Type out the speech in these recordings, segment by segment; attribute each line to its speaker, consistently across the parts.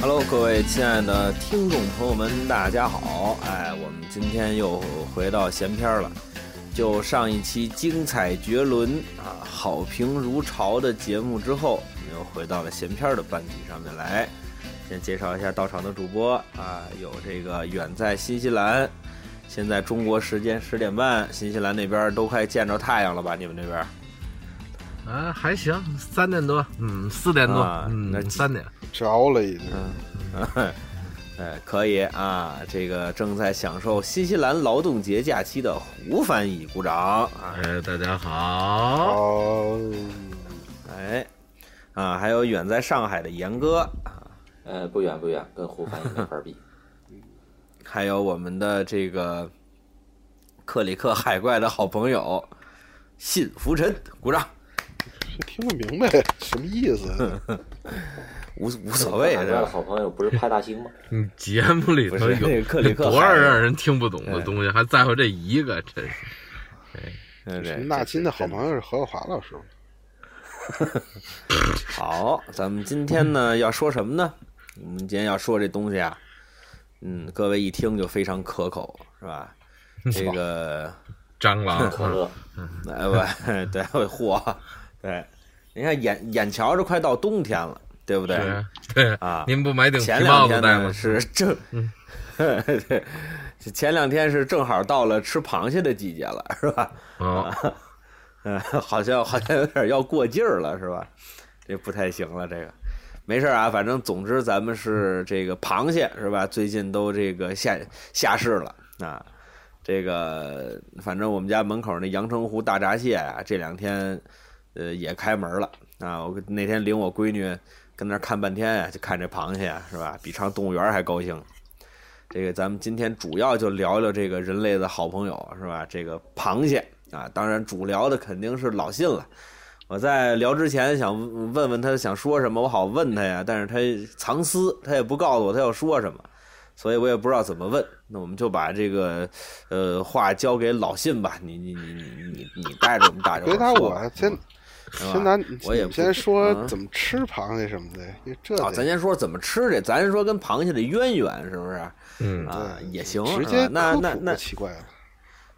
Speaker 1: Hello，各位亲爱的听众朋友们，大家好！哎，我们今天又回到闲篇儿了。就上一期精彩绝伦啊，好评如潮的节目之后，我们又回到了闲篇儿的班底上面来。先介绍一下到场的主播啊，有这个远在新西兰，现在中国时间十点半，新西兰那边都快见着太阳了吧？你们那边？
Speaker 2: 啊，还行，三点多，嗯，四点多，
Speaker 1: 啊那
Speaker 2: 嗯，三点，
Speaker 3: 着了已经。
Speaker 1: 哎，可以啊！这个正在享受新西兰劳动节假期的胡翻译，鼓掌啊！
Speaker 2: 哎，大家
Speaker 1: 嗯
Speaker 2: 好，
Speaker 3: 哦，
Speaker 1: 哎，啊，还有远在上海的严哥啊，
Speaker 4: 呃，不远不远，跟胡翻译没 法比。
Speaker 1: 还有我们的这个克里克海怪的好朋友信浮尘，鼓掌，
Speaker 3: 这听不明白什么意
Speaker 1: 嗯
Speaker 3: 思？
Speaker 1: 无无所谓，
Speaker 4: 海
Speaker 1: 是啊嗯
Speaker 4: 外 的
Speaker 1: 吧？
Speaker 4: 好朋友不是派大星 吗？
Speaker 2: 你嗯节目里头
Speaker 1: 不是那
Speaker 2: 有
Speaker 1: 个克里克
Speaker 2: 多
Speaker 1: 海
Speaker 2: 少
Speaker 1: 的
Speaker 2: 让人听不懂的东西，还在乎这一个，真是。
Speaker 1: 对对，
Speaker 3: 纳金的好
Speaker 1: 吗？
Speaker 3: 朋友是何耀华老师吗，
Speaker 1: 好，咱们今天呢要说什么呢？我们今天要说这东西啊，嗯，各位一听就非常可口，是吧？这个，
Speaker 2: 蟑螂，
Speaker 4: 可乐，
Speaker 1: 哎不， 对，嚯，对，你看眼眼瞧着快到冬天了，对不对？
Speaker 2: 对对
Speaker 1: 啊
Speaker 2: 您不买顶
Speaker 1: 前
Speaker 2: 皮
Speaker 1: 两
Speaker 2: 帽子
Speaker 1: 天
Speaker 2: 戴
Speaker 1: 呢
Speaker 2: 吗？
Speaker 1: 是正，
Speaker 2: 嗯
Speaker 1: 对，前两天是正好到了吃螃蟹的季节了，是吧？
Speaker 2: 哦，
Speaker 1: 嗯，好像好像有点要过劲儿了，是吧？这不太行了，这个没事儿啊，反正总之咱们是这个螃蟹是吧？最近都这个下下市了啊，这个反正我们家门口那阳澄湖大闸蟹啊，这两天呃也开门了啊。我那天领我闺女跟那儿看半天呀、就看这螃蟹啊是吧？比上动物园儿还高兴。这个咱们今天主要就聊聊这个人类的好朋友是吧？这个螃蟹啊，当然主聊的肯定是老信了。我在聊之前想问问问他想说什么，我好问他呀，但是他藏私，他也不告诉我他要说什么，所以我也不知道怎么问。那我们就把这个呃话交给老信吧，你你你你你你带着哎我们大家伙
Speaker 3: 别
Speaker 1: 儿
Speaker 3: 打
Speaker 1: 说吧
Speaker 3: 我，先
Speaker 1: 吧
Speaker 3: 先拿你
Speaker 1: 我也不
Speaker 3: 先说
Speaker 1: 嗯
Speaker 3: 怎么吃螃蟹什么的，因为这
Speaker 1: 啊，咱
Speaker 3: 得
Speaker 1: 先说怎么吃这，咱说跟螃蟹的渊源是不是
Speaker 2: 嗯，
Speaker 1: 啊？
Speaker 3: 对
Speaker 1: 也行，
Speaker 3: 直
Speaker 1: 是
Speaker 3: 接
Speaker 1: 吧那
Speaker 3: 科
Speaker 1: 那
Speaker 3: 普
Speaker 1: 那
Speaker 3: 就奇怪了。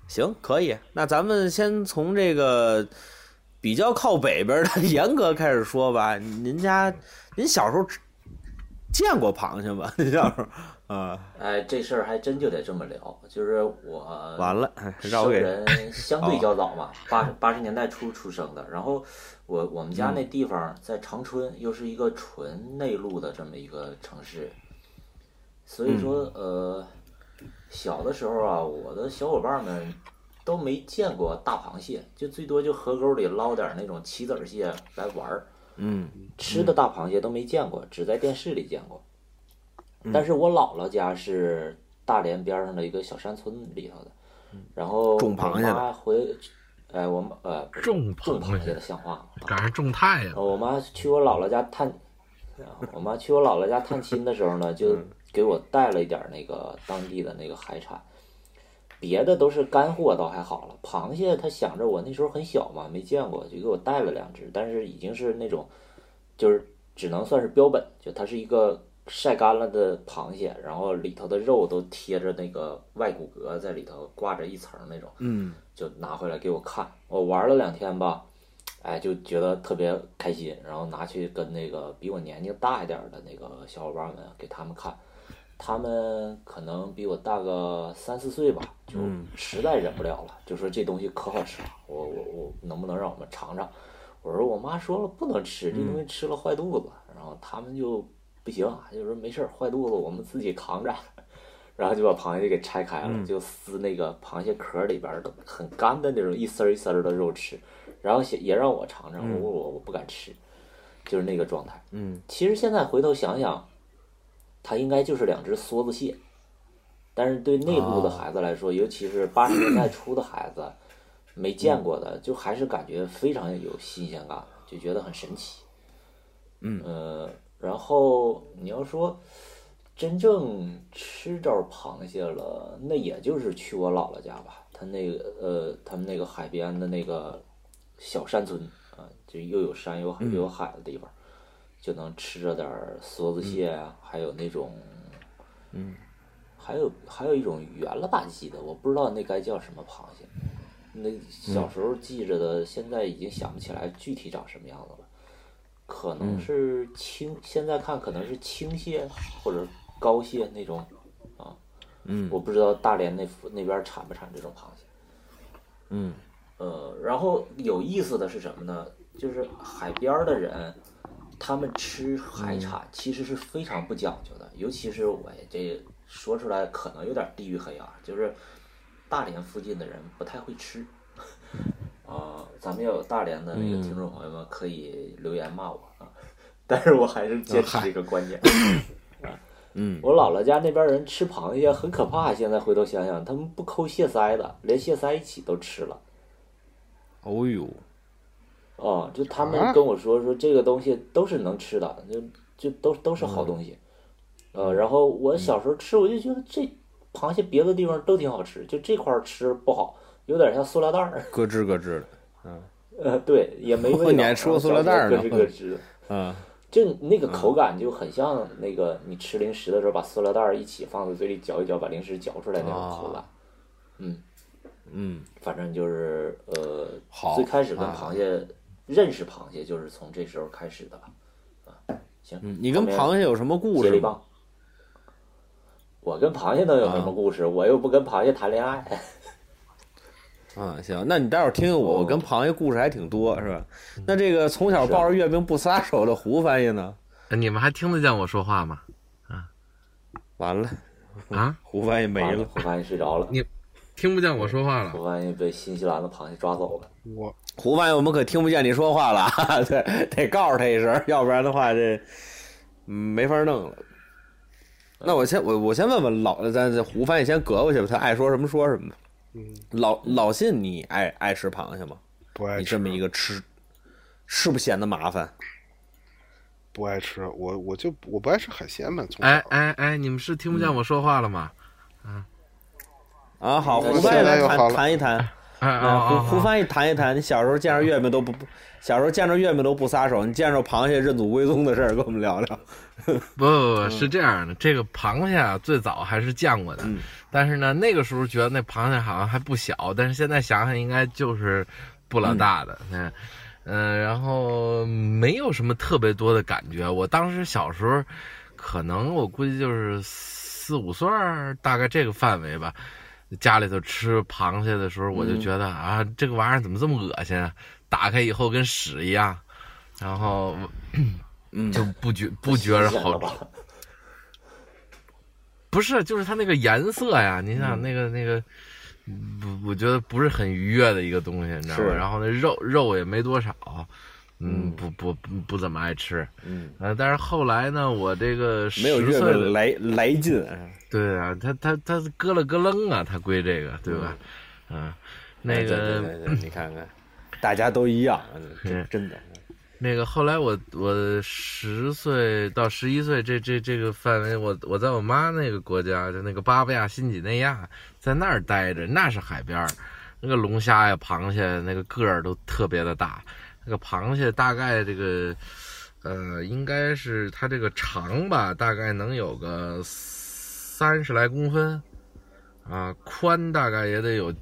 Speaker 1: 行，可以。那咱们先从这个比较靠北边的 严格开始说吧。您家，您小时候吃见过螃蟹吗？ 您小时候啊，
Speaker 4: 哎，这事儿还真就得这么聊。就是我
Speaker 1: 完了，让
Speaker 4: 生
Speaker 1: 我给
Speaker 4: 人相
Speaker 1: 啊
Speaker 4: 对较早嘛，八十八十年代初出生的。然后我我们
Speaker 1: 嗯
Speaker 4: 家那地方在长春，又是一个纯内陆的这么一个城市，所以说
Speaker 1: 嗯
Speaker 4: 呃，小的时候啊，我的小伙伴们都没见过大螃蟹，就最多就河沟里捞点儿那种棋子儿蟹来玩儿。
Speaker 1: 嗯
Speaker 4: 吃的大螃蟹都没见过，只在电视里见过。但是我姥姥家是大连边上的一个小山村里头的，然后
Speaker 1: 种螃蟹的
Speaker 4: 我妈回，哎，我妈呃不是
Speaker 2: 种
Speaker 4: 种
Speaker 2: 螃
Speaker 4: 螃蟹
Speaker 2: 蟹
Speaker 4: 的，像话吗？
Speaker 2: 赶上种太阳
Speaker 4: 呃，我妈去我姥姥家探，啊我妈去我姥姥家探亲的时候呢，就给我带了一点儿那个当地的那个海产，别的都是干货，倒还好了。螃蟹，她想着我那时候很小嘛，没见过，就给我带了两只，但是已经是那种，就是只能算是标本，就它是一个晒干了的螃蟹，然后里头的肉都贴着那个外骨骼在里头挂着一层那种。
Speaker 1: 嗯
Speaker 4: 就拿回来给我看。我玩了两天吧，哎，就觉得特别开心，然后拿去跟那个比我年纪大一点的那个小伙伴们给他们看，他们可能比我大个三四岁吧，就实在忍不了了，就说这东西可好吃了，我我我能不能让我们尝尝？我说我妈说了不能吃，这东西吃了坏肚子，然后他们就不行，啊就说没事儿，坏肚子我们自己扛着。然后就把螃蟹给拆开了，就撕那个螃蟹壳里边儿的很干的那种一丝儿一丝儿的肉吃，然后也也让我尝尝，我我我不敢吃，就是那个状态。
Speaker 1: 嗯，
Speaker 4: 其实现在回头想想，它应该就是两只梭子蟹，但是对内陆的孩子来说，尤其是八十年代初的孩子，没见过的，就还是感觉非常有新鲜感，就觉得很神奇。
Speaker 1: 嗯
Speaker 4: 呃，然后你要说真正吃着螃蟹了，那也就是去我姥姥家吧，他那个呃，他们那个海边的那个小山村啊，就又有山又有海又有海的地方，就能吃着点儿梭子蟹啊，还有那种，
Speaker 1: 嗯，
Speaker 4: 还有还有一种圆了吧唧的，我不知道那该叫什么螃蟹。那
Speaker 1: 嗯
Speaker 4: 小时候记着的，现在已经想不起来具体长什么样子了。可
Speaker 1: 嗯
Speaker 4: 能是青，现在看可能是青蟹或者膏蟹那种，啊，
Speaker 1: 嗯
Speaker 4: 我不知道大连那附那边产不产这种螃蟹。
Speaker 1: 嗯
Speaker 4: 呃，然后有意思的是什么呢？就是海边儿的人，他们吃海产其实是非常不讲究的，尤其是我这说出来可能有点地域黑啊，就是大连附近的人不太会吃。 啊、咱们要有大连的那个听众朋友们可以留言骂我啊， 但是我还是坚持这个观点。
Speaker 1: 嗯
Speaker 4: 我姥姥家那边人吃螃蟹很可怕，现在回头想想，他们不抠蟹腮的，连蟹腮一起都吃了。
Speaker 1: 哦呦，
Speaker 4: 哦，就他们
Speaker 3: 啊
Speaker 4: 跟我说说这个东西都是能吃的，就就都都是
Speaker 1: 嗯
Speaker 4: 好东西。呃，然后我小时候吃，我就觉得这螃蟹别的地方都挺好吃，就这块儿吃不好，有点像塑料袋儿。
Speaker 1: 咯吱咯吱的，
Speaker 4: 呃，对，也没味道。
Speaker 1: 哦
Speaker 4: 啊
Speaker 1: 你还吃过塑料袋儿呢
Speaker 4: 咯吱咯吱。
Speaker 1: 嗯
Speaker 4: 就那个口感就很像那个你吃零食的时候把塑料袋儿一起放在嘴里嚼一嚼，把零食嚼出来那种口
Speaker 1: 哦
Speaker 4: 感。嗯，
Speaker 1: 嗯
Speaker 4: 反正就是呃，
Speaker 1: 好
Speaker 4: 最开始跟
Speaker 1: 啊
Speaker 4: 螃蟹认识螃蟹就是从这时候开始的啊了。
Speaker 1: 嗯，你跟螃蟹有什么故
Speaker 4: 接
Speaker 1: 事
Speaker 4: 力
Speaker 1: 吗？
Speaker 4: 棒。我跟螃蟹能有
Speaker 2: 啊
Speaker 4: 什么故事？我又不跟螃蟹谈恋爱。
Speaker 1: 啊，行，那你待会儿听听
Speaker 3: 哦
Speaker 1: 我，我跟螃蟹故事还挺多，是吧？
Speaker 3: 嗯
Speaker 1: 那这个从
Speaker 3: 啊
Speaker 1: 小抱着月饼不撒手的胡翻译呢？
Speaker 2: 哎你们还听得见我说话吗？
Speaker 1: 完了，
Speaker 2: 啊，
Speaker 1: 胡翻译没
Speaker 4: 完
Speaker 1: 了，
Speaker 4: 我发现睡着了。
Speaker 2: 你听不见我说话了。
Speaker 4: 我发现被新西兰的螃蟹抓走了。
Speaker 3: 我
Speaker 1: 胡翻译我们可听不见你说话了， 哈哈对，得告诉他一声，要不然的话这嗯没法弄了。那我先我我先问问老，咱这胡翻译先隔过去吧，他爱说什么说什么吧。
Speaker 3: 嗯
Speaker 1: 老老信，你爱爱吃螃蟹吗？
Speaker 3: 不爱
Speaker 1: 你
Speaker 3: 吃啊
Speaker 1: 这，么一个吃，吃不嫌得麻烦。
Speaker 3: 不爱吃，我我就我不爱吃海鲜嘛，从小
Speaker 2: 哎哎哎，你们是听不见我说话了吗？
Speaker 1: 啊，好，
Speaker 4: 那
Speaker 1: 胡翻译
Speaker 3: 现在
Speaker 1: 来
Speaker 3: 又好
Speaker 1: 谈
Speaker 3: 了
Speaker 1: 谈一谈，
Speaker 2: 哎哎
Speaker 1: 啊，
Speaker 2: 哦
Speaker 1: 胡胡
Speaker 2: 哦哦
Speaker 1: 翻译谈一谈，你小时候见着月饼都不不，小时候见着月饼都不撒手，你见着螃蟹认祖归宗的事儿，跟我们聊聊。
Speaker 2: 不不不，是这样的，这个螃蟹啊，最早还是见过的，
Speaker 1: 嗯
Speaker 2: 但是呢，那个时候觉得那螃蟹好像还不小，但是现在想想应该就是不老大的，嗯。嗯，然后没有什么特别多的感觉。我当时小时候，可能我估计就是四五岁儿，大概这个范围吧。家里头吃螃蟹的时候，我就觉得、啊，这个玩意儿怎么这么恶心啊？打开以后跟屎一样，然后
Speaker 1: 嗯
Speaker 2: 就不觉不觉着
Speaker 4: 新鲜
Speaker 2: 好
Speaker 4: 了
Speaker 2: 吃。
Speaker 4: 吧？
Speaker 2: 不是，就是它那个颜色呀，你
Speaker 1: 嗯
Speaker 2: 想那个那个，不，我觉得不是很愉悦的一个东西，你知道
Speaker 1: 是
Speaker 2: 吗？然后那肉肉也没多少，
Speaker 1: 嗯
Speaker 2: 嗯，不不不不怎么爱吃。
Speaker 1: 嗯，
Speaker 2: 呃，但是后来呢，我这个
Speaker 1: 没有
Speaker 2: 10
Speaker 1: 月
Speaker 2: 岁的
Speaker 1: 饼来来劲，
Speaker 2: 对啊，他他他咯了咯楞啊，他归这个对吧？嗯，那
Speaker 1: 哎对对
Speaker 2: 个
Speaker 1: 对对你看看，大家都一样，真
Speaker 2: 是
Speaker 1: 真的，
Speaker 2: 那个后来我我十岁到十一岁这这这个范围，我我在我妈那个国家，就那个巴布亚新几内亚，在那儿待着，那是海边儿，那个龙虾呀、螃蟹那个个儿都特别的大，那个螃蟹大概这个，呃，应该是它这个长吧，大概能有个三十来公分，啊，宽大概也得有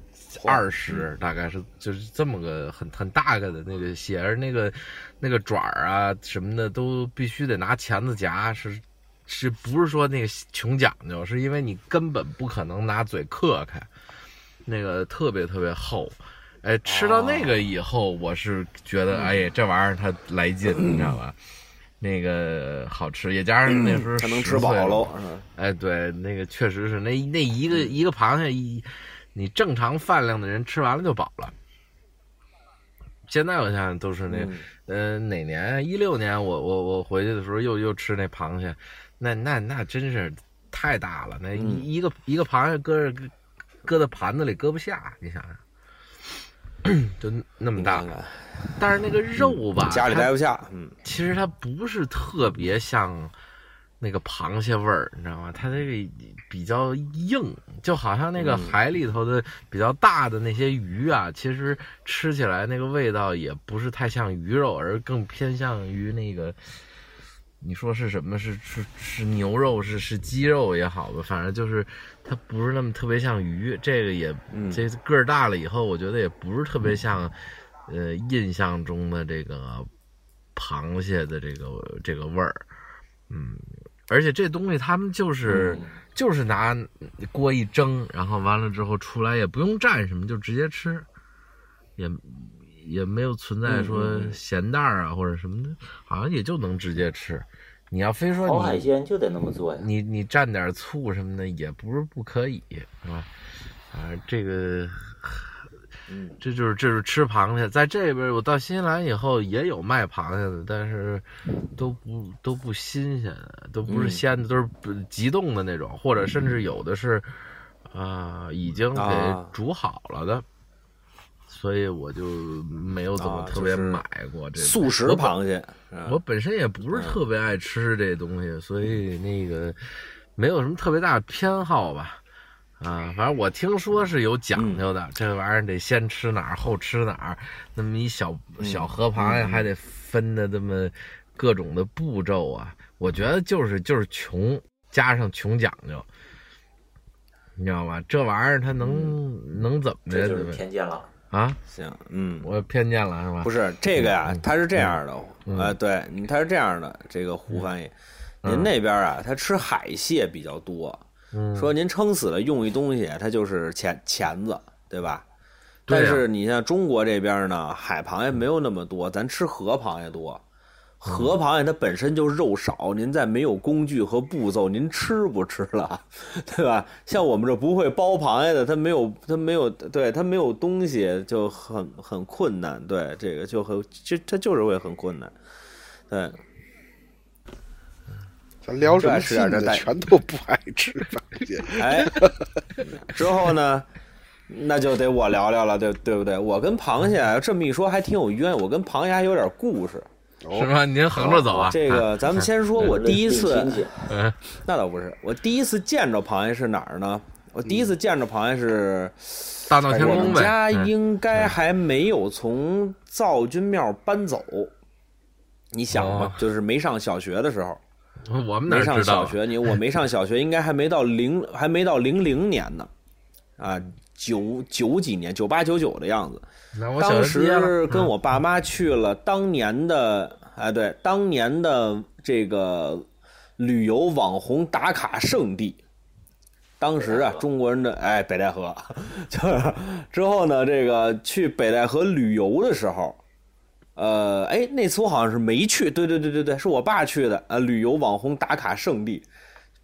Speaker 2: 二十，
Speaker 1: 嗯
Speaker 2: 大概是就是这么个很很大个的那个蟹，而那个那个爪儿啊什么的都必须得拿钳子夹，是是不是说那个穷讲究？是因为你根本不可能拿嘴刻开，那个特别特别厚。哎，吃到那个以后，我是觉得，哎呀，这玩意儿它来劲，你知道吧？那个好吃，也加上那时候
Speaker 1: 嗯他能
Speaker 2: 10
Speaker 1: 吃饱嗯
Speaker 2: 岁
Speaker 1: 喽，是吧
Speaker 2: 哎，对，那个确实是那那一个一个螃蟹一，你正常饭量的人吃完了就饱了。现在我想想都是那，
Speaker 1: 嗯
Speaker 2: 呃，哪年？一六年我我我回去的时候又又吃那螃蟹，那那那真是太大了，那一、
Speaker 1: 嗯
Speaker 2: 一个一个螃蟹搁着搁在盘子里搁不下，你想想， 就那么
Speaker 1: 你
Speaker 2: 大
Speaker 1: 看。看，
Speaker 2: 但是那个肉吧，
Speaker 1: 嗯家里
Speaker 2: 它
Speaker 1: 待不下，嗯
Speaker 2: 其实它不是特别像那个螃蟹味儿，你知道吗？它这个比较硬，就好像那个海里头的比较大的那些鱼啊，其实吃起来那个味道也不是太像鱼肉，而更偏向于那个你说是什么？是是是牛肉，是是鸡肉也好吧，反正就是它不是那么特别像鱼。这个也，这个儿大了以后，我觉得也不是特别像，呃，印象中的这个螃蟹的这个这个味儿。嗯，而且这东西他们就是、
Speaker 4: 嗯
Speaker 2: 就是拿锅一蒸，然后完了之后出来也不用蘸什么，就直接吃，也也没有存
Speaker 4: 嗯
Speaker 2: 在说咸淡儿啊或者什么的，好像也就能直接吃。你要非说
Speaker 4: 烤海
Speaker 2: 你
Speaker 4: 鲜就得那么做呀。
Speaker 2: 你你蘸点醋什么的，也不是不可以，是吧？啊，这个
Speaker 1: 嗯，
Speaker 2: 这就是这就是吃螃蟹，在这边我到新西兰以后也有卖螃蟹的，但是都不都不新鲜的，都不是
Speaker 1: 嗯
Speaker 2: 鲜的，都是不急冻的那种，或者甚至有的是，啊、已经给
Speaker 1: 啊
Speaker 2: 煮好了的，所以我就没有怎么
Speaker 1: 啊
Speaker 2: 特别
Speaker 1: 就是
Speaker 2: 买过这个
Speaker 1: 素食螃蟹，啊
Speaker 2: 我本身也不是特别爱吃这东西，所以那个没有什么特别大的偏好吧。啊，反正我听说是有讲究的，这玩意儿得先吃哪儿后吃哪儿，那么一小
Speaker 1: 嗯
Speaker 2: 小河螃蟹还得分的这么各种的步骤啊。我觉得就是就是穷，加上穷讲究，你知道吧？这玩意儿它能、
Speaker 1: 嗯
Speaker 2: 能怎么
Speaker 4: 这
Speaker 2: 着？
Speaker 4: 就
Speaker 2: 对
Speaker 4: 是
Speaker 2: 不对
Speaker 4: 偏见了。
Speaker 2: 啊，
Speaker 1: 行，嗯，
Speaker 2: 我有偏见了是吧？
Speaker 1: 不
Speaker 2: 是，
Speaker 1: 是这个呀，它是这样的，
Speaker 2: 嗯
Speaker 1: 呃，对，你它是这样的，这个胡翻译，
Speaker 2: 嗯
Speaker 1: 您那边啊，他吃海蟹比较多，
Speaker 2: 嗯、
Speaker 1: 说您撑死了用一东西，它就是钳钳子，对吧？
Speaker 2: 对啊
Speaker 1: 但
Speaker 2: 呀
Speaker 1: 是你像中国这边呢，海螃蟹没有那么多，咱吃河螃蟹
Speaker 2: 嗯
Speaker 1: 多。河螃蟹它本身就肉少，您再没有工具和步骤，您吃不吃了， 对吧？像我们这不会剥螃蟹的，它没有它没有对它没有东西就很很困难，对这个就很这它就是会很困难，对，
Speaker 3: 咱聊什么
Speaker 1: 是
Speaker 3: 近
Speaker 1: 啊是啊
Speaker 3: 的，
Speaker 1: 但
Speaker 3: 全都不爱吃螃蟹。
Speaker 1: 哎，之后呢，那就得我聊聊了，对对不对？我跟螃蟹啊这么一说还挺有渊，我跟螃蟹还有点故事。
Speaker 2: 是
Speaker 3: 哦
Speaker 2: 吗？您横着走啊？
Speaker 1: 这个咱们先说，我第一次
Speaker 4: 亲戚
Speaker 2: 嗯
Speaker 1: 那倒不是，我第一次见着螃蟹是哪儿呢？我第一次见着螃蟹是
Speaker 2: 大闹天
Speaker 1: 我
Speaker 2: 宫
Speaker 1: 们
Speaker 2: 呗。
Speaker 1: 家
Speaker 2: 嗯
Speaker 1: 应该还没有从灶君庙搬走。你想吧
Speaker 2: 哦，
Speaker 1: 就是没上小学的时候，
Speaker 2: 我们哪
Speaker 1: 没
Speaker 2: 知道
Speaker 1: 上
Speaker 2: 啊？
Speaker 1: 小学，你我没上小学，应该还没到零，还没到零零年呢，啊，九九几年，九八九九的样子。
Speaker 2: 那我小
Speaker 1: 当
Speaker 2: 学毕业了嗯
Speaker 1: 时跟我爸妈去了当年的，哎，对，当年的这个旅游网红打卡圣地。当时啊
Speaker 4: 北戴河，
Speaker 1: 中国人的哎，北戴河， 就是之后呢，这个去北戴河旅游的时候，呃，哎，那次我好像是没去，对对对对对，是我爸去的啊，旅游网红打卡圣地，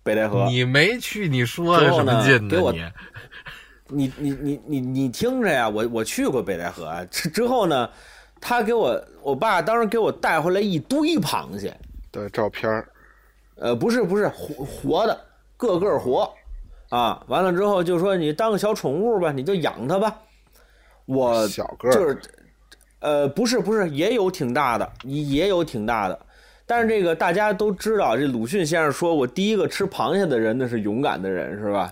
Speaker 1: 北戴河。
Speaker 2: 你没去，你说
Speaker 1: 之后
Speaker 2: 什么
Speaker 1: 呢
Speaker 2: 劲呢？
Speaker 1: 给我
Speaker 2: 你
Speaker 1: 你你你你你听着呀，我我去过北戴河啊，之之后呢，他给我我爸当时给我带回来一堆螃蟹，
Speaker 3: 的照片儿
Speaker 1: 呃，不是不是活活的，个个活，啊，完了之后就说你当个小宠物吧，你就养它吧。我
Speaker 3: 小个儿
Speaker 1: 就是，呃，不是不是，也有挺大的，也也有挺大的。但是这个大家都知道，这鲁迅先生说过，第一个吃螃蟹的人那是勇敢的人，是吧？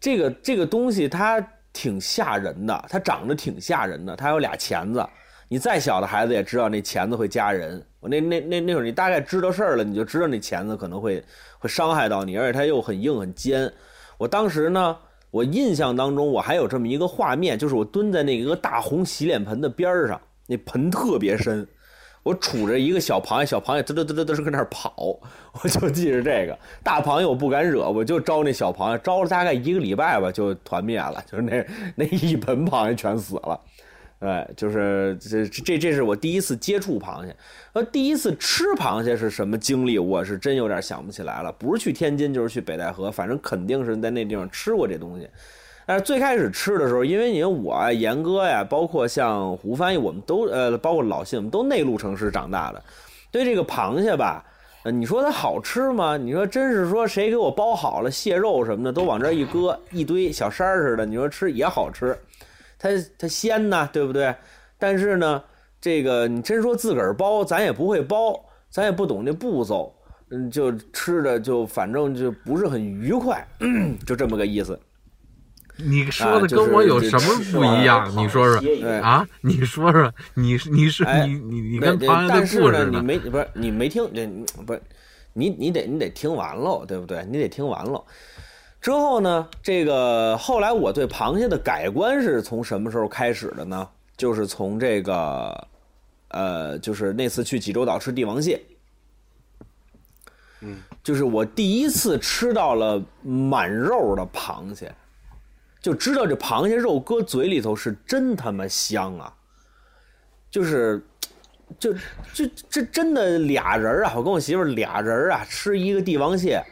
Speaker 1: 这个这个东西它挺吓人的，它长得挺吓人的，它有俩钳子。你再小的孩子也知道那钳子会夹人。我那那那那会儿你大概知道事儿了，你就知道那钳子可能会会伤害到你，而且它又很硬很尖。我当时呢，我印象当中我还有这么一个画面，就是我蹲在那个大红洗脸盆的边儿上，那盆特别深，我杵着一个小螃蟹，小螃蟹嘚嘚嘚嘚嘚跟那儿跑，我就记着这个。大螃蟹我不敢惹，我就招那小螃蟹，招了大概一个礼拜吧，就团灭了，就是那那一盆螃蟹全死了。哎，就是这这这这是我第一次接触螃蟹，呃，第一次吃螃蟹是什么经历，我是真有点想不起来了。不是去天津就是去北戴河，反正肯定是在那地方吃过这东西。但是最开始吃的时候，因为你看我啊、严哥呀，包括像胡翻译，我们都呃，包括老信，我们都内陆城市长大的，对这个螃蟹吧，呃，你说它好吃吗？你说真是说谁给我包好了蟹肉什么的，都往这儿一搁，一堆小山儿似的，你说吃也好吃，它它鲜呐，对不对？但是呢，这个你真说自个儿包，咱也不会包，咱也不懂这步骤，嗯，嗯就吃的就反正就不是很愉快，就这么个意思。
Speaker 2: 你说的
Speaker 1: 啊就
Speaker 2: 跟
Speaker 1: 是
Speaker 2: 我有什么
Speaker 4: 吃
Speaker 2: 不
Speaker 4: 完了
Speaker 2: 一样？
Speaker 4: 烤
Speaker 2: 你说说
Speaker 4: 歇一
Speaker 1: 哎
Speaker 4: 下
Speaker 2: 啊？你说说，你是你是
Speaker 1: 哎
Speaker 2: 你你你
Speaker 1: 那
Speaker 2: 跟
Speaker 1: 那
Speaker 2: 螃蟹
Speaker 1: 但
Speaker 2: 的
Speaker 1: 是
Speaker 2: 故
Speaker 1: 呢
Speaker 2: 事
Speaker 1: 你
Speaker 2: 呢？
Speaker 1: 没不是你没听这你不是你你得你得听完喽，对不对？你得听完喽。之后呢，这个后来我对螃蟹的改观是从什么时候开始的呢？就是从这个呃，就是那次去济州岛吃帝王蟹。
Speaker 3: 嗯，
Speaker 1: 就是我第一次吃到了满肉的螃蟹，就知道这螃蟹肉搁嘴里头是真他妈香啊！就是，就这这真的俩人啊，我跟我媳妇儿俩人啊，吃一个帝王蟹，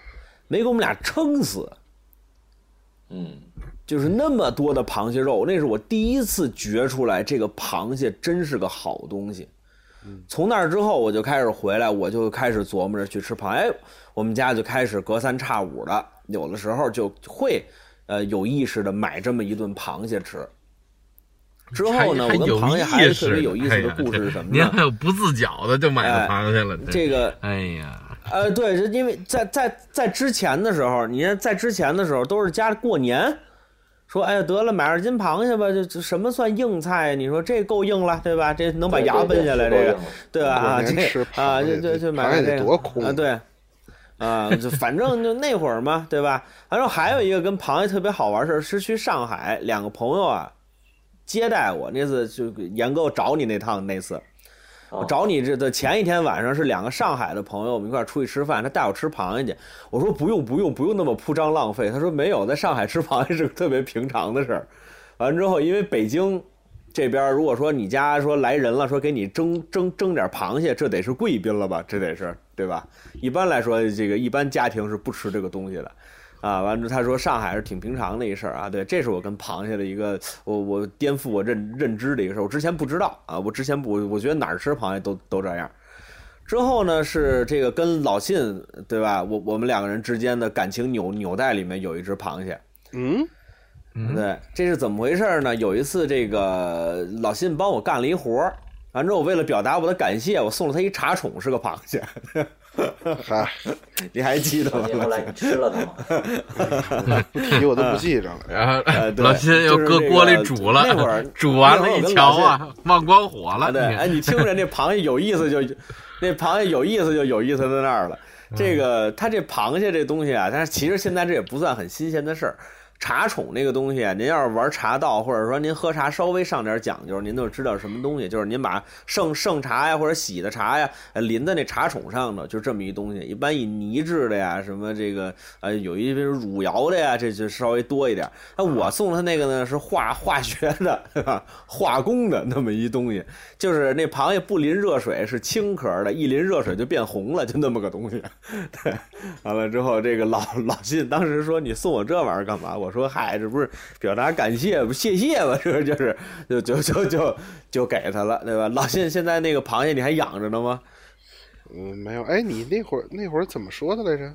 Speaker 1: 没给我们俩撑死，
Speaker 4: 嗯，
Speaker 1: 就是那么多的螃蟹肉，那是我第一次觉出来这个螃蟹真是个好东西。从那儿之后，我就开始回来，我就开始琢磨着去吃螃蟹。哎，我们家就开始隔三差五的，有的时候就会，呃，有意识的买这么一顿螃蟹吃。之后呢，我
Speaker 2: 还
Speaker 1: 跟
Speaker 2: 有
Speaker 1: 螃蟹还
Speaker 2: 意
Speaker 1: 有特
Speaker 2: 识呢，
Speaker 1: 别有意思
Speaker 2: 哎
Speaker 1: 的
Speaker 2: 呀
Speaker 1: 故事
Speaker 2: 这
Speaker 1: 是什么
Speaker 2: 您
Speaker 1: 呢
Speaker 2: 还？有不自觉的就买
Speaker 1: 哎
Speaker 2: 了螃蟹了，
Speaker 1: 这个
Speaker 2: 哎呀，
Speaker 1: 呃，对，是因为在在在之前的时候，你看在之前的时候都是家里过年，说哎呀得了，买二斤螃蟹吧，这这什么算硬菜呀？你说这够硬了，对吧？这能把
Speaker 4: 对
Speaker 1: 牙
Speaker 4: 对
Speaker 1: 奔
Speaker 4: 对
Speaker 1: 下来，这
Speaker 4: 是够
Speaker 1: 个
Speaker 4: 硬了
Speaker 1: 对吧？啊，
Speaker 3: 过年
Speaker 1: 这
Speaker 3: 吃
Speaker 1: 啊，
Speaker 3: 螃
Speaker 1: 就
Speaker 3: 蟹
Speaker 1: 就就
Speaker 3: 螃
Speaker 1: 买
Speaker 3: 蟹
Speaker 1: 这
Speaker 3: 得
Speaker 1: 个
Speaker 3: 多空
Speaker 1: 啊，对。啊，就反正就那会儿嘛，对吧？然后还有一个跟螃蟹特别好玩的事儿是去上海，两个朋友啊接待我，那次就严哥我找你那趟那次，我
Speaker 4: 啊
Speaker 1: 找你这的前一天晚上是两个上海的朋友，我们一块儿出去吃饭，他带我吃螃蟹去。我说不用不用不用那么铺张浪费。他说没有，在上海吃螃蟹是个特别平常的事儿。完之后，因为北京这边儿如果说你家说来人了，说给你蒸蒸蒸点螃蟹，这得是贵宾了吧？这得是对吧？一般来说，这个一般家庭是不吃这个东西的。啊，完之后他说上海是挺平常的一事儿啊，对，这是我跟螃蟹的一个我我颠覆我认认知的一个事儿，我之前不知道啊，我之前不我我觉得哪儿吃螃蟹都都这样。之后呢是这个跟老信对吧，我我们两个人之间的感情纽纽带里面有一只螃蟹，
Speaker 3: 嗯，
Speaker 2: 嗯
Speaker 1: 对，这是怎么回事儿呢？有一次，这个老信帮我干了一活儿，完之后，我为了表达我的感谢，我送了他一茶宠，是个螃蟹，
Speaker 3: 嗨，
Speaker 1: 你还记得
Speaker 4: 关键后
Speaker 1: 吗？
Speaker 4: 来你吃了它吗？
Speaker 3: 不提我都不记着 了。
Speaker 2: 然后
Speaker 1: 呃对
Speaker 2: 老辛又
Speaker 1: 就是
Speaker 2: 搁
Speaker 1: 这
Speaker 2: 锅里
Speaker 1: 个
Speaker 2: 煮了，
Speaker 1: 那会儿
Speaker 2: 煮完
Speaker 1: 那会
Speaker 2: 了，
Speaker 1: 儿我
Speaker 2: 一
Speaker 1: 跟
Speaker 2: 瞧
Speaker 1: 老
Speaker 2: 啊，忘光火了。
Speaker 1: 啊，对，
Speaker 2: 你
Speaker 1: 哎，你听着，那螃蟹有意思就，那螃蟹有意思就有意思在那儿了。这个它这螃蟹这东西啊，但是其实现在这也不算很新鲜的事儿。茶宠这个东西啊，您要是玩茶道，或者说您喝茶稍微上点讲究，您就知道什么东西，就是您把剩剩茶呀或者洗的茶呀呃淋在那茶宠上头，就这么一东西。一般以泥制的呀，什么这个呃有一比如汝窑的呀，这就稍微多一点。那我送他那个呢是化化学的， 对吧？化工的那么一东西，就是那螃蟹不淋热水是青壳的，一淋热水就变红了，就那么个东西。对，完了之后，这个老老信当时说：“你送我这玩意儿干嘛？”我说：“嗨，这不是表达感谢，不谢谢吧？这就是就就就就就给他了，对吧？”老信现在那个螃蟹你还养着呢吗？
Speaker 3: 嗯，没有。哎，你那会儿那会儿怎么说的来着？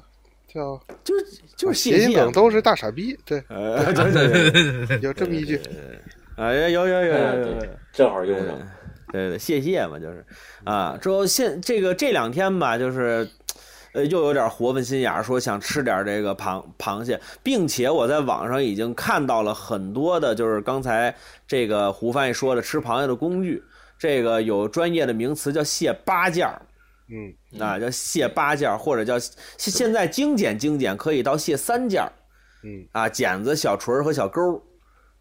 Speaker 3: 叫
Speaker 1: 就是就是
Speaker 3: 谐
Speaker 1: 谢
Speaker 3: 音
Speaker 1: 谢
Speaker 3: 梗都是大傻逼，对，
Speaker 1: 呃，对对对对，
Speaker 3: 有这么一句。
Speaker 1: 哎，有有有有
Speaker 4: 哎
Speaker 1: 有有有
Speaker 4: 对。，正好用上。
Speaker 1: 对对，谢谢嘛，就是啊。之后现这个这两天吧，就是呃，又有点活分心眼儿，说想吃点这个螃螃蟹，并且我在网上已经看到了很多的，就是刚才这个胡翻译说的吃螃蟹的工具，这个有专业的名词叫蟹八件儿。
Speaker 3: 嗯，
Speaker 1: 啊，叫蟹八件儿，或者叫现现在精简精简，可以到蟹三件儿
Speaker 3: 嗯，
Speaker 1: 啊，剪子、小锤儿和小钩儿，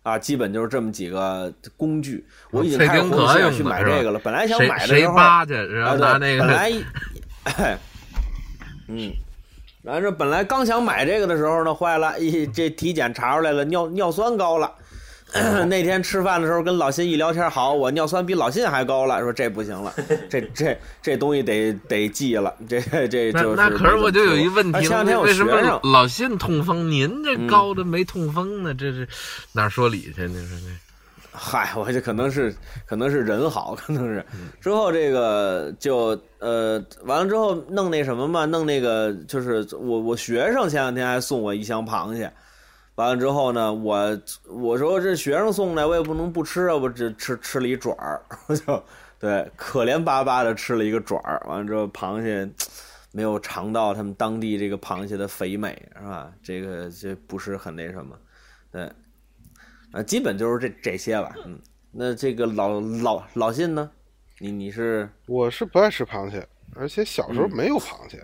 Speaker 1: 啊，基本就是这么几个工具。我已经
Speaker 2: 翠
Speaker 1: 开始
Speaker 2: 啊丁
Speaker 1: 活动
Speaker 2: 壳
Speaker 1: 心眼
Speaker 2: 用
Speaker 1: 去
Speaker 2: 的
Speaker 1: 买
Speaker 2: 是吧
Speaker 1: 这个了，本来想
Speaker 2: 谁
Speaker 1: 买的
Speaker 2: 谁
Speaker 1: 时候，
Speaker 2: 扒去，然后
Speaker 1: 啊
Speaker 2: 拿
Speaker 1: 对
Speaker 2: 那
Speaker 1: 本
Speaker 2: 个
Speaker 1: 来一，哎，嗯，完这本来刚想买这个的时候呢，坏了，一这体检查出来了尿尿酸高了。
Speaker 2: 哦
Speaker 1: 那天吃饭的时候跟老辛一聊天，好，我尿酸比老辛还高了，说这不行了， 这这这东西得得忌了，这这
Speaker 2: 那
Speaker 1: 就是
Speaker 2: 那可是我就有一问
Speaker 1: 啊
Speaker 2: 题
Speaker 1: 前两
Speaker 2: 了，
Speaker 1: 天我
Speaker 2: 为什
Speaker 1: 学
Speaker 2: 么
Speaker 1: 生
Speaker 2: 老信痛风，您这
Speaker 1: 嗯
Speaker 2: 高的没痛风呢？这是哪儿说理去？你说这
Speaker 1: 嗨，我这可能是可能是人好， 可能是之后这个就呃完了之后弄那什么嘛，弄那个就是我我学生前两天还送我一箱螃蟹，完了之后呢，我我说这学生送来我也不能不吃啊，我只吃吃了一爪儿， 我就对可怜巴巴的吃了一个爪儿，完了之后螃蟹。没有尝到他们当地这个螃蟹的肥美，是吧？这个这不是很那什么，对，啊，基本就是这这些吧。嗯，那这个老老老信呢？你你是
Speaker 3: 我是不爱吃螃蟹，而且小时候没有螃蟹。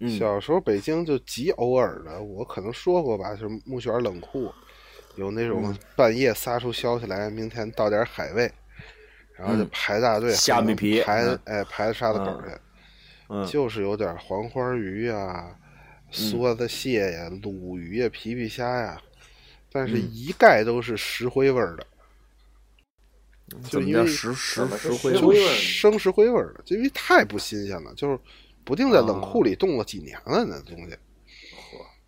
Speaker 1: 嗯
Speaker 3: 小时候北京就极偶尔的，我可能说过吧，就是木泉冷库有那
Speaker 1: 嗯
Speaker 3: 种半夜撒出消息来，明天到点海味，然后就
Speaker 1: 嗯
Speaker 3: 排大队，
Speaker 1: 虾米皮
Speaker 3: 排
Speaker 1: 嗯
Speaker 3: 哎排到沙子口去，
Speaker 1: 嗯
Speaker 3: 就是有点黄花鱼呀、梭子蟹呀、鲈鱼呀、皮皮虾呀，但
Speaker 1: 嗯
Speaker 3: 是一概都是石灰味儿的，就
Speaker 1: 怎么
Speaker 3: 因
Speaker 1: 叫
Speaker 3: 为
Speaker 1: 石石
Speaker 4: 怎么
Speaker 1: 石
Speaker 4: 是
Speaker 1: 灰
Speaker 4: 石
Speaker 1: 吗
Speaker 4: 灰味
Speaker 3: 就
Speaker 4: 儿
Speaker 3: 是生石灰味儿的，就因为太不新鲜了，就是不定在冷库里冻了几年了那东西。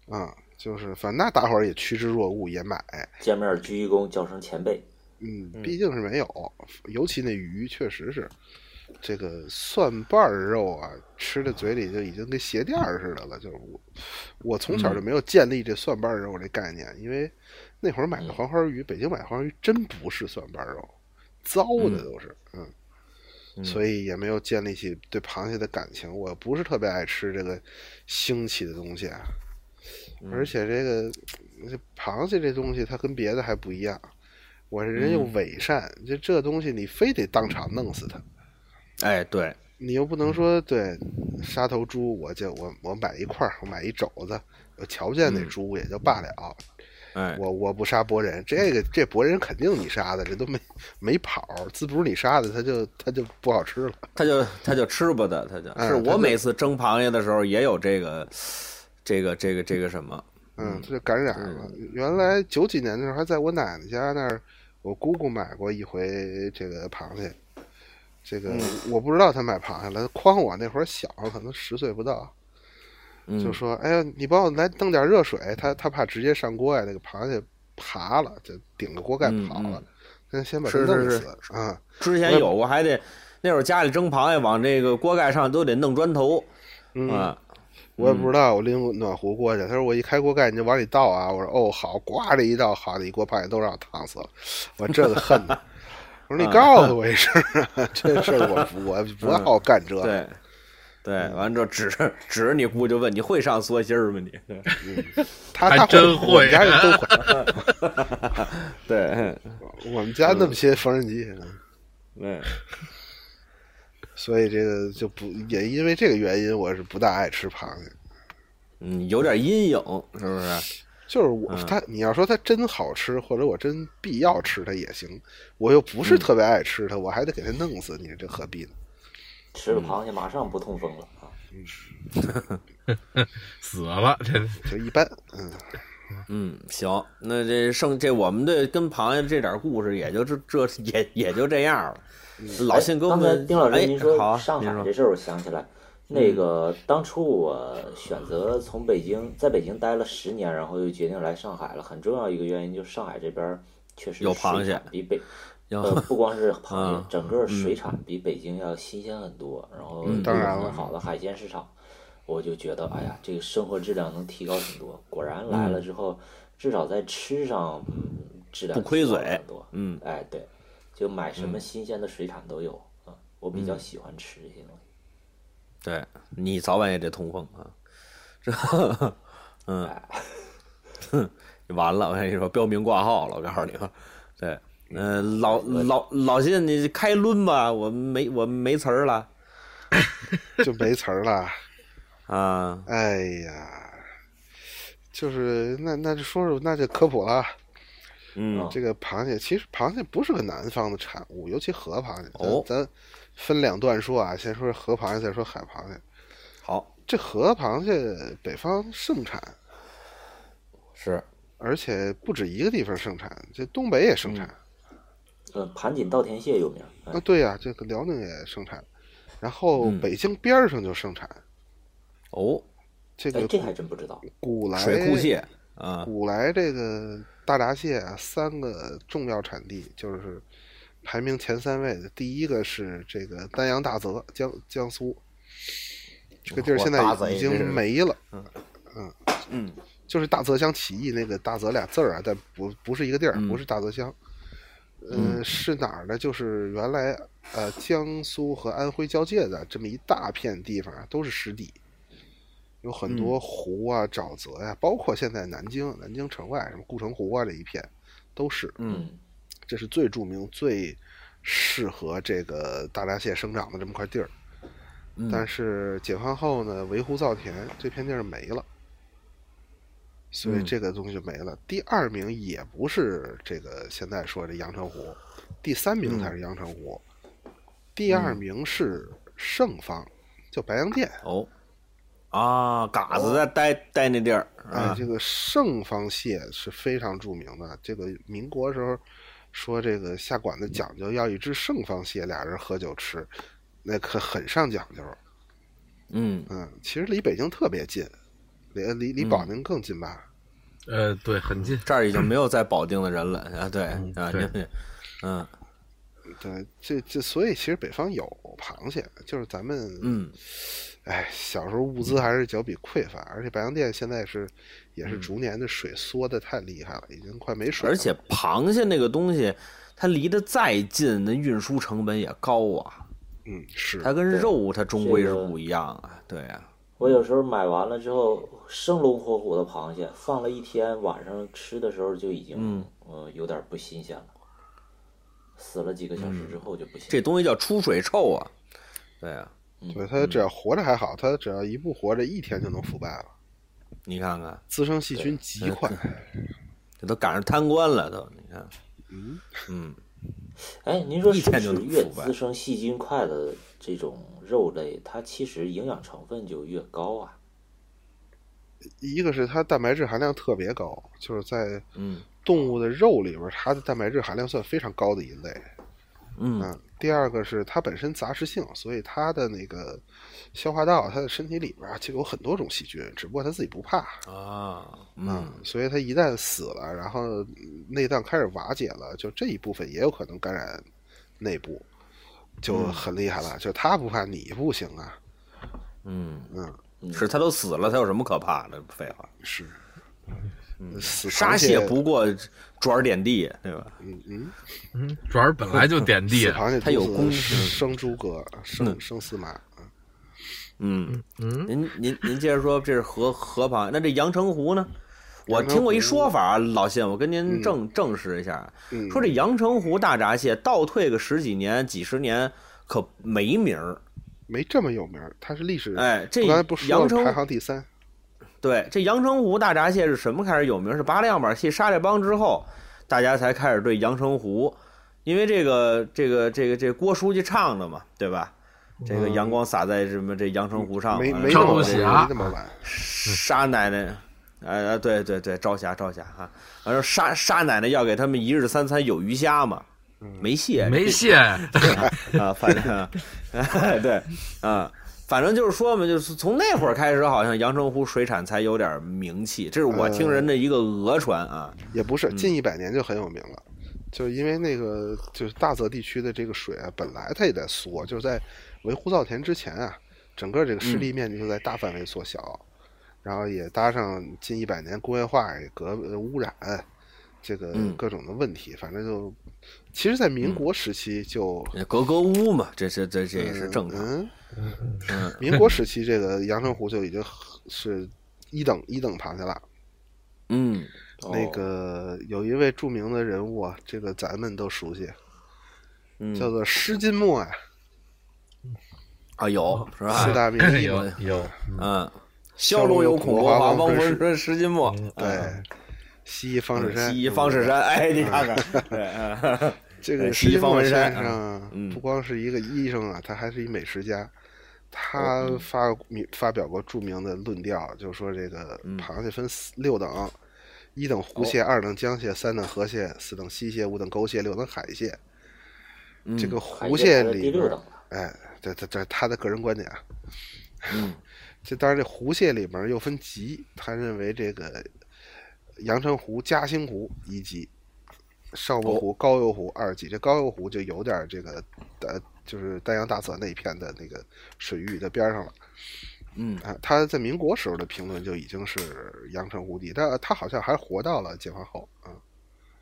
Speaker 4: 嚯
Speaker 3: 啊、就是反正那大伙儿也趋之若鹜，也买。
Speaker 4: 见面鞠一躬，叫声前辈。
Speaker 3: 嗯，毕竟是没有，尤其那鱼确实是，这个蒜瓣儿肉啊，吃在嘴里就已经跟鞋垫儿似的了。就是我，我从小就没有建立这蒜瓣儿肉这概念，因为那会儿买的黄花鱼，北京买黄花鱼真不是蒜瓣儿肉，糟的都是，嗯，所以也没有建立起对螃蟹的感情。我不是特别爱吃这个腥气的东西啊，而且这个这螃蟹这东西它跟别的还不一样。我这人又伪善，就这东西你非得当场弄死它，
Speaker 1: 哎，对，
Speaker 3: 你又不能说对杀头猪，我就我我买一块儿，我买一肘子，我瞧不见那猪也就罢了。
Speaker 1: 哎，
Speaker 3: 我我不杀博人，这个这博人肯定你杀的，这都没没跑，自不是你杀的，他就他就不好吃了。
Speaker 1: 他就他就吃吧的，他就、
Speaker 3: 哎
Speaker 1: 是
Speaker 3: 他
Speaker 1: 我
Speaker 3: 就
Speaker 1: 每次蒸螃蟹的时候也有这个这个这个这个什么，
Speaker 3: 嗯，他就感染了。原来九几年的时候还在我奶奶家那儿，我姑姑买过一回这个螃蟹。这个我不知道他买螃蟹了，诓我那会儿小，可能十岁不到，
Speaker 1: 嗯、
Speaker 3: 就说：“哎呀，你帮我来弄点热水。他”他怕直接上锅呀，那个螃蟹爬了，就顶着锅盖
Speaker 1: 嗯
Speaker 3: 跑了
Speaker 1: 嗯。
Speaker 3: 那、先把它
Speaker 1: 是是
Speaker 3: 弄
Speaker 1: 是
Speaker 3: 死啊！
Speaker 1: 之前有过，还得那会儿家里蒸螃蟹，往这个锅盖上都得弄砖头
Speaker 3: 嗯，
Speaker 1: 啊。
Speaker 3: 我也不知道，我拎暖壶过去，他说我一开锅盖你就往里倒啊，我说哦好，呱这一倒，好的一锅螃蟹都让我烫死了，我这个恨的。我说你告诉我一声啊，这事儿我不我不好干这。
Speaker 1: 对，对，
Speaker 3: 嗯
Speaker 1: 完了之后指着指着你姑就问你会上缩心儿吗你？
Speaker 3: 他
Speaker 2: 还
Speaker 3: 他
Speaker 2: 真
Speaker 3: 会，我们
Speaker 2: 会
Speaker 3: 家人都 会，
Speaker 1: 对，
Speaker 3: 我们家那么些缝纫机，
Speaker 1: 对，
Speaker 3: 所以这个就不也因为这个原因，我是不大爱吃螃蟹。
Speaker 1: 嗯，有点阴影是不是？
Speaker 3: 就是我它，你要说它真好吃，或者我真必要吃它也行，我又不是特别爱吃它，我还得给它弄死，你说这何必呢？
Speaker 4: 吃
Speaker 2: 嗯
Speaker 4: 了螃蟹马上不痛风了啊！
Speaker 2: 死了，真的
Speaker 3: 就一般，嗯。
Speaker 1: 嗯，行，那这剩这我们的跟螃蟹这点故事也就这这也也就这样了。嗯老信跟我
Speaker 4: 嗯哎刚才
Speaker 1: 们
Speaker 4: 丁老
Speaker 1: 哎
Speaker 4: 师您说
Speaker 1: 好啊，
Speaker 4: 上
Speaker 1: 您
Speaker 4: 海
Speaker 1: 说
Speaker 4: 这事儿，我想起来，那个当初我选择从北京在北京待了十年，然后又决定来上海了，很重要一个原因就是上海这边儿确实
Speaker 1: 有
Speaker 4: 水
Speaker 1: 螃蟹
Speaker 4: 产比北
Speaker 1: 有
Speaker 4: 呃不 光是螃蟹
Speaker 1: 嗯，嗯
Speaker 4: 整个水产比北京要新鲜很多，然后有
Speaker 3: 当然了
Speaker 4: 很好的海鲜市场，我就觉得哎呀，这个生活质量能提高很多。果然来
Speaker 1: 嗯
Speaker 4: 了之后，至少在吃上嗯质量
Speaker 1: 不亏
Speaker 4: 提高了
Speaker 1: 嘴
Speaker 4: 很多，
Speaker 1: 嗯，
Speaker 4: 哎对。就买什么新鲜的水产都有啊、我比
Speaker 1: 嗯
Speaker 4: 较喜欢吃这些东西。
Speaker 1: 对你早晚也得通风啊，这 嗯，
Speaker 4: 哎
Speaker 1: 完了，我跟你说，标明挂号了，我告诉你啊，对，嗯、老老老信，你开抡吧，我们没我们没词儿了
Speaker 3: 就没词儿了。
Speaker 1: 啊，
Speaker 3: 哎呀，就是那那就说说，那就科普了。
Speaker 1: 嗯
Speaker 4: 嗯
Speaker 3: 这个螃蟹其实螃蟹不是个南方的产物，尤其河螃蟹。咱
Speaker 1: 哦
Speaker 3: 咱分两段说啊，先说河螃蟹，再说海螃蟹。
Speaker 1: 好，
Speaker 3: 这河螃蟹北方盛产，
Speaker 1: 是，
Speaker 3: 而且不止一个地方盛产，这东北也盛产。
Speaker 4: 嗯，盘锦稻田蟹有名儿，哎
Speaker 3: 啊，对呀、这个辽宁也盛产，然后
Speaker 1: 嗯
Speaker 3: 北京边儿上就盛产。
Speaker 1: 哦，
Speaker 3: 这
Speaker 4: 哎
Speaker 3: 个，
Speaker 4: 这还真不知道。
Speaker 3: 古来
Speaker 1: 水库蟹啊，
Speaker 3: 古来这个大闸蟹啊，三个重要产地就是排名前三位的，第一个是这个丹阳大泽，江江苏，这个地儿现在
Speaker 1: 哇大泽
Speaker 3: 已
Speaker 1: 也是
Speaker 3: 经没了。
Speaker 1: 嗯
Speaker 3: 就是大泽乡起义那个大泽俩字儿啊，但不不是一个地儿，不是大泽乡。呃，是哪儿呢？就是原来呃江苏和安徽交界的这么一大片地方啊，都是湿地，有很多湖啊、沼泽呀、包括现在南京、南京城外什么固城湖啊这一片，都是。
Speaker 1: 嗯，
Speaker 3: 这是最著名、最适合这个大闸蟹生长的这么块地儿。
Speaker 1: 嗯
Speaker 3: 但是解放后呢，围湖造田这片地儿没了，所以
Speaker 1: 嗯
Speaker 3: 这个东西就没了。第二名也不是这个现在说这阳澄湖，第三
Speaker 1: 嗯
Speaker 3: 名才是阳澄湖，第二名是盛芳，叫白洋淀。
Speaker 1: 哦，啊，嘎子在待待那地儿
Speaker 3: 哎
Speaker 1: 啊，，
Speaker 3: 这个盛芳蟹是非常著名的。这个民国时候说这个下馆子讲究要一只盛芳蟹，俩人喝酒吃，那可很上讲究。
Speaker 1: 嗯
Speaker 3: 嗯，其实离北京特别近，离呃离离保定更近吧？
Speaker 2: 呃，对，很近。
Speaker 1: 这儿已经没有在保定的人了啊，对啊，
Speaker 2: 对
Speaker 1: 您 嗯
Speaker 3: 对，这这所以其实北方有螃蟹，就是咱们
Speaker 1: 嗯
Speaker 3: 哎小时候物资还是较比匮乏，而且白洋淀现在是也是逐年的水缩的太厉害了，已经快没水了。
Speaker 1: 嗯而且螃蟹那个东西，它离得再近，那运输成本也高啊，
Speaker 3: 嗯是
Speaker 1: 它跟肉它终归是
Speaker 4: 这个
Speaker 1: 不一样啊，对啊，
Speaker 4: 我有时候买完了之后，生龙活虎的螃蟹放了一天，晚上吃的时候就已经嗯、呃有点不新鲜了，死了几个小时之后就不新
Speaker 1: 嗯这
Speaker 4: 鲜。
Speaker 1: 东西叫出水臭啊，对啊，
Speaker 3: 对它只要活着还好，它只要一不活着，一天就能腐败了，
Speaker 1: 你看看，
Speaker 3: 滋生细菌极快。
Speaker 1: 这都赶上贪官了都，你看，嗯
Speaker 4: 哎，您说
Speaker 1: 一
Speaker 4: 是不
Speaker 1: 天就是能
Speaker 4: 越
Speaker 1: 腐败
Speaker 4: 滋生细菌快的这种肉类，它其实营养成分就越高啊？
Speaker 3: 一个是它蛋白质含量特别高，就是在
Speaker 1: 嗯
Speaker 3: 动物的肉里边，它的蛋白质含量算非常高的一类。
Speaker 1: 嗯
Speaker 3: 嗯，第二个是它本身杂食性，所以它的那个消化道，它的身体里边儿就有很多种细菌，只不过它自己不怕。
Speaker 1: 啊
Speaker 3: 嗯
Speaker 1: 嗯，
Speaker 3: 所以它一旦死了，然后嗯内脏开始瓦解了，就这一部分也有可能感染内部，就很厉害了。就它不怕，你不行啊。
Speaker 1: 嗯，
Speaker 3: 嗯，
Speaker 1: 是它都死了，它有什么可怕的？废话，
Speaker 3: 是。死
Speaker 1: 嗯沙
Speaker 3: 螃
Speaker 1: 蟹不过爪儿点地，对吧？
Speaker 3: 嗯嗯，
Speaker 2: 嗯，主要是本来就点地啊
Speaker 3: 死，螃蟹
Speaker 1: 它有
Speaker 3: 毒
Speaker 1: 功
Speaker 3: 死生诸葛，生
Speaker 1: 嗯
Speaker 3: 生司马。
Speaker 1: 嗯，
Speaker 2: 嗯
Speaker 1: 您您您接着说，这是河河旁，那这阳澄湖呢？我
Speaker 3: 阳澄湖
Speaker 1: 听过一说法，老谢，我跟您证证实一下，
Speaker 3: 嗯，
Speaker 1: 说这阳澄湖大闸蟹倒退个十几年、几十年可没名儿。
Speaker 3: 没这么有名儿，它是历史。
Speaker 1: 哎，这
Speaker 3: 我刚才不说
Speaker 1: 阳
Speaker 3: 了，排
Speaker 1: 澄
Speaker 3: 行第三。
Speaker 1: 对这阳澄湖大闸蟹是什么开始有名？是八两板戏沙家浜之后，大家才开始对阳澄湖，因为这个这个这个这郭书记唱的嘛，对吧？这个阳光洒在什么这阳澄湖上，
Speaker 3: 嗯没
Speaker 1: 啊
Speaker 3: 没
Speaker 2: 赵
Speaker 3: 那么晚
Speaker 2: 喜
Speaker 3: 没
Speaker 2: 啊
Speaker 3: 那么晚，
Speaker 1: 沙奶奶，哎哎，对对对，朝霞朝霞哈，完了沙沙奶奶要给他们一日三餐有鱼虾嘛，
Speaker 3: 嗯
Speaker 1: 没蟹
Speaker 2: 没蟹，
Speaker 1: 啊，反正对啊，反正就是说嘛，就是从那会儿开始，好像阳澄湖水产才有点名气，这是我听人的一个讹传啊，
Speaker 3: 也不是近一百年就很有名了，就是因为那个就是大泽地区的这个水啊，本来它也在缩，就是在维护造田之前啊，整个这个湿地
Speaker 1: 嗯
Speaker 3: 面积就在大范围缩小，然后也搭上近一百年工业化也革呃污染，这个
Speaker 1: 嗯
Speaker 3: 各种的问题，反正就其实，在民国时期就
Speaker 1: 嗯格格巫嘛，这是这这也是
Speaker 3: 嗯
Speaker 1: 正常，
Speaker 3: 嗯
Speaker 1: 嗯
Speaker 3: 民国时期这个阳澄湖就已经是一等一等螃蟹了。
Speaker 1: 嗯
Speaker 3: 那
Speaker 4: 哦
Speaker 3: 个有一位著名的人物啊，这个咱们都熟悉，叫
Speaker 1: 嗯，
Speaker 3: 做施金墨呀，
Speaker 1: 啊有是
Speaker 3: 四
Speaker 1: 吧？
Speaker 3: 大名医嘛
Speaker 2: 有。有，
Speaker 1: 嗯，骁龙有孔刘华，
Speaker 3: 王
Speaker 1: 汪
Speaker 3: 浑
Speaker 1: 浑
Speaker 3: 水
Speaker 1: 春，石金墨，嗯
Speaker 3: 对，西医方士山，
Speaker 1: 西医方
Speaker 3: 士
Speaker 1: 士山，哎，你看看，对嗯
Speaker 3: 这
Speaker 1: 呃
Speaker 3: 个
Speaker 1: 西医
Speaker 3: 施金
Speaker 1: 方
Speaker 3: 墨
Speaker 1: 文山
Speaker 3: 先生啊
Speaker 1: 嗯
Speaker 3: 不光是一个医生啊，他还是一美食家。
Speaker 1: 哦
Speaker 3: 他
Speaker 1: 嗯
Speaker 3: 发明发表过著名的论调，就说这个
Speaker 1: 嗯
Speaker 3: 螃蟹分四六等，一等湖
Speaker 1: 哦
Speaker 3: 蟹，二等江蟹，三等河蟹，四等溪蟹，五等沟蟹，六等海蟹。
Speaker 1: 嗯
Speaker 3: 这个
Speaker 4: 海
Speaker 3: 湖
Speaker 4: 鲜
Speaker 3: 蟹
Speaker 4: 排在
Speaker 3: 里
Speaker 4: 第
Speaker 3: 边
Speaker 4: 六
Speaker 3: 儿
Speaker 4: 等了，
Speaker 3: 哎，这这这他的个人观点啊。 这当然，这湖蟹里面又分级，他认为这个阳澄湖、嘉兴湖一级，邵伯湖、高邮湖二级。这高邮湖就有点这个呃，就是丹阳大泽那一片的那个水域的边上了。
Speaker 1: 嗯
Speaker 3: 啊，他在民国时候的评论就已经是阳澄湖地，但他好像还活到了解放后啊。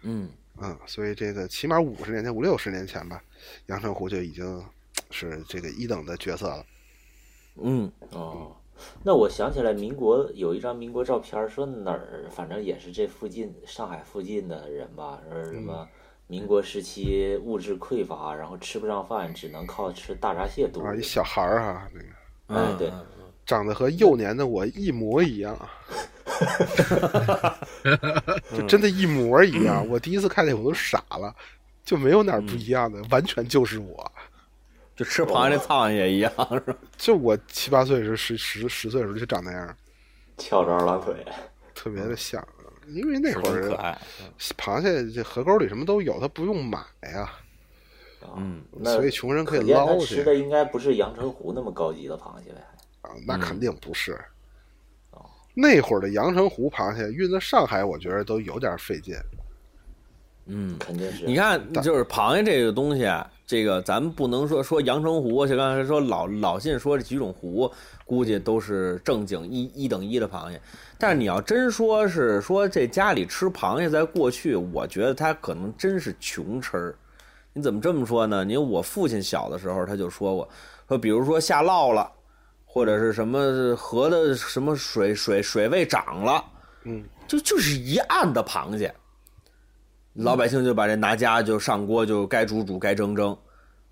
Speaker 1: 嗯
Speaker 3: 嗯，所以这个起码五十年前、五六十年前吧，阳澄湖就已经是这个一等的角色了。
Speaker 1: 嗯，
Speaker 4: 哦，那我想起来，民国有一张民国照片儿，说哪儿，反正也是这附近上海附近的人吧，说什么民国时期物质匮乏，然后吃不上饭，只能靠吃大闸蟹度
Speaker 3: 啊，
Speaker 4: 日
Speaker 3: 一。小孩儿哈，那个
Speaker 4: 哎
Speaker 1: 嗯，
Speaker 4: 对，
Speaker 3: 长得和幼年的我一模一 样，啊就真的，一模一样。我第一次看见我都傻了，就没有哪儿
Speaker 4: 嗯
Speaker 3: 不一样的，完全就是我。
Speaker 1: 就吃螃蟹这苍蝇也一样，是吧？
Speaker 3: 就我七八岁的时候，十十十岁的时候就长那样，
Speaker 4: 翘着二郎腿，
Speaker 3: 特别
Speaker 4: 嗯
Speaker 3: 的像。因为那
Speaker 1: 是
Speaker 3: 会
Speaker 1: 真可
Speaker 3: 儿
Speaker 1: 爱。
Speaker 3: 螃蟹这河沟里什么都有，它不用买呀，
Speaker 4: 啊
Speaker 1: 嗯，
Speaker 4: 那
Speaker 3: 所以穷人可以
Speaker 4: 见他
Speaker 3: 捞去
Speaker 4: 吃的应该不是阳澄湖那么高级的螃蟹呗？
Speaker 3: 啊，那肯定不是。
Speaker 4: 嗯哦
Speaker 3: 那会儿的阳澄湖螃蟹运到上海，我觉得都有点费劲。
Speaker 1: 嗯，
Speaker 4: 肯定是。
Speaker 1: 你看，就是螃蟹这个东西啊，这个咱们不能说说阳澄湖，就刚才说老老信说这几种湖，估计都是正经一一等一的螃蟹。但是你要真说是说这家里吃螃蟹，在过去，我觉得他可能真是穷吃儿。你怎么这么说呢？因为我父亲小的时候他就说过，说比如说下涝了，或者是什么河的什么水水水位涨了，
Speaker 3: 嗯，
Speaker 1: 就就是一岸的螃蟹。老百姓就把这拿家就上锅，就该煮煮，该蒸蒸，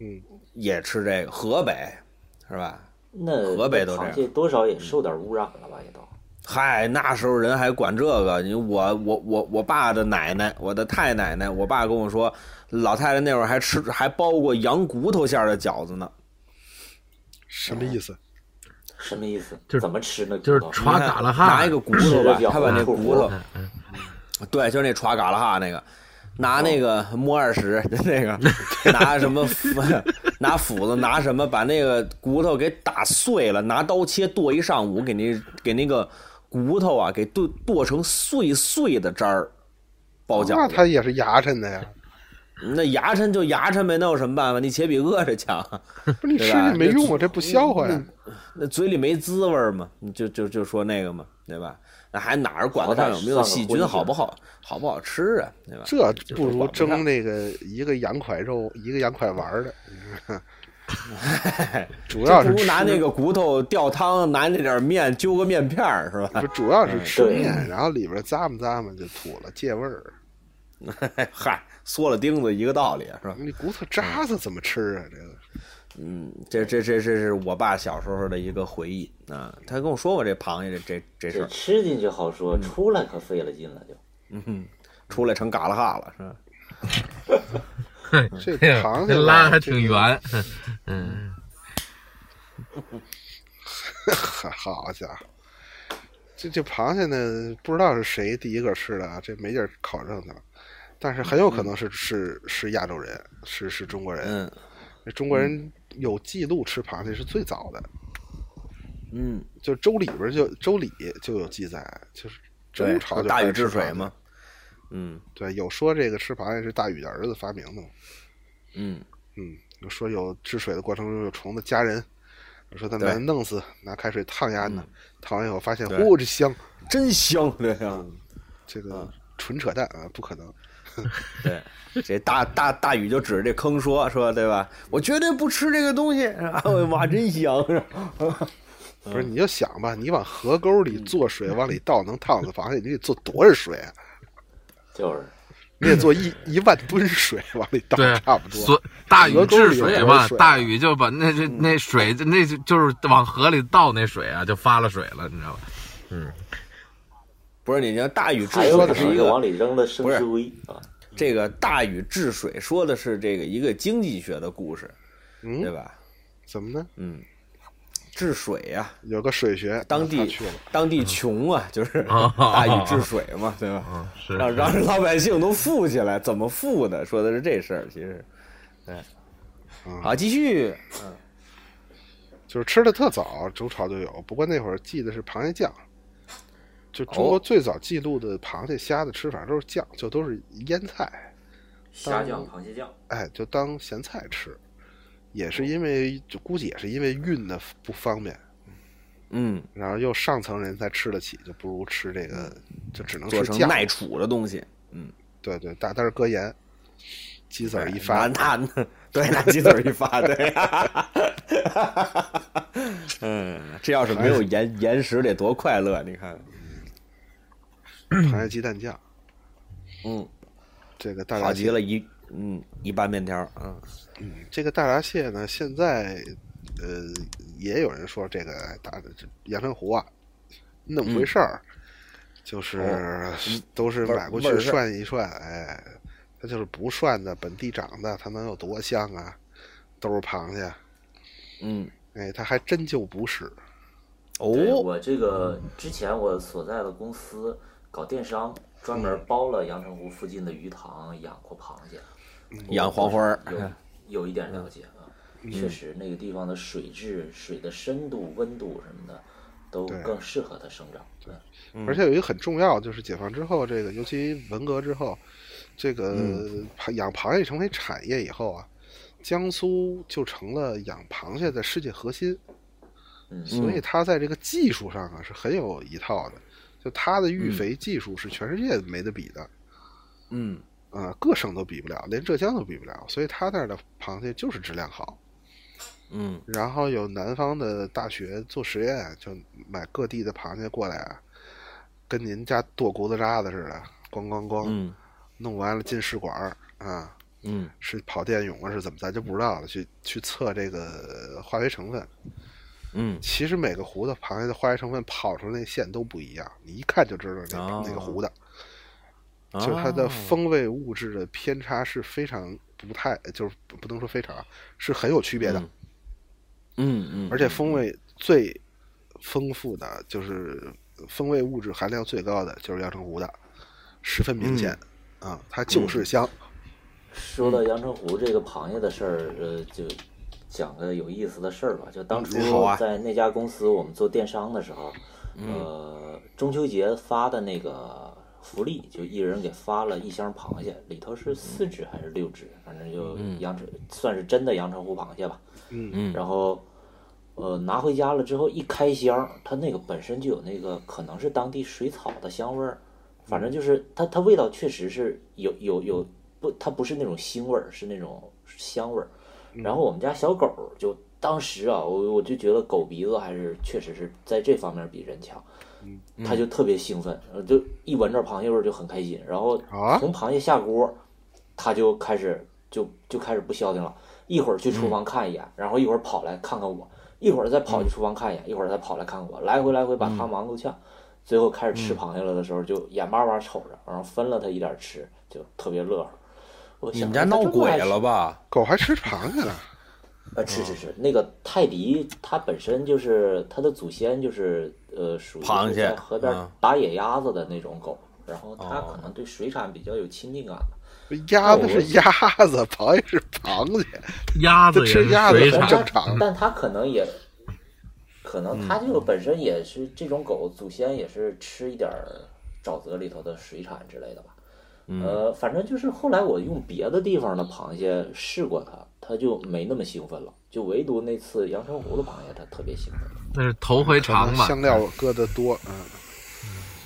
Speaker 3: 嗯，
Speaker 1: 也吃这个。河北是吧？
Speaker 4: 那
Speaker 1: 河北都这样
Speaker 4: 螃蟹多少也受点污染了吧？也都。
Speaker 1: 嗨，那时候人还管这个？你我我我我爸的奶奶，我的太奶奶，我爸跟我说，老太太那会儿还吃还包过羊骨头馅儿的饺子呢。
Speaker 3: 什
Speaker 4: 哦
Speaker 3: 么意思？
Speaker 4: 什么意思？
Speaker 2: 就是
Speaker 4: 怎么吃呢？
Speaker 2: 就是
Speaker 4: 骨头
Speaker 2: 歘嘎啦哈
Speaker 1: 拿一个骨头吧，他把那骨头，
Speaker 2: 嗯嗯，
Speaker 1: 对，就是那歘嘎啦哈那个，拿那个摸二十那个，拿什么斧 拿斧子拿什么把那个骨头给打碎了，拿刀切剁一上午，给那给那个骨头啊给剁剁成碎碎的渣儿，包饺
Speaker 3: 哦那
Speaker 1: 子。
Speaker 3: 它也是牙碜 的呀，
Speaker 1: 那牙碜就牙碜呗，那有什么办法？你且比饿着强，
Speaker 3: 不是你吃
Speaker 1: 对吧
Speaker 3: 你没用啊，这不消化呀。
Speaker 1: 那嘴里没滋味儿嘛，你就就就说那个嘛，对吧？那还哪儿管得
Speaker 4: 好歹
Speaker 1: 上有没有
Speaker 4: 算个
Speaker 1: 细
Speaker 4: 荤
Speaker 1: 菌，
Speaker 4: 食
Speaker 1: 好不好，好不好吃啊，对吧？
Speaker 3: 这不如蒸那个一个羊块肉，一个羊块丸儿的。 主要
Speaker 1: 这
Speaker 3: 是
Speaker 1: 不如
Speaker 3: 吃
Speaker 1: 拿那个骨头吊汤，拿那点面揪个面片儿，是吧？
Speaker 3: 不主要是吃
Speaker 4: 对
Speaker 3: 面，然后里边咂吧咂吧就吐了，借味儿。
Speaker 1: 嗨，缩了钉子一个道理，啊是吧？
Speaker 3: 你骨头渣子怎么吃啊？这个
Speaker 1: 嗯，这这这这是我爸小时候的一个回忆啊，他跟我说过这螃蟹这这这事
Speaker 4: 这
Speaker 1: 儿，
Speaker 4: 吃进去好说，出来可费了劲了就。
Speaker 1: 出来成嘎啦哈了，是吧？
Speaker 3: 这嗯
Speaker 2: 哎呀
Speaker 3: 螃蟹
Speaker 2: 这
Speaker 3: 吧
Speaker 2: 拉得还挺，圆，嗯，
Speaker 3: 这个好家伙！这这螃蟹呢，不知道是谁第一个吃的啊，这没地儿考证去了。但是很有可能是是是亚洲人，是是中国人。
Speaker 1: 嗯
Speaker 3: 中国人有记录吃螃蟹是最早的，
Speaker 1: 嗯，
Speaker 3: 就周礼边就周礼就有记载，就是周
Speaker 1: 对，
Speaker 3: 朝就
Speaker 1: 大
Speaker 3: 开
Speaker 1: 禹
Speaker 3: 始吃
Speaker 1: 治水
Speaker 3: 螃
Speaker 1: 嘛
Speaker 3: 蟹。，
Speaker 1: 嗯
Speaker 3: 对，有说这个吃螃蟹是大禹的儿子发明的嘛，
Speaker 1: 嗯，
Speaker 3: 嗯，有说有治水的过程中有虫子夹人，有说他
Speaker 1: 对嗯
Speaker 3: 把它弄死，拿开水烫一下呢，烫完以后发现，
Speaker 1: 对
Speaker 3: 嚯，这香，
Speaker 1: 真香，对呀，
Speaker 3: 这个
Speaker 1: 嗯
Speaker 3: 纯扯淡啊，不可能，
Speaker 1: 对。这大大大禹就指着这坑说说，对吧？我绝对不吃这个东西。啊我的妈，真香！是吧
Speaker 3: 不是你就想吧，你往河沟
Speaker 1: 嗯
Speaker 3: 里做水 往里倒，能烫死螃蟹，你得做多少水啊？
Speaker 4: 就是
Speaker 3: 你得 做一一万吨水往里倒
Speaker 2: 对，，
Speaker 3: 差不多。
Speaker 2: 所大禹
Speaker 3: 河沟
Speaker 2: 治
Speaker 3: 里有
Speaker 2: 水
Speaker 3: 点
Speaker 2: 吧，
Speaker 3: 水嗯
Speaker 2: 大禹就把那这那水，那就就是往河里倒那水啊，就发了水了，你知道吧？
Speaker 1: 不是你像大禹治
Speaker 4: 还有
Speaker 1: 水
Speaker 4: 的
Speaker 1: 是一
Speaker 4: 是
Speaker 1: 个
Speaker 4: 往里扔的生
Speaker 1: 不是
Speaker 4: 石灰啊，
Speaker 1: 这个大禹治水说的是这个一个经济学的故事，
Speaker 3: 嗯
Speaker 1: 对，吧？
Speaker 3: 怎么呢？
Speaker 1: 嗯，治水呀、
Speaker 3: 有个水学，
Speaker 1: 当
Speaker 3: 他
Speaker 1: 地
Speaker 3: 去了，
Speaker 1: 当地穷啊，就是
Speaker 2: 哦 哦
Speaker 1: 大禹治水嘛，对吧？
Speaker 2: 是
Speaker 1: 让让老百姓都富起来，怎么富的？说的是这事儿，其实，对，好，继续，
Speaker 3: 就是吃的特早，周朝就有。不过那会儿记的是螃蟹酱，就中国
Speaker 1: 哦
Speaker 3: 最早记录的螃蟹、虾的吃法都是酱，就都是腌菜，
Speaker 4: 虾酱、螃蟹酱，
Speaker 3: 哎，就当咸菜吃。也是因
Speaker 1: 哦
Speaker 3: 为，就估计也是因为运的不方便，
Speaker 1: 嗯，
Speaker 3: 然后又上层人才吃得起，就不如吃这个，就只能
Speaker 1: 嗯做
Speaker 3: 吃
Speaker 1: 成
Speaker 3: 酱。
Speaker 1: 耐储的东西，嗯，
Speaker 3: 对对，大但是搁盐，鸡子儿一
Speaker 1: 对
Speaker 3: 发，
Speaker 1: 拿拿对，拿鸡腿一发，对， 嗯，这要是没有延延时得多快乐，你看，
Speaker 3: 螃蟹鸡蛋酱，
Speaker 1: 嗯，
Speaker 3: 这个大
Speaker 1: 好
Speaker 3: 闸
Speaker 1: 极
Speaker 3: 蟹，
Speaker 1: 了，一嗯一拌面条，嗯，
Speaker 3: 嗯这个大闸蟹呢，现在呃也有人说这个哎大这阳澄湖啊，那么回事儿，就是、都是
Speaker 1: 味儿
Speaker 3: 买过
Speaker 1: 味
Speaker 3: 去
Speaker 1: 儿是
Speaker 3: 涮一涮，哎，它就是不涮的，本地长的，它能有多香啊？都是螃蟹，
Speaker 1: 嗯，
Speaker 3: 哎，它还真就不是，
Speaker 4: 对
Speaker 1: 哦，
Speaker 4: 我这个之前我所在的公司搞电商，专门包了阳澄湖附近的鱼塘，养过螃蟹，
Speaker 1: 养黄花儿，
Speaker 4: 有有一点了解啊。
Speaker 1: 嗯
Speaker 4: 确实，那个地方的水质、水的深度、温度什么的，都
Speaker 3: 对
Speaker 4: 更适合它生长。对，
Speaker 3: 而且有一个很重要，就是解放之后，这个尤其文革之后，这个
Speaker 4: 嗯
Speaker 3: 螃养螃蟹成为产业以后啊，江苏就成了养螃蟹的世界核心，
Speaker 4: 嗯，
Speaker 3: 所以它在这个技术上啊是很有一套的，就它的
Speaker 4: 嗯
Speaker 3: 育肥技术是全世界没得比的。
Speaker 1: 嗯
Speaker 3: 啊、各省都比不了，连浙江都比不了，所以它那儿的螃蟹就是质量好。
Speaker 1: 嗯
Speaker 3: 然后有南方的大学做实验，就买各地的螃蟹过来啊，跟您家剁骨头渣子似的，咣咣咣，
Speaker 1: 嗯
Speaker 3: 弄完了进试管儿啊，
Speaker 1: 嗯
Speaker 3: 是跑电泳啊，是怎么咱就不知道了，去去测这个化学成分。
Speaker 1: 嗯，
Speaker 3: 其实每个湖的螃蟹的化学成分跑出来那线都不一样，你一看就知道那个、
Speaker 1: 哦
Speaker 3: 那个湖的，就是它的
Speaker 1: 哦
Speaker 3: 风味物质的偏差是非常不太，就是不不能说非常啊，是很有区别的。
Speaker 1: 嗯嗯嗯，
Speaker 3: 而且风味最丰富的，就是风味物质含量最高的，就是阳澄湖的，十分明显、
Speaker 2: 嗯
Speaker 3: 啊，它就是香。
Speaker 4: 说
Speaker 1: 嗯
Speaker 4: 到阳澄湖这个螃蟹的事儿，呃，就讲个有意思的事儿吧。就当初
Speaker 1: 嗯好啊嗯
Speaker 4: 在那家公司我们做电商的时候，呃，中秋节发的那个福利，就一人给发了一箱螃蟹，里头是四
Speaker 1: 嗯
Speaker 4: 只还是六只，反正就阳澄、算是真的阳澄湖螃蟹吧。
Speaker 3: 嗯
Speaker 1: 嗯
Speaker 4: 然后。呃，拿回家了之后一开箱，它那个本身就有那个可能是当地水草的香味儿，反正就是它它味道确实是有有有不，它不是那种腥味儿，是那种香味儿。然后我们家小狗儿就当时啊，我我就觉得狗鼻子还是确实是在这方面比人强，它就特别兴奋，呃就一闻着螃蟹味儿就很开心。然后
Speaker 3: 啊
Speaker 4: 从螃蟹下锅，它就开始就就开始不消停了，一会儿去厨房看一眼，然后一会儿跑来看看我，一会儿再跑去厨房看一眼，一会儿再跑来看我，来回来回把它忙够呛。最后开始
Speaker 1: 嗯
Speaker 4: 吃螃蟹了的时候，就眼巴巴瞅着，然后分了它一点儿吃，就特别乐呵。我
Speaker 1: 你
Speaker 4: 想
Speaker 1: 们家
Speaker 4: 哎它
Speaker 1: 闹
Speaker 4: 这么
Speaker 1: 鬼
Speaker 4: 爱吃
Speaker 1: 了啊吧？
Speaker 3: 狗还吃螃蟹呢，
Speaker 4: 呃，是是是，那个泰迪它本身就是它的祖先就是呃属于
Speaker 1: 螃
Speaker 4: 是
Speaker 1: 蟹
Speaker 4: 在河边
Speaker 1: 嗯哦
Speaker 4: 打野鸭子的那种狗，然后它可能对水产比较有亲近感吧。
Speaker 3: 鸭子是鸭子，螃蟹是螃蟹，
Speaker 2: 鸭子也
Speaker 3: 吃
Speaker 2: 是
Speaker 3: 鸭子
Speaker 2: 水
Speaker 3: 很
Speaker 2: 产，
Speaker 3: 正常。
Speaker 4: 但它可能也，可能它就本身也是这种狗，祖先也是吃一点儿沼泽里头的水产之类的吧。
Speaker 2: 嗯
Speaker 4: 呃，反正就是后来我用别的地方的螃蟹试过它，它就没那么兴奋了，就唯独那次阳澄湖的螃蟹它特别兴奋。
Speaker 2: 那是头回
Speaker 3: 可
Speaker 2: 尝
Speaker 3: 能
Speaker 2: 吧？
Speaker 3: 香料搁的多，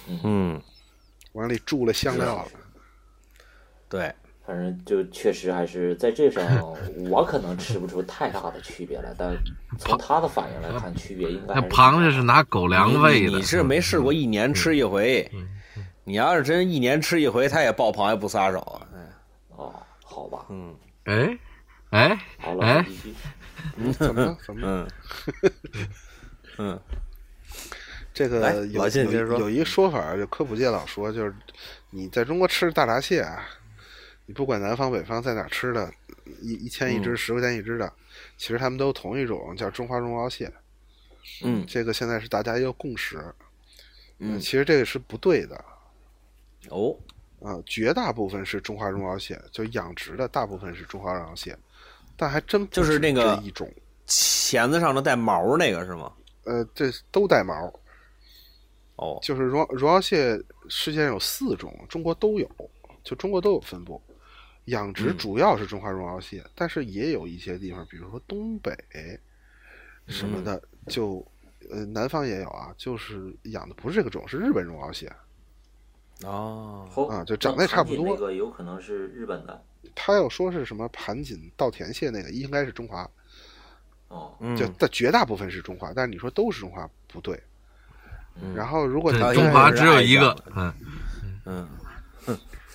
Speaker 3: 嗯，
Speaker 1: 嗯，
Speaker 3: 往里注了香料了。
Speaker 1: 对，
Speaker 4: 反正就确实还是在这上， 我可能吃不出太大的区别来，但从他的反应来看，区别应该
Speaker 2: 那
Speaker 4: 还是
Speaker 2: 螃蟹是拿狗粮喂
Speaker 1: 你
Speaker 2: 的
Speaker 1: 你，是没试过一年吃一回，你要是真一年吃一回，他也爆螃蟹不撒手。
Speaker 4: 哦，好吧，
Speaker 2: 哎哎
Speaker 4: 好了，老
Speaker 2: 哎
Speaker 4: 师继续
Speaker 3: 怎么了？怎么了？
Speaker 1: 嗯
Speaker 3: 这
Speaker 1: 来
Speaker 3: 个有
Speaker 1: 老信
Speaker 3: 有
Speaker 1: 接着说
Speaker 3: 有一个说法儿，就科普界老说，就是你在中国吃大闸蟹啊，你不管南方北方在哪儿吃的，一一千一
Speaker 1: 嗯
Speaker 3: 只，十块钱一只的，其实它们都同一种叫中华绒螯蟹。
Speaker 1: 嗯
Speaker 3: 这个现在是大家一个共识。呃
Speaker 1: 嗯
Speaker 3: 其实这个是不对的
Speaker 1: 哦，
Speaker 3: 啊，绝大部分是中华绒螯蟹，就养殖的大部分是中华绒螯蟹，但还真不
Speaker 1: 就是
Speaker 3: 止
Speaker 1: 那个
Speaker 3: 这一种，
Speaker 1: 钳子上的带毛那个是吗？
Speaker 3: 呃，这都带毛。
Speaker 1: 哦，
Speaker 3: 就是绒绒螯蟹，世界上有四种，中国都有，就中国都有分布。养殖主要是中华绒螯蟹，但是也有一些地方，比如说东北什么的，就呃南方也有啊，就是养的不是这个种，是日本绒螯蟹。
Speaker 1: 哦，
Speaker 3: 啊就长得也差不多
Speaker 4: 那个有可能是日本的，
Speaker 3: 他要说是什么盘锦稻田蟹那个，应该是中华。
Speaker 4: 哦，
Speaker 1: 嗯
Speaker 3: 就但绝大部分是中华，但是你说都是中华不对。
Speaker 1: 嗯
Speaker 3: 然后如果
Speaker 2: 对
Speaker 3: 你在
Speaker 2: 中华只有一个，嗯，
Speaker 1: 嗯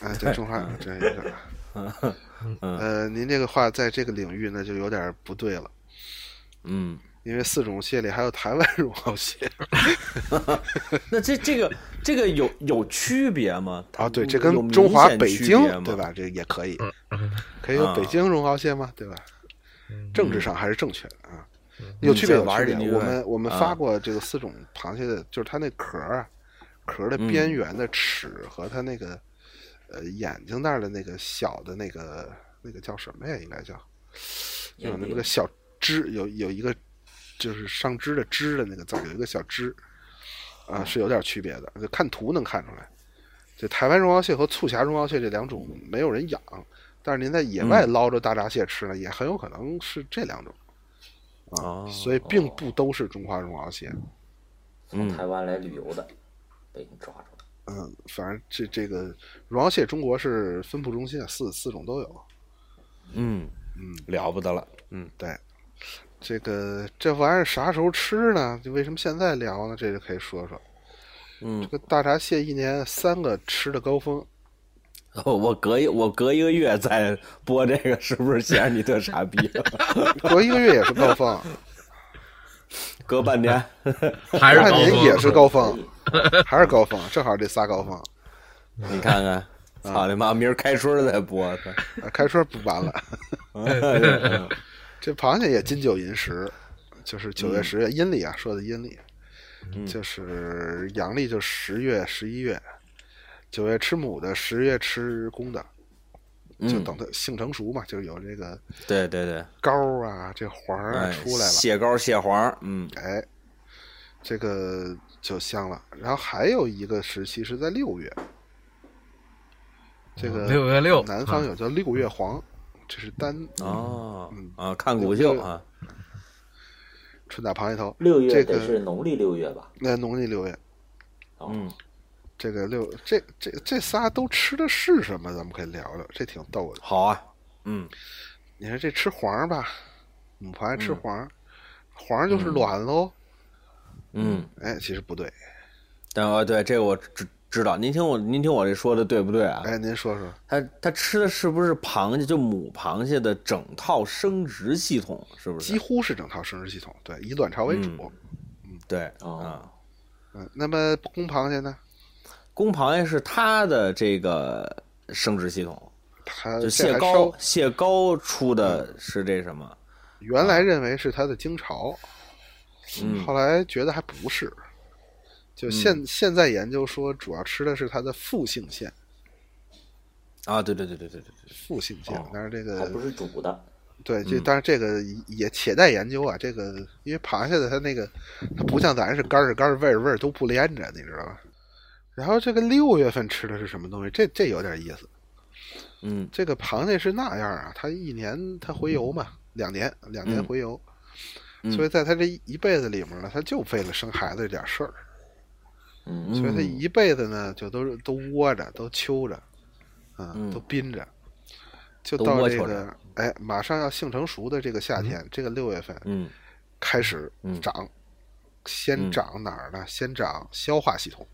Speaker 3: 哎，对中华只有一个，
Speaker 1: 嗯
Speaker 3: 呃，您这个话在这个领域那就有点不对了，
Speaker 1: 嗯，
Speaker 3: 因为四种蟹里还有台湾绒螯蟹
Speaker 1: 那这这个这个有有区别吗？
Speaker 3: 啊，对，这
Speaker 1: 有
Speaker 3: 跟
Speaker 1: 明
Speaker 3: 中华
Speaker 1: 显
Speaker 3: 北
Speaker 1: 区
Speaker 3: 京
Speaker 1: 别吗
Speaker 3: 对？吧？这也可以，
Speaker 2: 嗯
Speaker 3: 可以有
Speaker 1: 啊
Speaker 3: 北京绒螯蟹吗？对吧？政治上还是正确的啊，
Speaker 2: 嗯
Speaker 3: 有区
Speaker 1: 这
Speaker 3: 别有
Speaker 1: 玩
Speaker 3: 区
Speaker 1: 儿进
Speaker 3: 别。
Speaker 1: 去
Speaker 3: 我
Speaker 1: 呗
Speaker 3: 们我们
Speaker 1: 啊
Speaker 3: 发过这个四种螃蟹的，就是它那壳儿啊，壳
Speaker 1: 嗯
Speaker 3: 儿的边缘的齿和它那个呃眼睛那儿的那个小的那个那个叫什么呀？应该叫有啊那么个小枝，有有一个就是上枝的枝的那个字儿，有一个小枝啊，是有点区别的，就看图能看出来。就台湾绒螯蟹和促狭绒螯蟹这两种没有人养，但是您在野外捞着大闸蟹吃呢，也很有可能是这两种啊，
Speaker 1: 哦
Speaker 3: 所以并不都是中华绒螯蟹。
Speaker 4: 从
Speaker 1: 嗯
Speaker 4: 台湾来旅游的被你抓住了。
Speaker 3: 嗯，反正这这个绒螯蟹中国是分布中心，啊四四种都有。
Speaker 1: 嗯
Speaker 3: 嗯，
Speaker 1: 了不得了，
Speaker 3: 对，这个这玩意儿啥时候吃呢？就为什么现在聊呢？这就可以说说。
Speaker 1: 嗯
Speaker 3: 这，个大闸蟹一年三个吃的高峰，
Speaker 1: 我哦我隔一我隔一个月再播这个，是不是显得你特傻逼？
Speaker 3: 隔一个月也是高峰，
Speaker 1: 隔半 年，
Speaker 2: 还是
Speaker 3: 半
Speaker 2: 高
Speaker 3: 年
Speaker 2: 峰，
Speaker 3: 也是高峰
Speaker 4: 以，
Speaker 3: 还是高峰，正好这仨高峰。
Speaker 1: 你看看，操你妈！明儿开春儿再播， 操
Speaker 3: 啊开春不完了，
Speaker 1: 嗯
Speaker 3: 这螃蟹也金九银十，就是九
Speaker 2: 嗯
Speaker 3: 月十月阴历啊，说的阴历，就是阳历就十月十一月，九月吃母的，十月吃公的，
Speaker 2: 嗯
Speaker 3: 就等它性成熟嘛，就有这个
Speaker 1: 嗯对对对，
Speaker 3: 膏啊，这黄儿啊
Speaker 1: 哎
Speaker 3: 出来了。
Speaker 1: 蟹膏、蟹黄，嗯
Speaker 3: 哎，这个就香了。然后还有一个时期是在六月，这个
Speaker 2: 六月六，嗯
Speaker 3: 南方有叫六月黄，这是单
Speaker 1: 哦
Speaker 3: 嗯
Speaker 1: 啊，看古秀啊，
Speaker 3: 春打螃蟹头。
Speaker 4: 六
Speaker 3: 这
Speaker 4: 月
Speaker 3: 个
Speaker 4: 得是农历六月吧？
Speaker 3: 那农历六月，
Speaker 4: 哦
Speaker 1: 嗯，
Speaker 3: 这个六这这这仨都吃的是什么？咱们可以聊聊，这挺逗的。
Speaker 1: 好啊，嗯
Speaker 3: 你看这吃黄儿吧，母螃蟹吃黄儿，黄儿就是卵喽。
Speaker 1: 嗯，
Speaker 3: 哎，其实不对。
Speaker 1: 但哦对这个我知知道，您听我您听我这说的对不对啊？
Speaker 3: 哎，您说说，
Speaker 1: 它它吃的是不是螃蟹？就母螃蟹的整套生殖系统是嗯不
Speaker 3: 几
Speaker 1: 是？
Speaker 3: 乎是整套生殖系统，对，以卵巢为主。
Speaker 1: 对
Speaker 4: 哦
Speaker 1: 啊，，
Speaker 3: 嗯，那么公螃蟹呢？
Speaker 1: 公螃蟹是它的这个生殖系统，
Speaker 3: 它
Speaker 1: 就
Speaker 3: 呃这
Speaker 1: 蟹
Speaker 3: 还嗯稍
Speaker 1: 膏啊蟹膏出的是这什么？
Speaker 3: 原来认为是它的精巢，
Speaker 1: 嗯
Speaker 3: 后来觉得还不是，就现、现在研究说主要吃的是它的复性腺，
Speaker 1: 啊，对对对对对对对，
Speaker 3: 复性腺，
Speaker 4: 哦
Speaker 3: 但是这
Speaker 4: 还不
Speaker 3: 个
Speaker 4: 是主的。
Speaker 3: 对，
Speaker 1: 嗯
Speaker 3: 这当然这个也且待研究啊，这个因为螃蟹的它那个它不像咱是肝儿是肝儿，味儿是味儿都不连着，你知道吧？然后这个六月份吃的是什么东西？这这有点意思。
Speaker 1: 嗯
Speaker 3: 这个螃蟹是那样啊，它一年它回游嘛，两年两年
Speaker 1: 嗯
Speaker 3: 回游，
Speaker 1: 嗯
Speaker 3: 所以在它这一辈子里面呢，它就为了生孩子这点事儿，
Speaker 4: 嗯，
Speaker 3: 所以它
Speaker 1: 嗯
Speaker 3: 一辈子呢就都是都窝着，都揪着，啊，
Speaker 1: 嗯
Speaker 3: 都憋着，就
Speaker 1: 都
Speaker 3: 到
Speaker 1: 窝
Speaker 3: 这
Speaker 1: 球
Speaker 3: 个哎马上要性成熟的这个夏天，这个六月份
Speaker 1: 嗯
Speaker 3: 开始
Speaker 1: 嗯
Speaker 3: 长，先
Speaker 1: 嗯
Speaker 3: 长哪儿呢？先长消化系统，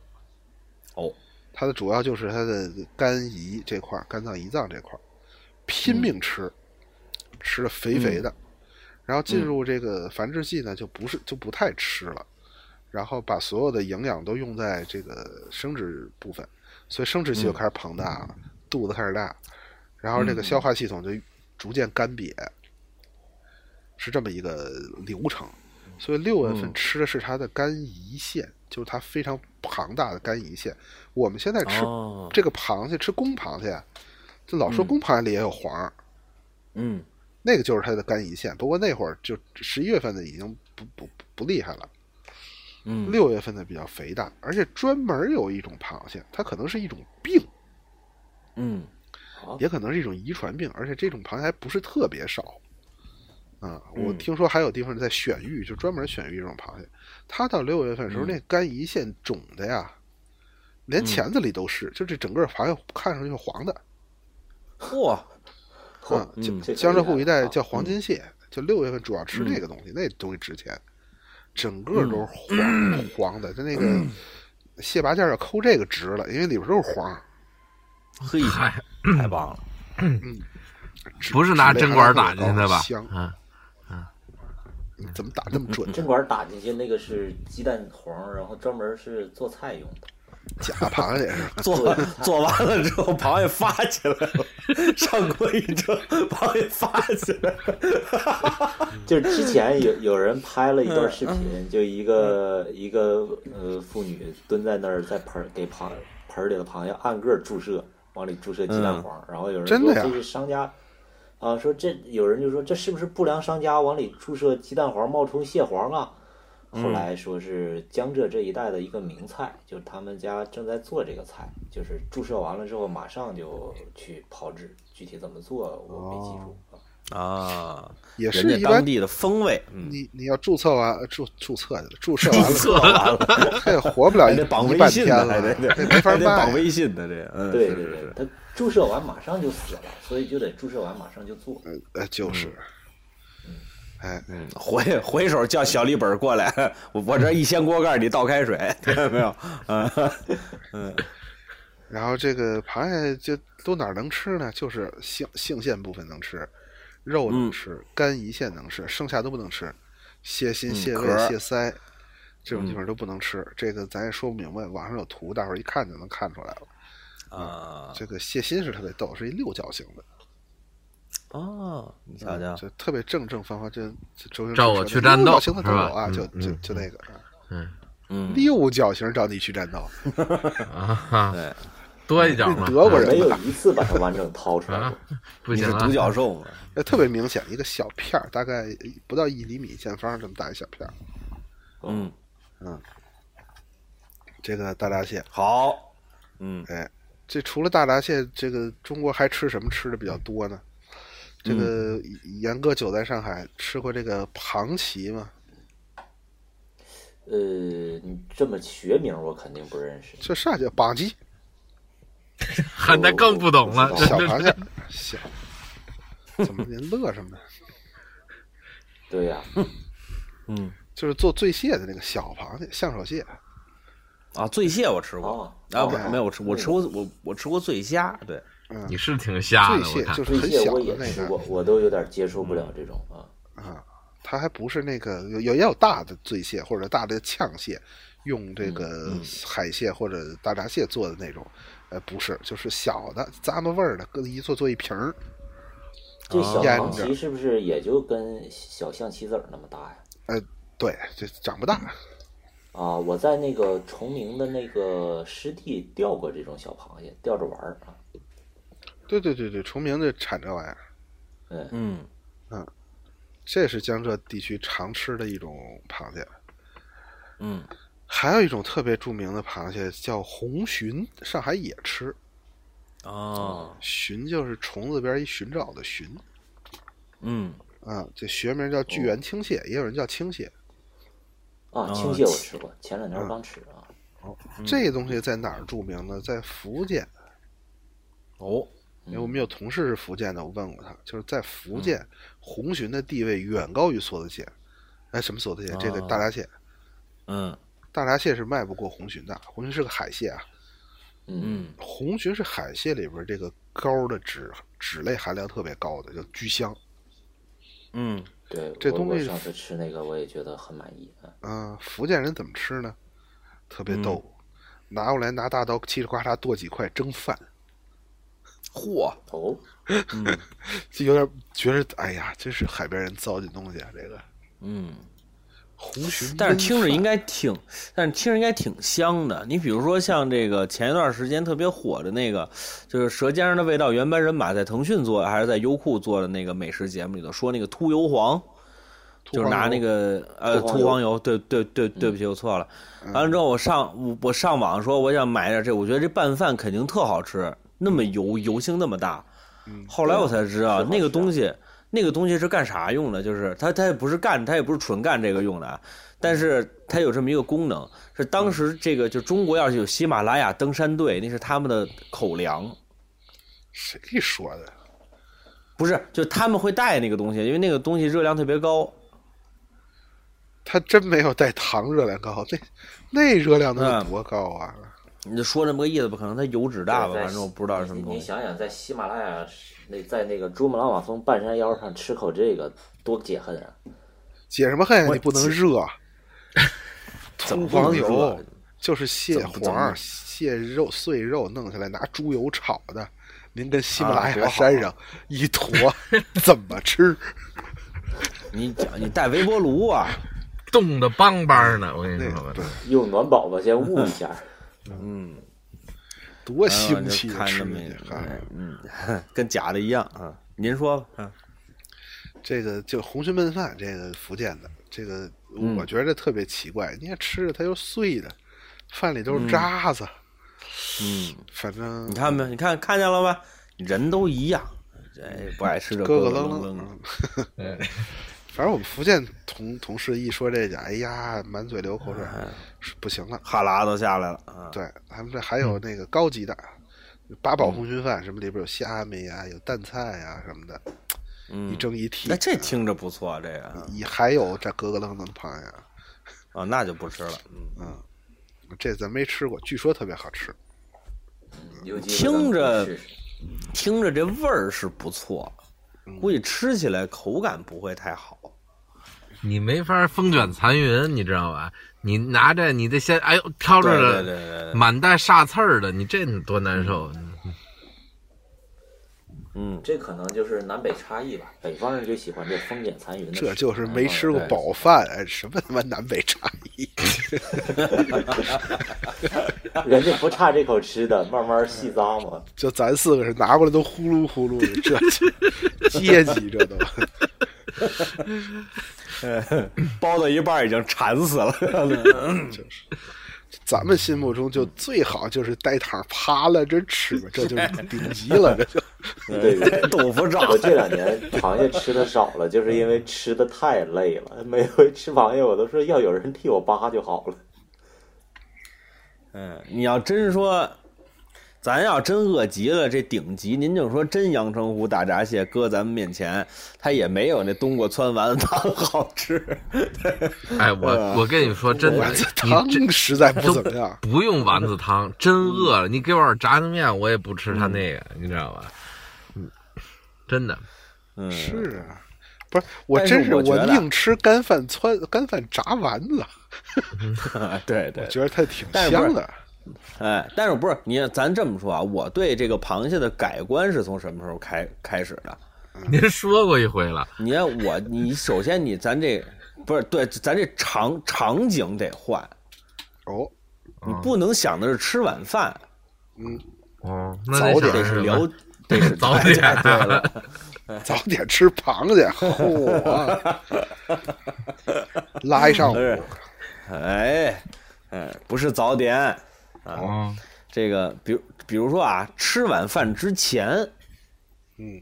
Speaker 1: 哦
Speaker 3: 它的主要就是它的肝胰这块儿，肝脏胰脏这块儿，拼命吃，吃的肥肥的，然后进入这个繁殖季呢，就不是就不太吃了，然后把所有的营养都用在这个生殖部分，所以生殖器就开始膨大了，肚子开始大，然后这
Speaker 1: 嗯
Speaker 3: 个消化系统就逐渐干瘪，是这么一个流程。所以六月份
Speaker 1: 嗯
Speaker 3: 吃的是它的肝胰腺，就是它非常庞大的肝胰腺。我们现在吃
Speaker 1: 哦
Speaker 3: 这个螃蟹，吃公螃蟹，就老说
Speaker 1: 嗯
Speaker 3: 公螃蟹里也有黄儿，
Speaker 1: 嗯
Speaker 3: 那个就是它的肝胰腺。不过那会儿就十一月份的已经不不不不厉害了，
Speaker 1: 嗯
Speaker 3: 六月份的比较肥大，而且专门有一种螃蟹，它可能是一种病，
Speaker 1: 嗯
Speaker 2: 哦
Speaker 4: 好
Speaker 3: 也可能是一种遗传病，而且这种螃蟹还不是特别少。啊，我
Speaker 2: 嗯
Speaker 3: 听说还有地方在选育，就专门选育这种螃蟹。它到六月份的
Speaker 2: 嗯
Speaker 3: 时候，那肝胰腺肿的呀，连钳子里都是，就这整个螃蟹看上去是黄的。
Speaker 1: 嚯
Speaker 4: 嚯
Speaker 3: 啊，
Speaker 4: 这这可
Speaker 3: 江浙
Speaker 4: 厉害
Speaker 3: 沪一
Speaker 4: 了
Speaker 3: 带
Speaker 4: 啊
Speaker 2: 嗯
Speaker 3: 叫黄金蟹，就六月份主要吃这个东西，那东西值钱，整个
Speaker 2: 嗯
Speaker 3: 都是黄 黄的，它那个蟹拔尖要抠这个值了，因为里边都是黄，
Speaker 1: 嘿，
Speaker 2: 嗨，
Speaker 1: 太棒了！
Speaker 3: 指
Speaker 2: 不是拿针管打进去的吧
Speaker 3: 指类还是很？高
Speaker 2: 嗯，
Speaker 3: 你怎么打那么 准？
Speaker 4: 嗯针管打进去那个是鸡蛋黄，然后专门是做菜用的。
Speaker 3: 假螃蟹是吧？
Speaker 1: 做做完了之后，螃蟹发起来了，上锅一蒸，螃蟹发起来了。
Speaker 4: 就是之前有有人拍了一段视频，就一个一个呃妇女蹲在那儿，在盆儿给螃盆儿里的螃蟹按个儿注射，往里注射鸡蛋黄，然后有人
Speaker 3: 嗯真的
Speaker 4: 说
Speaker 3: 呀
Speaker 4: 这是商家。啊，说这有人就说这是不是不良商家往里注射鸡蛋黄冒充蟹黄啊？后来
Speaker 3: 嗯
Speaker 4: 说是江浙这一带的一个名菜，就是他们家正在做这个菜，就是注射完了之后马上就去炮制，具体怎么做我没记
Speaker 3: 哦
Speaker 4: 住啊。
Speaker 1: 啊，
Speaker 3: 也是
Speaker 1: 人
Speaker 3: 一
Speaker 1: 家
Speaker 3: 般
Speaker 1: 当地的风味，嗯，
Speaker 3: 你你要注册完呃注注册去了， 注册完了，
Speaker 1: 做完了
Speaker 3: 这也活不了
Speaker 1: 还
Speaker 3: 一
Speaker 1: 得绑
Speaker 3: 一
Speaker 1: 微
Speaker 3: 半
Speaker 1: 信
Speaker 3: 天
Speaker 1: 呢，
Speaker 3: 了
Speaker 1: 还，得
Speaker 3: 这没法
Speaker 1: 还得绑
Speaker 3: 卖。
Speaker 1: 微信的这，嗯，
Speaker 4: 对
Speaker 1: 是
Speaker 4: 对
Speaker 1: 是
Speaker 4: 对
Speaker 1: 是，，
Speaker 4: 他注射完马上就死了，所以就得注射完马上就做。
Speaker 3: 呃，就是，哎，
Speaker 1: 嗯，回回手叫小立本过来，我我这一掀锅盖，你倒开水， 听见没有？啊，
Speaker 3: 然后这个螃蟹就都哪儿能吃呢？就是性性腺部分能吃，肉
Speaker 1: 嗯
Speaker 3: 能吃，肝胰腺能吃，剩下都不能吃，蟹心、
Speaker 1: 嗯
Speaker 3: 蟹
Speaker 1: 壳
Speaker 3: 胃、
Speaker 1: 儿嗯
Speaker 3: 蟹腮这种地方都不能吃。这个咱也说不明白，网上有图，大伙儿一看就能看出来了。
Speaker 1: 啊，
Speaker 3: 这个蟹心是特别逗，是一六角形的，
Speaker 1: 哦，你瞧瞧，
Speaker 3: 嗯就特别正正方方，就就周星驰
Speaker 2: 照我
Speaker 3: 说
Speaker 2: 去
Speaker 3: 的
Speaker 2: 战
Speaker 3: 六角
Speaker 2: 斗
Speaker 3: 形的
Speaker 2: 是
Speaker 3: 都有
Speaker 2: 吧
Speaker 3: 啊，
Speaker 2: 嗯
Speaker 3: 就就
Speaker 2: 嗯
Speaker 3: 就那个啊
Speaker 1: 嗯，
Speaker 3: 六角形找你去战斗，
Speaker 2: 啊哈，
Speaker 1: 对，
Speaker 2: 多一脚嘛，
Speaker 3: 德国人
Speaker 4: 没有一次把它完整掏出来
Speaker 2: 啊
Speaker 4: 过。，
Speaker 2: 不
Speaker 1: 你
Speaker 2: 行
Speaker 1: 是
Speaker 2: 了
Speaker 1: 独，角兽嘛？
Speaker 3: 那特别明显，一个小片儿，大概不到一厘米见方这么大一小片儿。
Speaker 1: 嗯，
Speaker 3: 这个大闸蟹，
Speaker 1: 好，嗯，
Speaker 3: 哎，这除了大闸蟹，这个中国还吃什么吃的比较多呢？这个
Speaker 2: 嗯
Speaker 3: 严哥久在上海吃过这个庞奇吗？
Speaker 4: 呃，你这么学名我肯定不认识，
Speaker 3: 这啥叫绑鸡？
Speaker 2: 喊他更不懂了，
Speaker 3: 小
Speaker 2: 真的
Speaker 3: 螃 蟹，小，怎么您乐什么呢？
Speaker 4: 对呀、
Speaker 1: 嗯，
Speaker 3: 就是做醉蟹的那个小螃蟹，象手蟹。
Speaker 1: 啊，醉蟹我吃过，
Speaker 4: 哦
Speaker 1: 啊，不
Speaker 4: 哦，
Speaker 1: 没有，我吃我吃过我我吃过醉虾，对，
Speaker 2: 你是挺瞎啊
Speaker 3: 醉
Speaker 2: 的，我
Speaker 3: 蟹
Speaker 2: 看
Speaker 3: 就是
Speaker 4: 这
Speaker 3: 很
Speaker 4: 些
Speaker 3: 小
Speaker 4: 我
Speaker 3: 的
Speaker 4: 也
Speaker 3: 那
Speaker 4: 吃
Speaker 3: 个
Speaker 4: 过，我都有点接受不了这种啊。
Speaker 3: 啊，它还不是那个有有也有大的醉蟹或者大的呛蟹，用这个海蟹或者大闸蟹做的那种，呃，不是，就是小的咂摸味儿的，搁一做做一瓶儿，
Speaker 4: 这小
Speaker 3: 腌
Speaker 4: 黄
Speaker 3: 制
Speaker 4: 芪是不是也就跟小象棋子儿那么大呀？
Speaker 3: 呃，对，这长不大，
Speaker 4: 啊，我在那个崇明的那个湿地钓过这种小螃蟹，钓着玩儿啊。
Speaker 3: 对对对对，崇明这产这玩意儿，
Speaker 4: 嗯，
Speaker 1: 嗯，
Speaker 3: 这是江浙地区常吃的一种螃蟹。
Speaker 1: 嗯，
Speaker 3: 还有一种特别著名的螃蟹叫红鲟，上海也吃，
Speaker 1: 哦，
Speaker 3: 鲟就是虫字边一寻找的寻
Speaker 1: 嗯，
Speaker 3: 啊，这学名叫巨源青蟹，也有人叫青蟹。
Speaker 4: 啊，青蟹我吃过，前两天刚吃啊。
Speaker 3: 这东西在哪儿著名呢？在福建，
Speaker 1: 哦，
Speaker 3: 因为我们有同事是福建的，我问过他，就是在福建，红鲟的地位远高于梭子蟹。哎，什么梭子蟹？这个大闸蟹，
Speaker 1: 嗯
Speaker 3: 大闸蟹是卖不过红鲟的。红鲟是个海蟹啊，
Speaker 4: 嗯，
Speaker 1: 嗯，
Speaker 3: 红鲟是海蟹里边这个膏的脂脂类含量特别高的，叫居香。
Speaker 1: 嗯，
Speaker 4: 对，
Speaker 3: 这
Speaker 4: 我
Speaker 3: 东
Speaker 4: 我
Speaker 3: 西
Speaker 4: 上次吃那个我也觉得很满意啊。
Speaker 3: 嗯、福建人怎么吃呢？特别逗，拿过来拿大刀嘁里呱啦剁几块蒸饭，
Speaker 1: 嚯，
Speaker 4: 哦，
Speaker 3: 就有点觉得哎呀，真是海边人糟践东西啊！这个
Speaker 1: 嗯。
Speaker 3: 红鲟，
Speaker 1: 但是听着应该挺，但是听着应该挺香的。你比如说像这个前一段时间特别火的那个，就是《舌尖上的味道》原班人马在腾讯做还是在优酷做的那个美食节目里头说那个秃油黄，
Speaker 3: 秃
Speaker 1: 就是
Speaker 3: 黄
Speaker 1: 拿
Speaker 3: 油
Speaker 1: 那个呃
Speaker 4: 秃黄
Speaker 1: 秃
Speaker 4: 油
Speaker 1: 黄油，对对对，对不起，我错了。
Speaker 4: 嗯
Speaker 1: 完了之后我上我我上网说我想买点这，我觉得这拌饭肯定特好吃，那么油油性那么大。后来我才知道
Speaker 4: 嗯是好
Speaker 1: 那个
Speaker 4: 吃
Speaker 1: 东西。那个东西是干啥用的？就是它，它也不是干，它也不是纯干这个用的
Speaker 4: 嗯
Speaker 1: 啊。但是它有这么一个功能，是当时这个就中国要是有喜马拉雅登山队，那是他们的口粮。
Speaker 3: 谁说的？
Speaker 1: 不是，就他们会带那个东西，因为那个东西热量特别高。
Speaker 3: 它真没有带糖热量高，那那热量能有多高啊？
Speaker 1: 你就说这么个意思吧，可能它油脂大吧，
Speaker 4: 对在
Speaker 1: 反正我不知道是什么
Speaker 4: 你
Speaker 1: 东
Speaker 4: 你
Speaker 1: 西。
Speaker 4: 想想，在喜马拉雅那在那个珠穆朗玛峰半山腰上吃口这个，多解恨啊！
Speaker 3: 解什么恨呀？
Speaker 1: 我
Speaker 3: 你不能热，
Speaker 1: 怎么
Speaker 3: 秃
Speaker 1: 不能
Speaker 3: 黄
Speaker 1: 说
Speaker 3: 油？就是蟹
Speaker 1: 怎么怎么
Speaker 3: 黄、蟹肉碎肉弄下来，拿猪油炒的。您跟喜马
Speaker 1: 啊
Speaker 3: 拉雅
Speaker 1: 多好
Speaker 3: 山上一坨， 怎么 吃？
Speaker 1: 你讲你带微波炉啊？
Speaker 2: 冻得邦邦的，我跟
Speaker 3: 那
Speaker 2: 你说吧
Speaker 3: 对，，
Speaker 4: 用暖宝宝先捂一下。
Speaker 1: 嗯，
Speaker 3: 多
Speaker 1: 哎呦
Speaker 3: 腥
Speaker 1: 就
Speaker 3: 气的
Speaker 1: 看
Speaker 3: 吃
Speaker 1: 这么一
Speaker 3: 去！
Speaker 1: 个
Speaker 3: 啊！
Speaker 1: 嗯，跟假的一样啊。您说吧，啊
Speaker 3: 这个就红鲟焖饭，这个福建的，这个
Speaker 1: 嗯
Speaker 3: 我觉得特别奇怪。你看吃着它又碎的，饭里都是渣子，
Speaker 1: 嗯，
Speaker 3: 反正
Speaker 1: 你看没？你看看见了吧？人都一样，这不爱吃这
Speaker 3: 咯咯
Speaker 1: 咯
Speaker 3: 楞
Speaker 1: 楞
Speaker 3: 楞。
Speaker 1: 的
Speaker 3: 嗯反正我们福建同同事一说这个，哎呀，满嘴流口
Speaker 1: 啊
Speaker 3: 水，是不行了。
Speaker 1: 哈喇都下来了啊。
Speaker 3: 对，他们这还有那个高级的，八
Speaker 1: 嗯
Speaker 3: 宝红鲟饭，什么里边有虾米呀、有蛋菜呀、什么的，一
Speaker 1: 嗯，
Speaker 3: 蒸一屉。嗯
Speaker 1: 那这听着不错，这个啊
Speaker 3: 也还有这咯咯楞楞的螃蟹，
Speaker 1: 啊，那就不吃了。嗯，
Speaker 3: 这咱没吃过，据说特别好吃。
Speaker 4: 有机会咱们
Speaker 1: 听着
Speaker 4: 试试
Speaker 1: 听着这味儿是不错，估计吃起来口感不会太好。
Speaker 2: 你没法风卷残云，你知道吧？你拿着你这先，哎呦，挑着
Speaker 1: 对
Speaker 2: 了
Speaker 1: 对对对对，
Speaker 2: 满带煞刺儿的，你这多难受！
Speaker 1: 嗯，
Speaker 4: 这可能就是南北差异吧。北方人就喜欢这风卷残云的吃法，
Speaker 3: 这
Speaker 1: 哎
Speaker 3: 就是没吃过
Speaker 1: 对
Speaker 3: 饱饭，哎什么他妈南北差异？
Speaker 4: 人家不差这口吃的，慢慢细咂 摸。
Speaker 3: 就咱四个人拿过来都呼噜呼噜的，这 阶级这都。
Speaker 1: 包到一半已经馋死了。
Speaker 3: 咱们心目中就最好就是带汤趴了着吃吧，这就是顶级 了，这就。
Speaker 4: 对对对。
Speaker 1: 豆腐渣，
Speaker 4: 我这两年螃蟹吃的少了，就是因为吃的太累了。每回吃螃蟹，我都说要有人替我扒就好了。
Speaker 1: 嗯，你要真说，咱要真饿极了，这顶级，您就说真阳澄湖大闸蟹搁咱们面前，它也没有那冬瓜汆丸子汤好吃。
Speaker 2: 哎，我我跟你说，真的
Speaker 3: 呃我这，
Speaker 2: 你
Speaker 3: 汤
Speaker 2: 这
Speaker 3: 实在不
Speaker 2: 都
Speaker 3: 怎么样。
Speaker 2: 不用丸子汤，真饿了，你给我点炸酱面，我也不吃他那个，你知道吧？嗯，真的，
Speaker 1: 嗯，
Speaker 3: 是啊，不是我
Speaker 1: 但是
Speaker 3: 真是
Speaker 1: 我觉得
Speaker 3: 宁吃干饭汆干饭炸丸子，
Speaker 1: 对
Speaker 3: 我
Speaker 1: 对，
Speaker 3: 觉得它挺
Speaker 1: 但是不是
Speaker 3: 香的。
Speaker 1: 哎，但是不是你？咱这么说啊，我对这个螃蟹的改观是从什么时候开开始的？
Speaker 2: 您说过一回了，
Speaker 1: 你看我，你首先你咱这不是对，咱这场场景得换，
Speaker 3: 哦，
Speaker 1: 你不能想的是吃晚饭，
Speaker 2: 哦，那
Speaker 3: 早
Speaker 2: 想
Speaker 3: 点
Speaker 1: 得
Speaker 2: 什
Speaker 1: 是
Speaker 2: 么
Speaker 1: 聊，得是
Speaker 2: 早点
Speaker 1: 太对了。
Speaker 3: 早点吃螃蟹， 嚯，拉一上午
Speaker 1: 不。是，哎，哎，不是早点，
Speaker 2: 哦，
Speaker 1: 这个，比如，比如说啊，吃晚饭之前，
Speaker 3: 嗯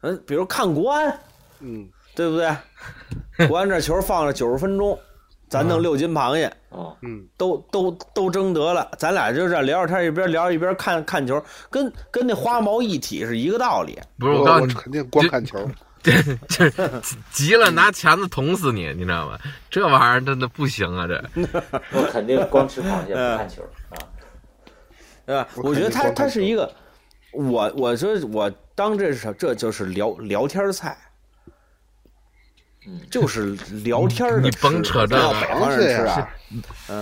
Speaker 1: 嗯，比如看国安，
Speaker 3: 嗯，
Speaker 1: 对不对？国安这球放了九十分钟，咱
Speaker 3: 嗯
Speaker 1: 弄六斤螃蟹，
Speaker 4: 哦，
Speaker 1: 都都都争得了，咱俩就这样聊聊天，一边聊一边看看球，跟跟那花毛一体是一个道理。
Speaker 2: 不是，
Speaker 3: 我
Speaker 2: 我告诉
Speaker 3: 我
Speaker 2: 你，
Speaker 3: 肯定光看球，
Speaker 2: 这急了拿钳子捅死你，你知道吗？这玩意儿真的不行啊，这。
Speaker 4: 我肯定光吃螃蟹
Speaker 1: 嗯
Speaker 4: 不看球啊。
Speaker 1: 对吧？
Speaker 3: 我
Speaker 1: 我觉得他
Speaker 3: 肯定光
Speaker 1: 他
Speaker 3: 看
Speaker 1: 是
Speaker 3: 球
Speaker 1: 一个，我我说我当这是这就是聊聊天儿菜，
Speaker 4: 嗯
Speaker 1: 就是聊天儿的
Speaker 2: 你
Speaker 1: 吃
Speaker 2: 甭扯这
Speaker 1: 咱要
Speaker 2: 个
Speaker 1: 北方人吃啊，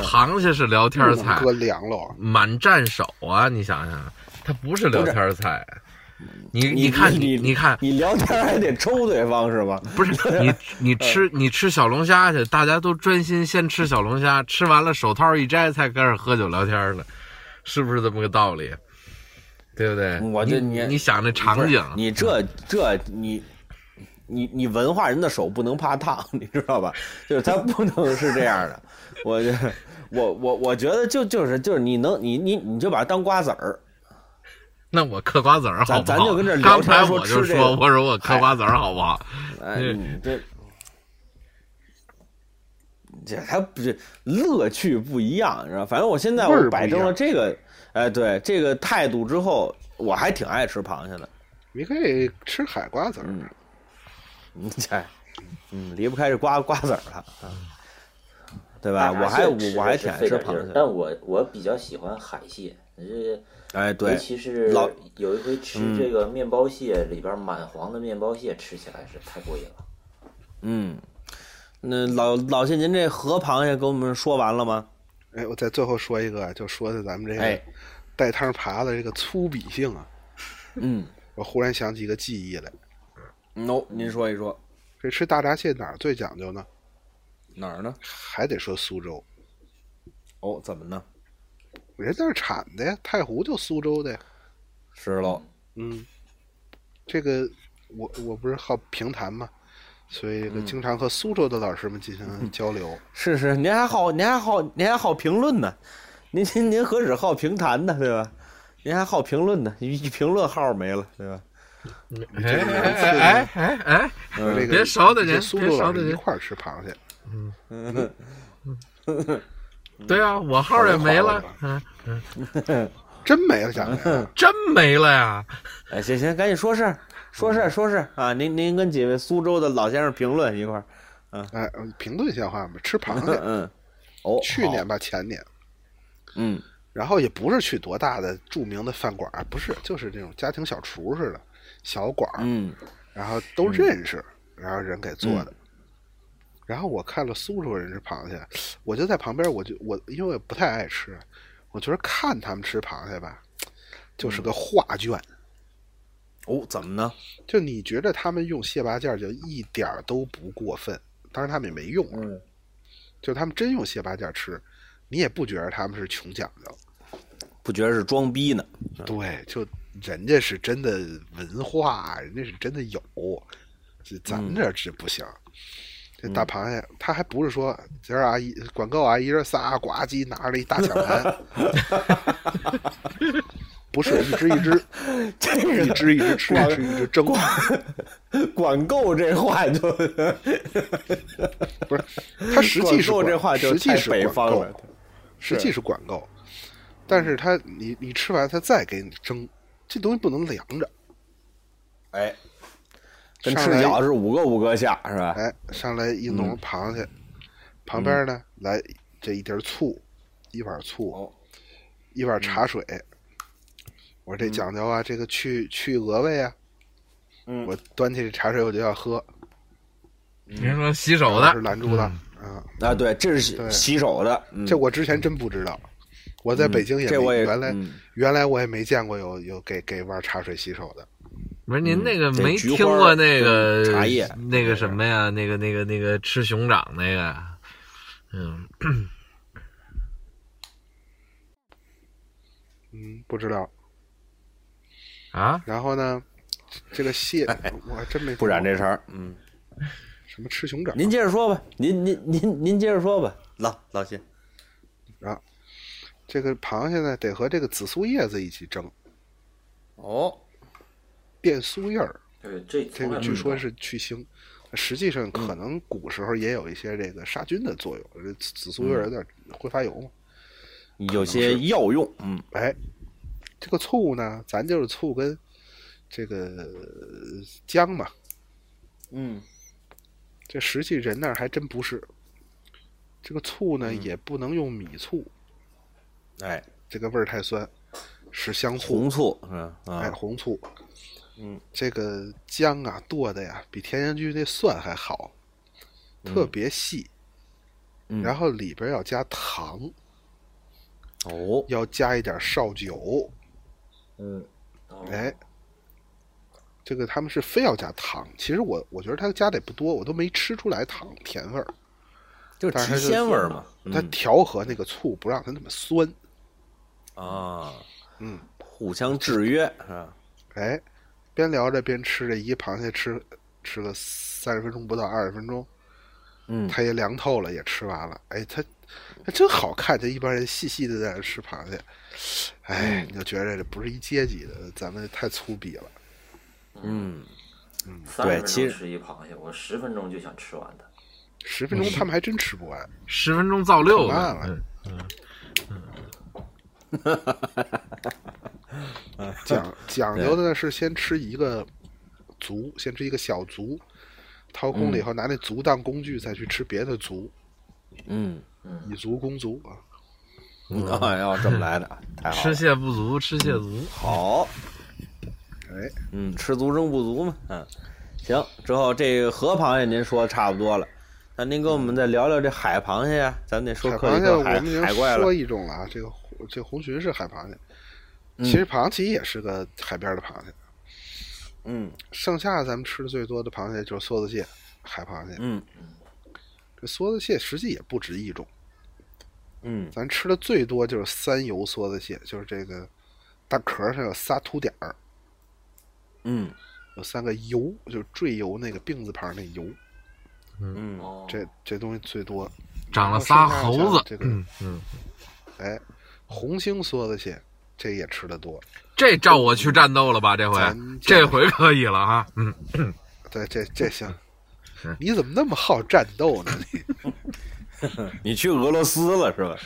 Speaker 2: 螃蟹是聊天
Speaker 3: 不能
Speaker 2: 菜，
Speaker 3: 搁凉喽。
Speaker 2: 满占手啊！你想想，它不是聊天菜。你
Speaker 1: 你
Speaker 2: 看
Speaker 1: 你
Speaker 2: 你看，
Speaker 1: 你聊天儿还得抽对方是 呃吧？
Speaker 2: 不是 你你吃你吃小龙虾去，大家都专心先吃小龙虾，吃完了手套一摘才开始喝酒聊天呢，是不是这么个道理？对不对？
Speaker 1: 我
Speaker 2: 你
Speaker 1: 这
Speaker 2: 你
Speaker 1: 你
Speaker 2: 想这场景，
Speaker 1: 你
Speaker 2: 嗯
Speaker 1: 这这你。你你文化人的手不能怕烫，你知道吧？就是他不能是这样的，我就我我我觉得就就是就是你能你你你就把它当瓜子儿，
Speaker 2: 那我嗑瓜子儿好不
Speaker 1: 咱
Speaker 2: 好？
Speaker 1: 咱就跟这聊
Speaker 2: 刚
Speaker 1: 天
Speaker 2: 才
Speaker 1: 说
Speaker 2: 我就
Speaker 1: 吃这个
Speaker 2: 说，我说我嗑瓜子儿好不好？
Speaker 1: 哎，
Speaker 2: 对
Speaker 1: 你这这还不是乐趣不一样，是吧？反正我现在
Speaker 3: 味儿不
Speaker 1: 我
Speaker 3: 一
Speaker 1: 摆正了
Speaker 3: 样
Speaker 1: 这个，哎，对这个态度之后，我还挺爱吃螃蟹的。
Speaker 3: 你可以吃海瓜子儿，
Speaker 1: 嗯嗯，这，嗯，离不开这瓜瓜子儿了，啊，对吧？
Speaker 4: 但
Speaker 1: 我还
Speaker 4: 是
Speaker 1: 我
Speaker 4: 吃
Speaker 1: 我
Speaker 4: 的
Speaker 1: 还
Speaker 4: 是
Speaker 1: 挺爱
Speaker 4: 费
Speaker 1: 吃
Speaker 4: 点劲儿
Speaker 1: 螃蟹，
Speaker 4: 但我我比较喜欢海蟹，这
Speaker 1: 哎，
Speaker 4: 尤
Speaker 1: 对，
Speaker 4: 其是
Speaker 1: 老嗯
Speaker 4: 有一回吃这个面包蟹，里边满黄的面包蟹，吃起来是太过瘾了。
Speaker 1: 嗯，那老老谢，您这河螃蟹给我们说完了吗？
Speaker 3: 哎，我再最后说一个啊，就说的咱们这
Speaker 1: 哎
Speaker 3: 个带汤爬的这个粗鄙性啊，
Speaker 1: 嗯，
Speaker 3: 我忽然想起一个记忆来，
Speaker 1: no，您说一说
Speaker 3: 这吃大闸蟹哪儿最讲究呢？
Speaker 1: 哪儿呢？
Speaker 3: 还得说苏州，
Speaker 1: 哦，怎么呢？
Speaker 3: 人那儿产的呀，太湖就苏州的呀。
Speaker 1: 是喽，
Speaker 3: 嗯，这个我我不是好评弹嘛，所以这
Speaker 1: 嗯
Speaker 3: 个经常和苏州的老师们进行交流。
Speaker 1: 是是，您还好，您还好，您还好评论呢，您您您何止好评弹呢，对吧？您还好评论呢，一一评论号没了，对吧？
Speaker 2: 哎哎哎哎哎，
Speaker 1: 嗯
Speaker 3: 和这个
Speaker 2: 别勺的人
Speaker 3: 这苏
Speaker 2: 别
Speaker 3: 州
Speaker 2: 勺
Speaker 3: 老
Speaker 2: 的
Speaker 3: 师一
Speaker 2: 人
Speaker 3: 块儿吃螃蟹，
Speaker 1: 嗯
Speaker 2: 对啊，我号也没
Speaker 3: 好
Speaker 2: 了
Speaker 3: 了好了，
Speaker 2: 嗯，
Speaker 3: 真没了，讲 的
Speaker 2: 真没了呀。
Speaker 1: 哎，行行，赶紧说事儿，说事儿，说事儿啊！您您跟几位苏州的老先生评论一块儿，
Speaker 3: 哎，评论像话吗？吃螃
Speaker 1: 嗯
Speaker 3: 蟹，
Speaker 1: 嗯，哦，
Speaker 3: 去
Speaker 1: 好
Speaker 3: 年，吧，前年，
Speaker 1: 嗯
Speaker 3: 然后也不是去多大的著名的饭馆儿，不是，就是这种家庭小厨似的小馆儿，
Speaker 1: 嗯
Speaker 3: 然后都认识，然后人给做的。然后我看了苏州人吃螃蟹，我就在旁边，我就我因为我不太爱吃，我觉得看他们吃螃蟹吧，
Speaker 1: 嗯
Speaker 3: 就是个画卷。
Speaker 1: 哦，怎么呢？
Speaker 3: 就你觉得他们用蟹八件儿就一点儿都不过分，当然他们也没用啊。
Speaker 1: 嗯
Speaker 3: 就他们真用蟹八件儿吃，你也不觉得他们是穷讲究。
Speaker 1: 不觉得是装逼呢？
Speaker 3: 对，就人家是真的文化，人家是真的有，这咱
Speaker 1: 嗯
Speaker 3: 们这儿这不行。这大螃蟹，他还不是说今儿阿姨管够啊，一人仨呱唧拿着一大抢 盘，不是一只一 只，一只一只吃，一只一只蒸，
Speaker 1: 管够这话就，
Speaker 3: 不是，他实际 是
Speaker 1: 管够
Speaker 3: 管
Speaker 1: 这话就
Speaker 3: 实际
Speaker 1: 太
Speaker 3: 是
Speaker 1: 北
Speaker 3: 管
Speaker 1: 方
Speaker 3: 够
Speaker 1: 了，
Speaker 3: 实际是管够，但是他你你吃完他再给你蒸，这东西不能凉着。
Speaker 1: 哎，跟
Speaker 3: 上
Speaker 1: 吃
Speaker 3: 来
Speaker 1: 饺子是五个五个下是吧？
Speaker 3: 哎，上来一笼
Speaker 1: 嗯
Speaker 3: 螃蟹，旁边呢来这一碟儿醋，一碗醋
Speaker 1: 哦，嗯
Speaker 3: 一碗茶水。我说这讲究啊，这个去去鹅味啊。
Speaker 1: 嗯
Speaker 3: 我端起这茶水我就要喝，
Speaker 2: 您说洗手
Speaker 3: 老
Speaker 2: 的
Speaker 1: 嗯
Speaker 3: 师，拦住了啊！
Speaker 1: 啊，对，这是洗
Speaker 3: 对
Speaker 1: 洗手的，嗯
Speaker 3: 这我之前真不知道，我在北京也
Speaker 1: 这我
Speaker 3: 没
Speaker 1: 也
Speaker 3: 原来
Speaker 1: 嗯
Speaker 3: 原来我也没见过有有给给碗茶水洗手的。
Speaker 2: 不是您那个
Speaker 1: 嗯这
Speaker 2: 没
Speaker 1: 菊花
Speaker 2: 听过那个
Speaker 1: 跟茶叶
Speaker 2: 那个什么呀？那个那个那个吃熊掌那个，嗯，
Speaker 3: 嗯，不知道。
Speaker 2: 啊，
Speaker 3: 然后呢，这个蟹我还真没
Speaker 1: 哎不染
Speaker 3: 听
Speaker 1: 这
Speaker 3: 过
Speaker 1: 茬儿。嗯，
Speaker 3: 什么吃熊掌。
Speaker 1: 您接着说吧，您您您您接着说吧，老老谢，
Speaker 3: 啊这个螃蟹呢，得和这个紫苏叶子一起蒸，
Speaker 1: 哦，
Speaker 3: 变苏叶儿。
Speaker 4: 对，这
Speaker 3: 这
Speaker 4: 从来
Speaker 3: 个
Speaker 4: 没
Speaker 3: 据说
Speaker 4: 有
Speaker 3: 是去腥，实际
Speaker 1: 嗯
Speaker 3: 上可能古时候也有一些这个杀菌的作用。这紫苏叶
Speaker 1: 嗯
Speaker 3: 儿有点挥发油嘛。
Speaker 1: 有些药用，嗯
Speaker 3: 哎，这个醋呢，咱就是醋跟这个呃姜嘛。
Speaker 1: 嗯，
Speaker 3: 这实际人那儿还真不是。这个醋呢，
Speaker 1: 嗯
Speaker 3: 也不能用米醋，
Speaker 1: 哎，
Speaker 3: 这个味儿太酸，是香醋。
Speaker 1: 红醋是
Speaker 3: 哎，
Speaker 1: 啊，
Speaker 3: 红醋，
Speaker 1: 嗯，
Speaker 3: 这个姜啊剁的呀，比田园居那蒜还好，特别细，
Speaker 1: 嗯
Speaker 3: 然后里边要加糖，
Speaker 1: 哦，
Speaker 3: 要加一点绍酒，
Speaker 1: 嗯，
Speaker 4: 哦
Speaker 3: 哎，这个他们是非要加糖，其实我我觉得他加的也不多，我都没吃出来糖甜味儿，
Speaker 1: 就是
Speaker 3: 但
Speaker 1: 提
Speaker 3: 是它就
Speaker 1: 鲜味儿嘛，
Speaker 3: 他
Speaker 1: 嗯
Speaker 3: 调和那个醋，不让它那么酸，
Speaker 1: 啊，
Speaker 3: 嗯，
Speaker 1: 互相制约是吧？
Speaker 3: 哎，边聊着边吃着一螃蟹吃吃了三十分钟不到二十分钟，
Speaker 1: 嗯
Speaker 3: 它也凉透了，也吃完了。哎，它它真好看，这一般人细细的在那吃螃蟹，哎，你就觉着这不是一阶级的，咱们太粗鄙了。
Speaker 1: 嗯，
Speaker 4: 三十
Speaker 1: 对
Speaker 4: 分
Speaker 1: 其
Speaker 4: 钟
Speaker 1: 实
Speaker 4: 吃一螃蟹，我十分钟就想吃完它。
Speaker 3: 十分钟他们还真吃不完，
Speaker 2: 十分钟造六
Speaker 3: 可慢
Speaker 2: 个
Speaker 3: 了，
Speaker 2: 嗯
Speaker 3: 讲讲究的呢是先吃一个足，先吃一个小足，掏空了以后拿那足当工具，再去吃别的足，
Speaker 1: 嗯，
Speaker 3: 以足攻足啊。
Speaker 1: 哎呦，这么来的，太好
Speaker 2: 吃
Speaker 1: 了，
Speaker 2: 蟹不足，吃蟹足。
Speaker 1: 嗯好，
Speaker 3: 哎，
Speaker 1: 嗯，吃足争不足嘛，嗯，行，之后这个河螃蟹您说的差不多了，那您跟我们再聊聊这海螃蟹呀、咱得说
Speaker 3: 海
Speaker 1: 克
Speaker 3: 螃
Speaker 1: 里
Speaker 3: 蟹
Speaker 1: 克
Speaker 3: 我
Speaker 1: 海
Speaker 3: 们已经
Speaker 1: 海怪
Speaker 3: 说
Speaker 1: 了，
Speaker 3: 一种了啊，这个这红鲟是海螃蟹，其实螃蟹也是个海边的螃蟹。
Speaker 1: 嗯
Speaker 3: 剩下咱们吃的最多的螃蟹就是梭子蟹、海螃蟹。
Speaker 1: 嗯
Speaker 3: 这梭子蟹实际也不止一种，
Speaker 1: 嗯
Speaker 3: 咱吃的最多就是三油梭子蟹，就是这个大壳上有仨凸点儿，
Speaker 1: 嗯
Speaker 3: 有三个油，就是赘油那个病字旁那油，
Speaker 1: 嗯
Speaker 4: 哦，
Speaker 3: 这这东西最多。
Speaker 2: 长了仨猴子
Speaker 3: 这，个
Speaker 2: 嗯嗯，
Speaker 3: 哎，红星梭子蟹这也吃的多，
Speaker 2: 这照我去战斗了吧？这回
Speaker 3: 咱
Speaker 2: 这回可以了哈，嗯，
Speaker 3: 对，这这 行。你怎么那么好战斗呢？ 你
Speaker 1: 你去俄罗斯了是吧？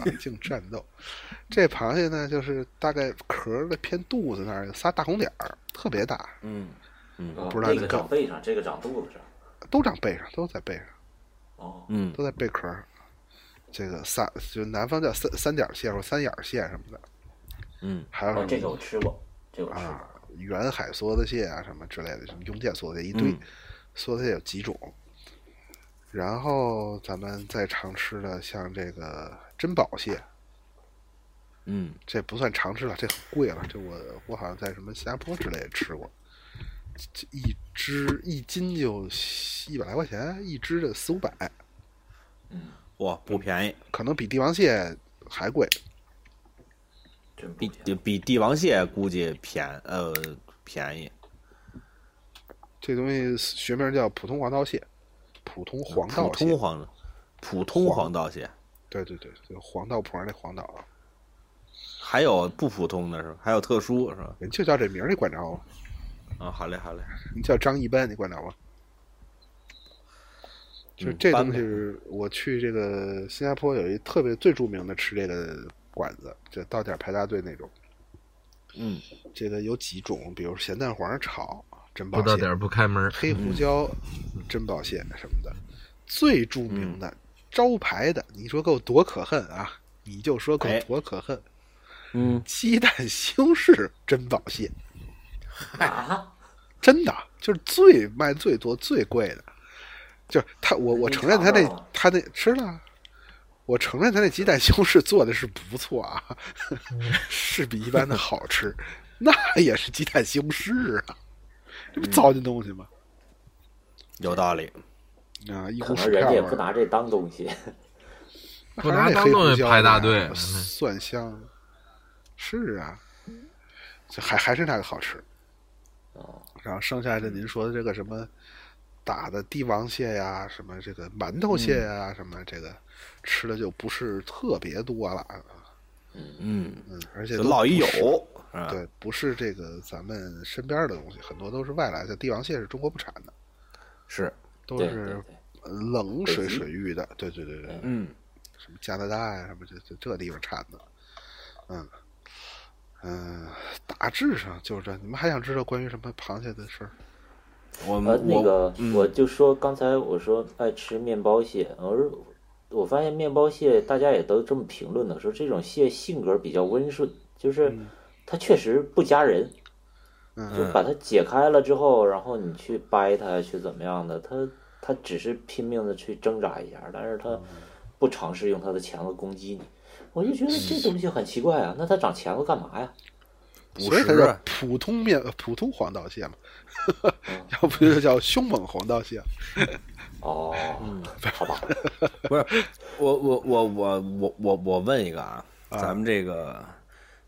Speaker 3: 啊，净战斗。这螃蟹呢，就是大概壳儿的偏肚子那儿有仨大红点儿，特别大，
Speaker 1: 嗯
Speaker 4: 啊
Speaker 3: 不知道那
Speaker 4: 那个
Speaker 3: 个
Speaker 4: 长背上，这个长肚子上。
Speaker 3: 都长背上，都在背上，
Speaker 4: 哦，
Speaker 1: 嗯
Speaker 3: 都在贝壳上。这个三就南方叫三三点儿蟹或者三眼儿蟹什么的，
Speaker 1: 嗯
Speaker 3: 还有什
Speaker 4: 哦
Speaker 3: 么，
Speaker 4: 这个我吃过，这个我吃过
Speaker 3: 啊。远海梭子蟹啊什么之类的，什么永健梭子蟹一堆
Speaker 1: 嗯，
Speaker 3: 梭子蟹有几种。然后咱们再常吃的像这个珍宝蟹，
Speaker 1: 嗯
Speaker 3: 这不算常吃了，这很贵了。这我我好像在什么新加坡之类的吃过，这一只一斤就一百来块钱，一只就四五百，
Speaker 4: 嗯，
Speaker 1: 哇，不便宜，
Speaker 3: 可能比帝王蟹还贵。
Speaker 4: 真不
Speaker 1: 比
Speaker 4: 一样
Speaker 1: 比比帝王蟹估计便呃便宜，
Speaker 3: 这东西学名叫普通黄道蟹，普通黄
Speaker 1: 普
Speaker 3: 道
Speaker 1: 通
Speaker 3: 蟹，
Speaker 1: 黄普通黄道蟹，
Speaker 3: 对对对，就黄道婆那黄道啊，
Speaker 1: 还有不普通的是吧？还有特殊是吧？
Speaker 3: 人就叫这名儿，你管着吗？
Speaker 1: 啊，好嘞好嘞，
Speaker 3: 你叫张一般，你管着吗？就
Speaker 1: 嗯
Speaker 3: 这
Speaker 1: 般
Speaker 3: 东
Speaker 1: 呗
Speaker 3: 西是，我去这个新加坡有一特别最著名的吃这个馆子，就到点儿排大队那种。
Speaker 1: 嗯
Speaker 3: 这个有几种，比如咸蛋黄炒珍宝
Speaker 2: 不到
Speaker 3: 蟹
Speaker 2: 点、儿不开门儿。
Speaker 3: 黑胡椒
Speaker 4: 嗯
Speaker 3: 珍宝蟹什么的。最著名的、招牌的，你说够多可恨啊！你就说够
Speaker 1: 哎
Speaker 3: 多可恨。
Speaker 1: 嗯，
Speaker 3: 鸡蛋西红柿珍宝蟹，
Speaker 4: 啊，
Speaker 3: 真的就是最卖最多、最贵的。就是他，我我
Speaker 4: 你
Speaker 3: 承认他
Speaker 4: 尝
Speaker 3: 那
Speaker 4: 尝吗
Speaker 3: 他那吃了啊，我承认他那鸡蛋西红柿做的是不错啊，
Speaker 4: 嗯
Speaker 3: 是比一般的好吃，那也是鸡蛋西红柿啊，这
Speaker 4: 嗯
Speaker 3: 不糟践东西吗？
Speaker 1: 有道理，
Speaker 3: 啊，一
Speaker 4: 可
Speaker 3: 股
Speaker 4: 能
Speaker 3: 薯
Speaker 4: 人
Speaker 3: 片
Speaker 4: 家
Speaker 3: 味
Speaker 4: 也不
Speaker 3: 儿，
Speaker 4: 拿这当东西。
Speaker 3: 还
Speaker 2: 不
Speaker 3: 是
Speaker 2: 拿
Speaker 3: 那
Speaker 2: 当
Speaker 3: 黑胡
Speaker 2: 东西
Speaker 3: 椒
Speaker 2: 排
Speaker 3: 味
Speaker 2: 大
Speaker 3: 儿
Speaker 2: 队
Speaker 3: 啊蒜香，是啊，这还还是那个好吃。
Speaker 4: 哦，
Speaker 3: 然后剩下的您说的这个什么打的帝王蟹呀，什么这个馒头蟹呀，什么这个吃的就不是特别多了，
Speaker 4: 嗯，
Speaker 1: 嗯，
Speaker 3: 嗯，而且
Speaker 1: 就
Speaker 3: 都
Speaker 1: 落一有
Speaker 3: 不
Speaker 1: 啊
Speaker 3: 是，
Speaker 1: 是吧？
Speaker 3: 对，不是这个咱们身边的东西，很多都是外来的。帝王蟹是中国不产的，
Speaker 1: 是，
Speaker 3: 都
Speaker 4: 对对
Speaker 3: 是
Speaker 4: 对，
Speaker 3: 冷水
Speaker 4: 北极
Speaker 3: 水域的，对对对对，
Speaker 1: 嗯
Speaker 3: 什么加拿大呀、什么这这这地方产的，嗯嗯、大致上就是这。你们还想知道关于什么螃蟹的事儿？
Speaker 1: 我
Speaker 4: 呃，
Speaker 1: 们
Speaker 4: 那个
Speaker 1: 我嗯
Speaker 4: 我就说刚才我说爱吃面包蟹，而我发现面包蟹大家也都这么评论的，说这种蟹性格比较温顺，就是它确实不夹人，就
Speaker 1: 嗯
Speaker 4: 把它解开了之后，然后你去掰它去怎么样的，它它只是拼命的去挣扎一下，但是
Speaker 1: 嗯
Speaker 4: 它不尝试用它的钳子攻击你。我就觉得这东西很奇怪啊，那它长钳子干嘛呀？
Speaker 1: 五
Speaker 3: 所以它
Speaker 1: 十
Speaker 3: 叫
Speaker 1: 啊哦
Speaker 3: 普通面呃普通黄道蟹嘛， 要不就叫凶猛黄道蟹。
Speaker 4: 哦，好吧，
Speaker 1: 不是，我我我我我我我问一个啊，咱们这个，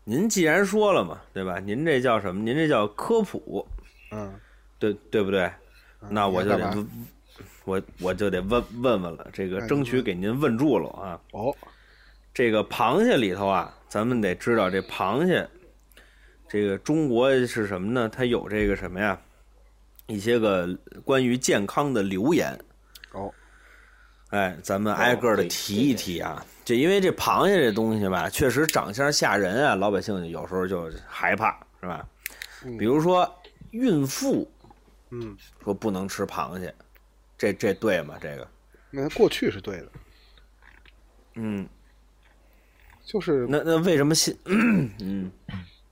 Speaker 1: 您既然说了嘛，对吧？您这叫什么？您这叫科普，
Speaker 3: 嗯，
Speaker 1: 对对不对？那我就
Speaker 3: 啊你要
Speaker 1: 得
Speaker 3: 干
Speaker 1: 问，我我就得问问问了，这个
Speaker 3: 哎
Speaker 1: 争取
Speaker 3: 您
Speaker 1: 给您问住了啊。
Speaker 3: 哦，
Speaker 1: 这个螃蟹里头啊，咱们得知道这螃蟹，这个中国是什么呢？它有这个什么呀？一些个关于健康的流言。
Speaker 3: 哦，
Speaker 1: 哎，咱们挨个的提一提啊。这因为这螃蟹这东西吧，确实长相吓人啊，老百姓有时候就害怕，是是吧？
Speaker 3: 嗯
Speaker 1: 比如说孕妇
Speaker 3: 嗯，
Speaker 1: 说不能吃螃蟹，这这对吗？这个，
Speaker 3: 那过去是对的，
Speaker 1: 嗯，
Speaker 3: 就是
Speaker 1: 那那为什么现，嗯，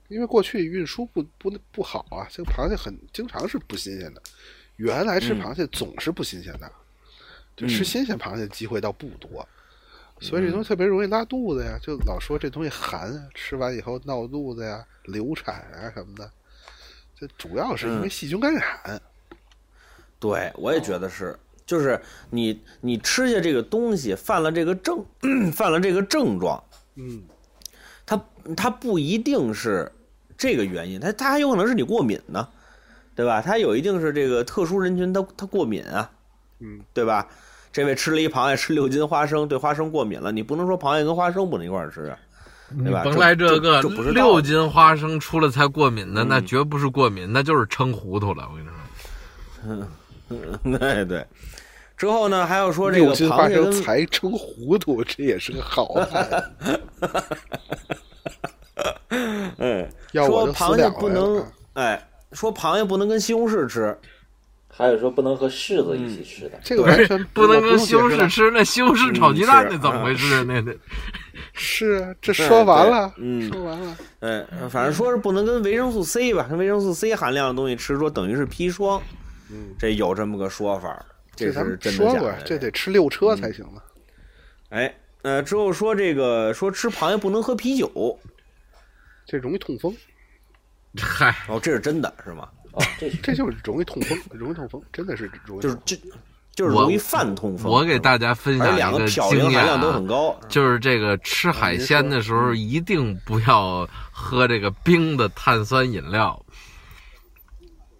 Speaker 3: 因为过去运输不不不好啊，这个螃蟹很经常是不新鲜的。原来吃螃蟹总是不新鲜的，就
Speaker 1: 嗯
Speaker 3: 吃新鲜螃蟹机会倒不多，所以这东西特别容易拉肚子呀。就老说这东西寒啊，吃完以后闹肚子呀、流产啊什么的。这主要是因
Speaker 1: 嗯
Speaker 3: 为细菌感染，
Speaker 1: 对我也
Speaker 2: 哦
Speaker 1: 觉得是，就是你你吃下这个东西，犯了这个症， 犯了这个症状，
Speaker 3: 嗯，
Speaker 1: 它它不一定是这个原因，它它还有可能是你过敏呢，对吧？它有一定是这个特殊人群它它过敏啊，
Speaker 3: 嗯，
Speaker 1: 对吧？这位吃了一螃蟹，吃六斤花生，对花生过敏了，你不能说螃蟹跟花生不能一块儿吃啊，
Speaker 2: 你
Speaker 1: 对吧？
Speaker 2: 甭来
Speaker 1: 这
Speaker 2: 个
Speaker 1: 这不是道嗯
Speaker 2: 六
Speaker 1: 理
Speaker 2: 斤花生出来才过敏的，那绝不是过敏，那就是撑糊涂了。我 跟你说，
Speaker 1: 哎 对。之后呢，还要说这
Speaker 3: 六
Speaker 1: 个
Speaker 3: 斤花
Speaker 1: 螃蟹
Speaker 3: 生
Speaker 1: 跟
Speaker 3: 才称糊涂，这也是个 好汉。
Speaker 1: 哎，
Speaker 3: 要我
Speaker 1: 说
Speaker 3: 就死
Speaker 1: 螃蟹
Speaker 3: 了
Speaker 1: 不
Speaker 3: 呀啊
Speaker 1: 能哎，说螃蟹不能跟西红柿吃，
Speaker 4: 还有说不能和柿子一起吃的，
Speaker 3: 这个
Speaker 1: 哎
Speaker 3: 完全
Speaker 2: 不能
Speaker 3: 我
Speaker 2: 跟
Speaker 3: 用
Speaker 2: 西红
Speaker 3: 解释
Speaker 2: 柿
Speaker 3: 了
Speaker 2: 吃，那西红柿
Speaker 1: 嗯
Speaker 2: 炒鸡蛋那怎么回
Speaker 1: 啊
Speaker 2: 事？那那
Speaker 3: 是啊，这说完了，
Speaker 1: 对嗯
Speaker 3: 说完了，
Speaker 1: 哎，反正说是不能跟维生素 C 吧，跟维生素 C 含量的东西吃，说等于是砒霜，
Speaker 3: 嗯，
Speaker 1: 这有这么个说法儿，
Speaker 3: 这咱
Speaker 1: 是
Speaker 3: 们
Speaker 1: 真的
Speaker 3: 说
Speaker 1: 假
Speaker 3: 过
Speaker 1: 的？，嗯
Speaker 3: 这得吃六车才行呢。
Speaker 1: 哎，呃，之后说这个说吃螃蟹不能喝啤酒，
Speaker 3: 这容易痛风，
Speaker 2: 嗨，
Speaker 1: 哦，这是真的是吗？
Speaker 4: 哦，这是
Speaker 3: 这就是容易痛风，容易痛风，真的是容易
Speaker 1: 就
Speaker 3: 痛
Speaker 1: 是
Speaker 3: 风。
Speaker 1: 就就是容易犯痛风。
Speaker 2: 我给大
Speaker 1: 家
Speaker 2: 家分
Speaker 1: 而且
Speaker 2: 享
Speaker 1: 两
Speaker 2: 一
Speaker 1: 个嘌呤
Speaker 2: 经
Speaker 1: 含
Speaker 2: 验
Speaker 1: 量都
Speaker 2: 啊
Speaker 1: 很，高，
Speaker 2: 就是这个吃海鲜的时候一定不要喝这个冰的碳酸饮料，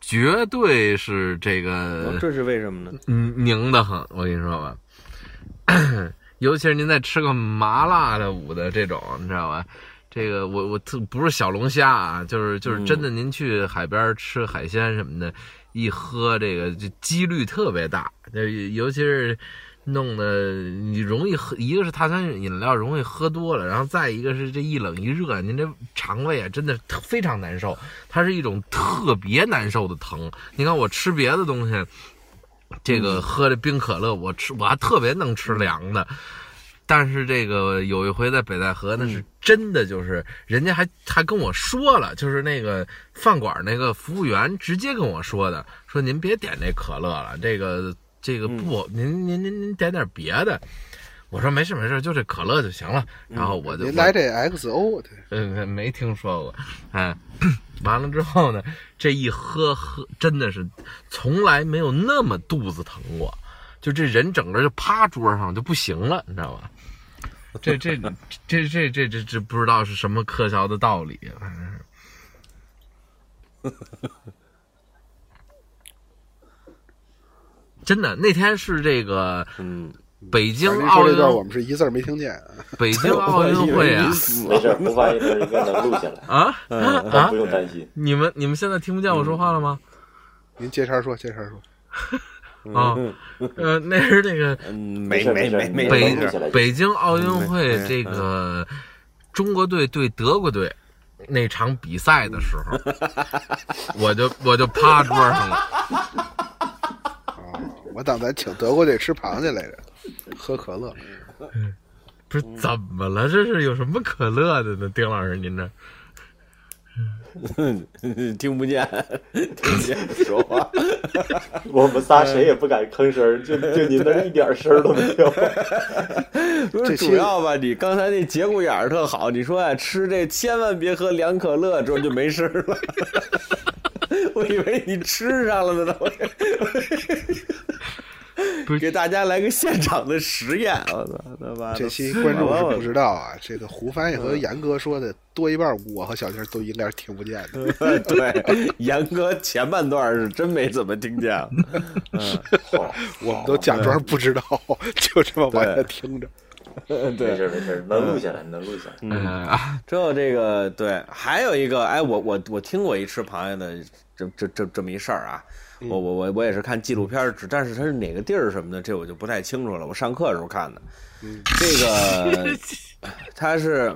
Speaker 2: 绝对是这
Speaker 1: 哦
Speaker 2: 个
Speaker 1: 这是为什么呢？
Speaker 2: 嗯，拧得很，我跟你说吧，尤其是您再吃个麻辣的五的这种，你知道吧？这个我我特不是小龙虾啊，就是就是真的，您去海边吃海鲜什么的，一喝这个就几率特别大，就尤其是弄得你容易喝，一个是碳酸饮料容易喝多了，然后再一个是这一冷一热，您这肠胃啊真的特非常难受，它是一种特别难受的疼。你看我吃别的东西，这个喝这冰可乐，我吃我还特别能吃凉的。但是这个有一回在北戴河，那是真的，就是人家还还跟我说了，就是那个饭馆那个服务员直接跟我说的，说您别点这可乐了，这个这个不，您您您您点点别的。我说没事没事，就这可乐就行了。然后我就
Speaker 3: 您
Speaker 2: 我
Speaker 3: 嗯来这 XO，对
Speaker 2: 嗯，没听说过。哎，完了之后呢，这一喝喝真的是从来没有那么肚子疼过，就这人整个就趴桌上就不行了，你知道吧？这这这这这这这不知道是什么科学的道理，啊哎反正是真的。那天是这个
Speaker 1: 嗯，
Speaker 2: 北京
Speaker 3: 反正您
Speaker 2: 奥
Speaker 3: 说这
Speaker 2: 运
Speaker 3: 段我们是一字儿没听见啊。
Speaker 2: 北京奥运会啊
Speaker 4: 没事，不翻译的应该能录下来，哦
Speaker 2: 啊
Speaker 3: 嗯
Speaker 2: 啊！
Speaker 4: 不用担心。
Speaker 2: 你们你们现在听不见我说话了吗？
Speaker 3: 您接茬说，接茬说，
Speaker 2: 啊，呃，那是那个
Speaker 1: 嗯，
Speaker 4: 没
Speaker 1: 没没
Speaker 4: 事没事
Speaker 1: 没没
Speaker 4: 没
Speaker 2: 北
Speaker 1: 没
Speaker 4: 事
Speaker 1: 事，
Speaker 2: 北京奥运会这个中国队对德国队那场比赛的时候，我就我就趴桌上了。
Speaker 3: 我当咱请德国队吃螃蟹来着，喝可乐，
Speaker 1: 嗯
Speaker 2: 不是怎么了？这是有什么可乐的呢？丁老师，您这
Speaker 1: 听不见， 听不见说话。
Speaker 4: 我们仨谁也不敢吭声儿，就就您那一点声儿都没有。
Speaker 1: 不是
Speaker 3: 这期
Speaker 1: 主要吧，你刚才那节骨眼儿特好，你说啊，吃这千万别喝凉可乐，之后就没事儿了。 我以为你吃上了呢，
Speaker 2: 不
Speaker 1: 都
Speaker 2: 是
Speaker 1: 给大家来个现场的实验，我操他妈的！
Speaker 3: 这期观众是不知道啊，这个胡翻译
Speaker 1: 嗯
Speaker 3: 和严哥说的多一半，我和小丁都应该是听不见的。
Speaker 1: 对，严哥前半段是真没怎么听见，
Speaker 3: 我
Speaker 1: 嗯
Speaker 3: 们都假装不知道，就这么往下听着。
Speaker 4: 没
Speaker 1: 对，
Speaker 4: 事没事，能录下来，能录下来。
Speaker 2: 呃啊，
Speaker 1: 之后这个对，还有一个，哎，我我我听过一吃螃蟹的这这这这么一事儿啊，我我我我也是看纪录片儿，只但是它是哪个地儿什么的，这我就不太清楚了。我上课的时候看的，这个 它是，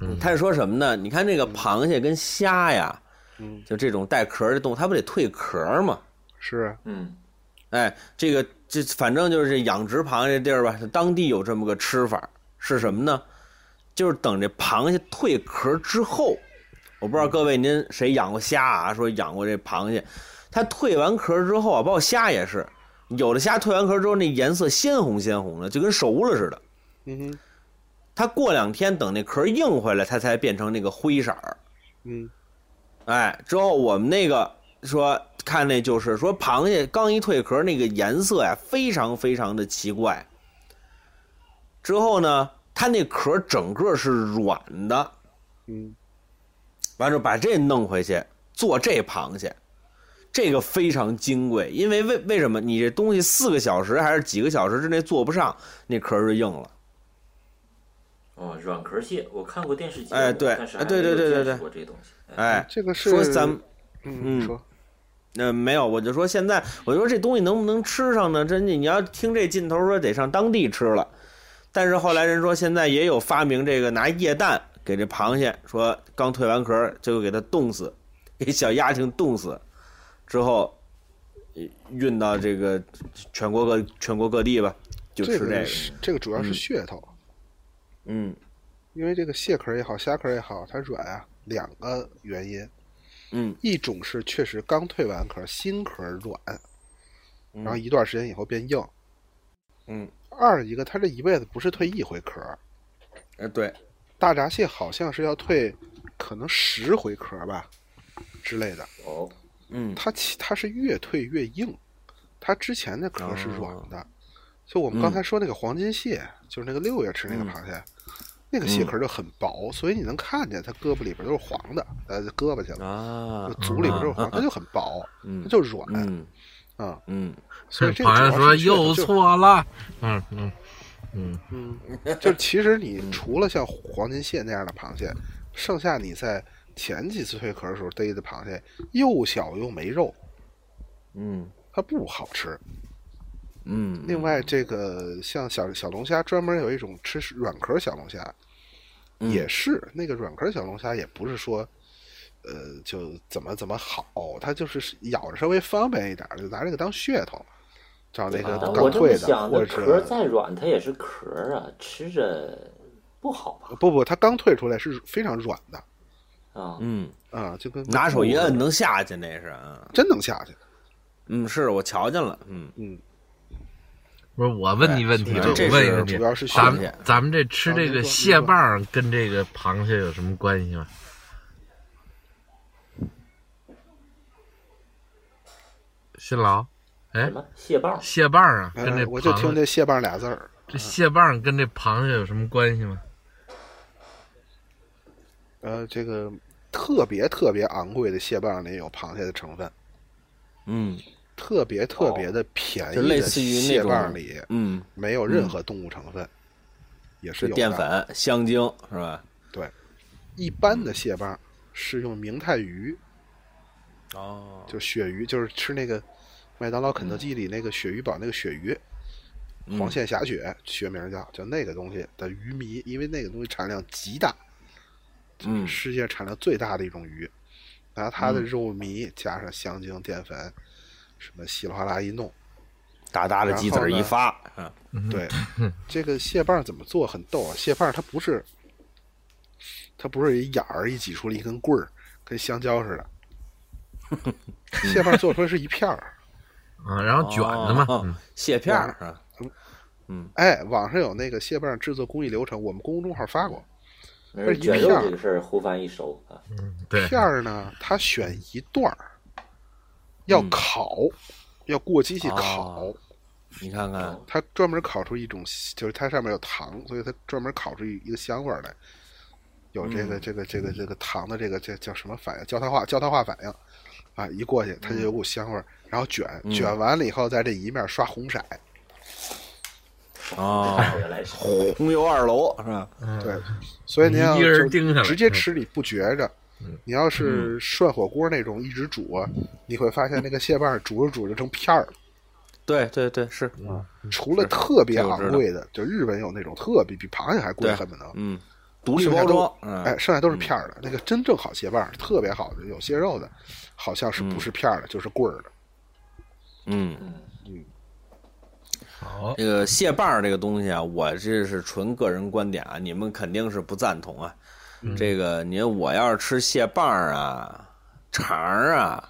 Speaker 2: 嗯
Speaker 1: 他是说什么呢？你看这个螃蟹跟虾呀，
Speaker 3: 嗯，
Speaker 1: 就这种带壳儿的动物，它不得蜕壳儿吗？
Speaker 3: 是啊，
Speaker 4: 嗯，
Speaker 1: 哎，这个这反正就是这养殖螃蟹地儿吧，当地有这么个吃法，是什么呢？就是等这螃蟹蜕壳之后，我不知道各位您谁养过虾啊？说养过这螃蟹，它蜕完壳之后啊，包括虾也是，有的虾蜕完壳之后那颜色鲜红鲜红的，就跟熟了似的。
Speaker 3: 嗯哼，
Speaker 1: 它过两天等那壳硬回来，它才变成那个灰色儿。
Speaker 3: 嗯
Speaker 1: 哎，之后我们那个说看那就是说螃蟹刚一蜕壳，那个颜色呀非常非常的奇怪。之后呢，它那壳整个是软的，
Speaker 3: 嗯，
Speaker 1: 完之后把这弄回去做这螃蟹，这个非常金贵，因为为为什么你这东西四个小时还是几个小时之内做不上，那壳就硬了。
Speaker 4: 哦，软壳蟹，我看过电视节目，
Speaker 1: 哎对
Speaker 4: 但是
Speaker 1: 哎
Speaker 4: 还
Speaker 1: 对对
Speaker 4: 没有
Speaker 1: 对对
Speaker 4: 见识
Speaker 1: 对
Speaker 4: 过这东西，哎，
Speaker 1: 哎，
Speaker 3: 这个是
Speaker 1: 说咱们
Speaker 3: 嗯
Speaker 1: 嗯
Speaker 3: 说
Speaker 1: 那呃没有，我就说现在，我就说这东西能不能吃上呢？真的，你要听这劲头说得上当地吃了，但是后来人说现在也有发明这个拿液氮给这螃蟹，说刚蜕完壳就给它冻死，给小丫挺冻死，之后呃运到这个全国各全国各地吧，就吃
Speaker 3: 这
Speaker 1: 这
Speaker 3: 个
Speaker 1: 个。
Speaker 3: 是这个主要是
Speaker 1: 嗯
Speaker 3: 噱头，
Speaker 1: 嗯
Speaker 3: 因为这个蟹壳也好，虾壳也好，它软啊，两个原因，
Speaker 1: 嗯
Speaker 3: 一种是确实刚蜕完壳，新壳软，
Speaker 1: 嗯
Speaker 3: 然后一段时间以后变硬；
Speaker 1: 嗯，
Speaker 3: 二一个，它这一辈子不是蜕一回壳，
Speaker 1: 哎对，
Speaker 3: 大闸蟹好像是要蜕可能十回壳吧之类的，
Speaker 4: 哦，
Speaker 1: 嗯
Speaker 3: 它其它是越蜕越硬，它之前的壳是软的。就我
Speaker 1: 嗯
Speaker 3: 们刚才说那个黄金蟹，就是那个六月吃那个螃蟹，那个蟹壳就很薄，所以你能看见它胳膊里边都是黄的，呃，胳膊去了，
Speaker 1: 啊
Speaker 3: 就足里边都是黄，它就很薄，
Speaker 1: 嗯
Speaker 3: 它就软
Speaker 1: 嗯
Speaker 3: 啊。
Speaker 1: 嗯，
Speaker 3: 所以这个
Speaker 2: 螃蟹
Speaker 3: 主要
Speaker 2: 说
Speaker 3: 是噱头
Speaker 2: 又
Speaker 3: 就
Speaker 2: 错了，嗯嗯嗯，
Speaker 3: 嗯，就是其实你除了像黄金蟹那样的螃蟹，剩下你在前几次蜕壳的时候逮的螃蟹，又小又没肉，
Speaker 1: 嗯
Speaker 3: 它不好吃。
Speaker 1: 嗯，
Speaker 3: 另外，这个像小小龙虾，专门有一种吃软壳小龙虾，
Speaker 1: 嗯
Speaker 3: 也是那个软壳小龙虾，也不是说，呃，就怎么怎么好，它就是咬着稍微方便一点儿，就拿这个当噱头，找那个
Speaker 4: 但
Speaker 3: 刚
Speaker 4: 啊我这么
Speaker 3: 蜕的
Speaker 4: 想
Speaker 3: 或
Speaker 4: 的，
Speaker 3: 者
Speaker 4: 壳儿
Speaker 3: 是
Speaker 4: 再软，它也是壳儿啊，吃着不好吧？
Speaker 3: 不不，它刚蜕出来是非常软的
Speaker 4: 啊，
Speaker 1: 嗯
Speaker 3: 啊，就跟
Speaker 1: 拿手一摁能下去那是啊。
Speaker 3: 真能下去。
Speaker 1: 嗯，是我瞧见了，嗯
Speaker 3: 嗯，
Speaker 2: 不是我问你问题，啊
Speaker 1: 哎
Speaker 2: 我
Speaker 1: 这
Speaker 2: 问你
Speaker 1: 是
Speaker 2: 问题
Speaker 3: 主要是，
Speaker 2: 咱
Speaker 1: 训练
Speaker 2: 们咱们这吃这个蟹棒跟这个螃蟹有什么关系吗？新郎，哎
Speaker 4: 什，么蟹棒？
Speaker 2: 蟹棒啊，跟这
Speaker 3: 哎，我就听
Speaker 2: 螃
Speaker 3: 这蟹棒俩字儿，
Speaker 2: 这蟹棒跟这螃蟹有什么关系吗？
Speaker 3: 呃，这个特别特别昂贵的蟹棒里有螃蟹的成分，
Speaker 1: 嗯
Speaker 3: 特别特别的便
Speaker 1: 哦
Speaker 3: 宜
Speaker 1: 就类
Speaker 3: 的
Speaker 1: 似于那
Speaker 3: 蟹
Speaker 1: 种
Speaker 3: 棒里
Speaker 1: 嗯，
Speaker 3: 没有任何动物成分，也是
Speaker 1: 是
Speaker 3: 有
Speaker 1: 淀
Speaker 3: 的。
Speaker 1: 粉、香精是吧？
Speaker 3: 一般的蟹棒是用明太鱼，
Speaker 1: 嗯哦，
Speaker 3: 就是鳕鱼，就是吃那个
Speaker 1: 嗯
Speaker 3: 麦当劳、肯德基里那个鳕鱼堡那个鳕鱼，黄线侠鳕，学名叫叫那个东西的鱼糜，因为那个东西产量极大，
Speaker 1: 嗯
Speaker 3: 世界产量最大的一种鱼，拿它的肉糜加上香精、淀粉，什么稀里哗啦一弄，
Speaker 1: 大大的鸡子儿一发，嗯
Speaker 3: 对， 这个蟹棒怎么做很逗啊？蟹棒它不是，它不是一眼儿一挤出了一根棍儿，跟香蕉 似的。蟹棒做出来是一片儿。
Speaker 2: 啊，然后卷的嘛，
Speaker 1: 哦
Speaker 2: 嗯
Speaker 1: 蟹片儿是吧？
Speaker 3: 哎，网上有那个蟹棒制作工艺流程，我们公众号发过。
Speaker 4: 没人
Speaker 3: 一
Speaker 4: 卷
Speaker 3: 片
Speaker 4: 肉
Speaker 3: 儿
Speaker 4: 这个事儿，胡翻一熟啊。
Speaker 2: 对，
Speaker 3: 片儿呢，它选一段儿，要烤，要过机器烤。
Speaker 1: 嗯哦你看看，
Speaker 3: 它专门烤出一种，就是它上面有糖，所以它专门烤出一一个香味儿来，有这个、这个这个这个糖的这个这叫什么反应？焦糖化焦糖化反应啊，一过去它就有股香味儿，然后卷、卷完了以后，在这一面刷红色，
Speaker 1: 哦，
Speaker 4: 原来是
Speaker 1: 红油二楼是吧？
Speaker 2: 嗯
Speaker 3: 对，所以你要
Speaker 2: 一人
Speaker 3: 就是
Speaker 2: 盯上了
Speaker 3: 直接吃你不觉着。你要是涮火锅那种一直煮啊，你会发现那个蟹棒煮着煮着成片儿了。
Speaker 1: 对对对，是，
Speaker 3: 除了特别
Speaker 1: 这我知
Speaker 3: 昂
Speaker 1: 道
Speaker 3: 贵的，就日本有那种特别比螃蟹还贵，
Speaker 1: 对
Speaker 3: 恨不得
Speaker 1: 嗯独立包装，
Speaker 3: 哎，
Speaker 1: 嗯，
Speaker 3: 剩下都是片儿的。那个真正好蟹棒，特别好的，有蟹肉的，好像是不是片儿的，就是棍儿的。
Speaker 1: 嗯。
Speaker 2: 好，
Speaker 1: 这个蟹棒儿这个东西啊，我这是纯个人观点啊，你们肯定是不赞同啊。这个您我要是吃蟹棒儿啊、肠儿啊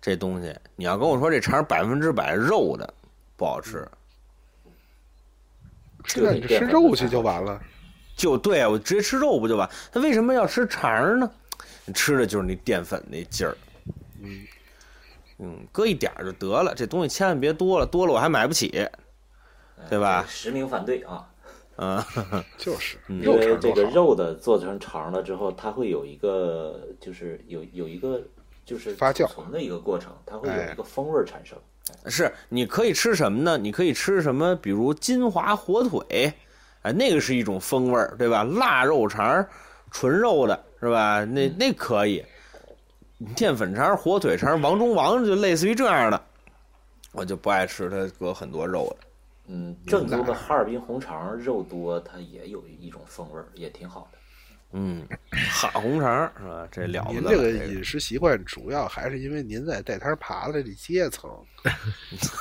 Speaker 1: 这东西，你要跟我说这肠儿百分之百肉的不好吃，
Speaker 3: 现在你吃肉去就完了。
Speaker 1: 就对啊我直接吃肉不就完？他为什么要吃肠儿呢？你吃的就是那淀粉那劲儿。
Speaker 3: 嗯
Speaker 1: 嗯，搁一点儿就得了，这东西千万别多了，多了我还买不起，对吧
Speaker 4: 实名反对啊，
Speaker 1: 嗯。
Speaker 3: 就是
Speaker 1: 嗯
Speaker 4: 因
Speaker 3: 肉
Speaker 4: 为
Speaker 3: 肠
Speaker 4: 这
Speaker 3: 多
Speaker 4: 个
Speaker 3: 好，
Speaker 4: 肉的做成肠了之后，它会有一个就是有有一个就是
Speaker 3: 发酵
Speaker 4: 储存的一个过程，它会有
Speaker 3: 哎
Speaker 4: 一个风味儿产生。
Speaker 1: 是，你可以吃什么呢？你可以吃什么？比如金华火腿，哎，那个是一种风味儿，对吧？腊肉肠儿，纯肉的，是吧？那
Speaker 3: 嗯
Speaker 1: 那可以。淀粉肠儿、火腿肠儿、王中王就类似于这样的，我就不爱吃它搁很多肉的。
Speaker 4: 嗯，正宗的哈尔滨红肠肉多，它也有一种风味儿，也挺好的。
Speaker 1: 嗯，哈红肠儿是吧？这了不
Speaker 3: 您
Speaker 1: 得了。哎
Speaker 3: 这个
Speaker 1: 这个
Speaker 3: 饮食习惯主要还是因为您在带摊儿爬的这阶层，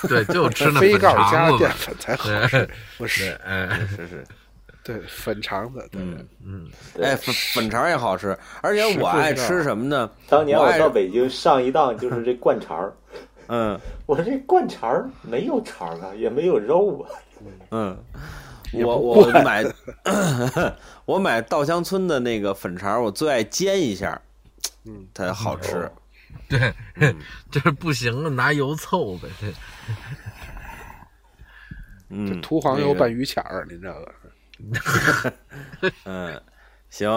Speaker 2: 对，就吃 那
Speaker 3: 非
Speaker 2: 粉
Speaker 3: 告诉加
Speaker 2: 肠
Speaker 3: 了
Speaker 2: 子
Speaker 3: 淀
Speaker 2: 吧。
Speaker 3: 粉才好
Speaker 2: 对
Speaker 3: 吃。 不
Speaker 2: 对，
Speaker 3: 是，
Speaker 2: 哎，
Speaker 1: 是是，
Speaker 3: 对粉肠子，对，
Speaker 1: 嗯
Speaker 2: 嗯，
Speaker 1: 哎，粉粉肠儿也好吃，而且我爱
Speaker 3: 啊
Speaker 1: 吃什么呢？
Speaker 4: 当年我
Speaker 1: 爱
Speaker 4: 到北京上一当就是这灌肠 儿，
Speaker 1: 嗯。
Speaker 4: 我这灌肠儿没有肠儿啊，也没有肉啊。
Speaker 1: 嗯，我 我买 我买稻香村的那个粉肠儿，我最爱煎一下，
Speaker 3: 嗯，
Speaker 1: 它好吃。
Speaker 2: 对，这不行了，拿油凑呗。这
Speaker 1: 嗯，
Speaker 3: 涂黄油
Speaker 1: 那个
Speaker 3: 拌。鱼钱儿，您这 个
Speaker 1: 嗯，行，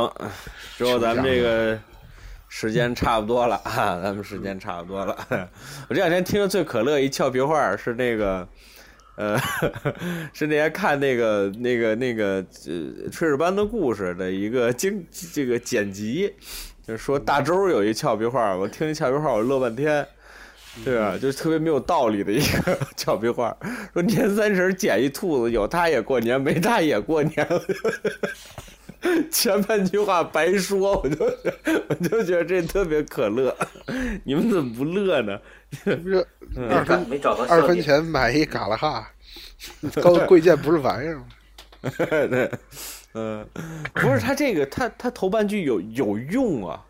Speaker 1: 之后咱们这个时间差不多了啊，咱们时间差不多了。 我这两天听着最可乐一俏皮话儿是那个。呃， 是那天看那个、那个、那个呃《炊事班的故事》的一个经这个剪辑，就是说大周有一俏皮话儿，我听一俏皮话儿我乐半天，对吧？就是特别没有道理的一个 俏皮话儿，说年三十儿捡一兔子，有它也过年，没它也过年。 前半句话白说，我就我就觉得这特别可乐，你们怎么不乐呢？
Speaker 3: 不是二 分
Speaker 4: 没找到
Speaker 3: 二分钱买一嘎啦哈， 高贵贱不是玩意儿吗？
Speaker 1: 对，嗯，不是他这个，他他头半句有有用啊，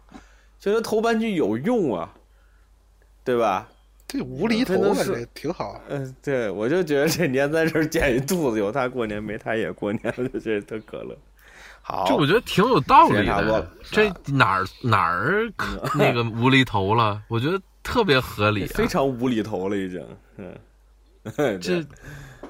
Speaker 1: 就他头半句有用啊，对吧？
Speaker 3: 这无厘头
Speaker 1: 真
Speaker 3: 啊，
Speaker 1: 的是
Speaker 3: 这挺好。
Speaker 1: 嗯，对，我就觉得这年三十捡一肚子，有他过年没他也过年，我 就觉得特可乐。好，
Speaker 2: 这我觉得挺有道
Speaker 1: 时
Speaker 2: 理
Speaker 1: 间差不多了
Speaker 2: 的。这哪儿哪儿可那个无厘头了？ 我觉得特别合理、啊
Speaker 1: 非。常无厘头了，已经。 嗯，
Speaker 2: 这
Speaker 1: 对，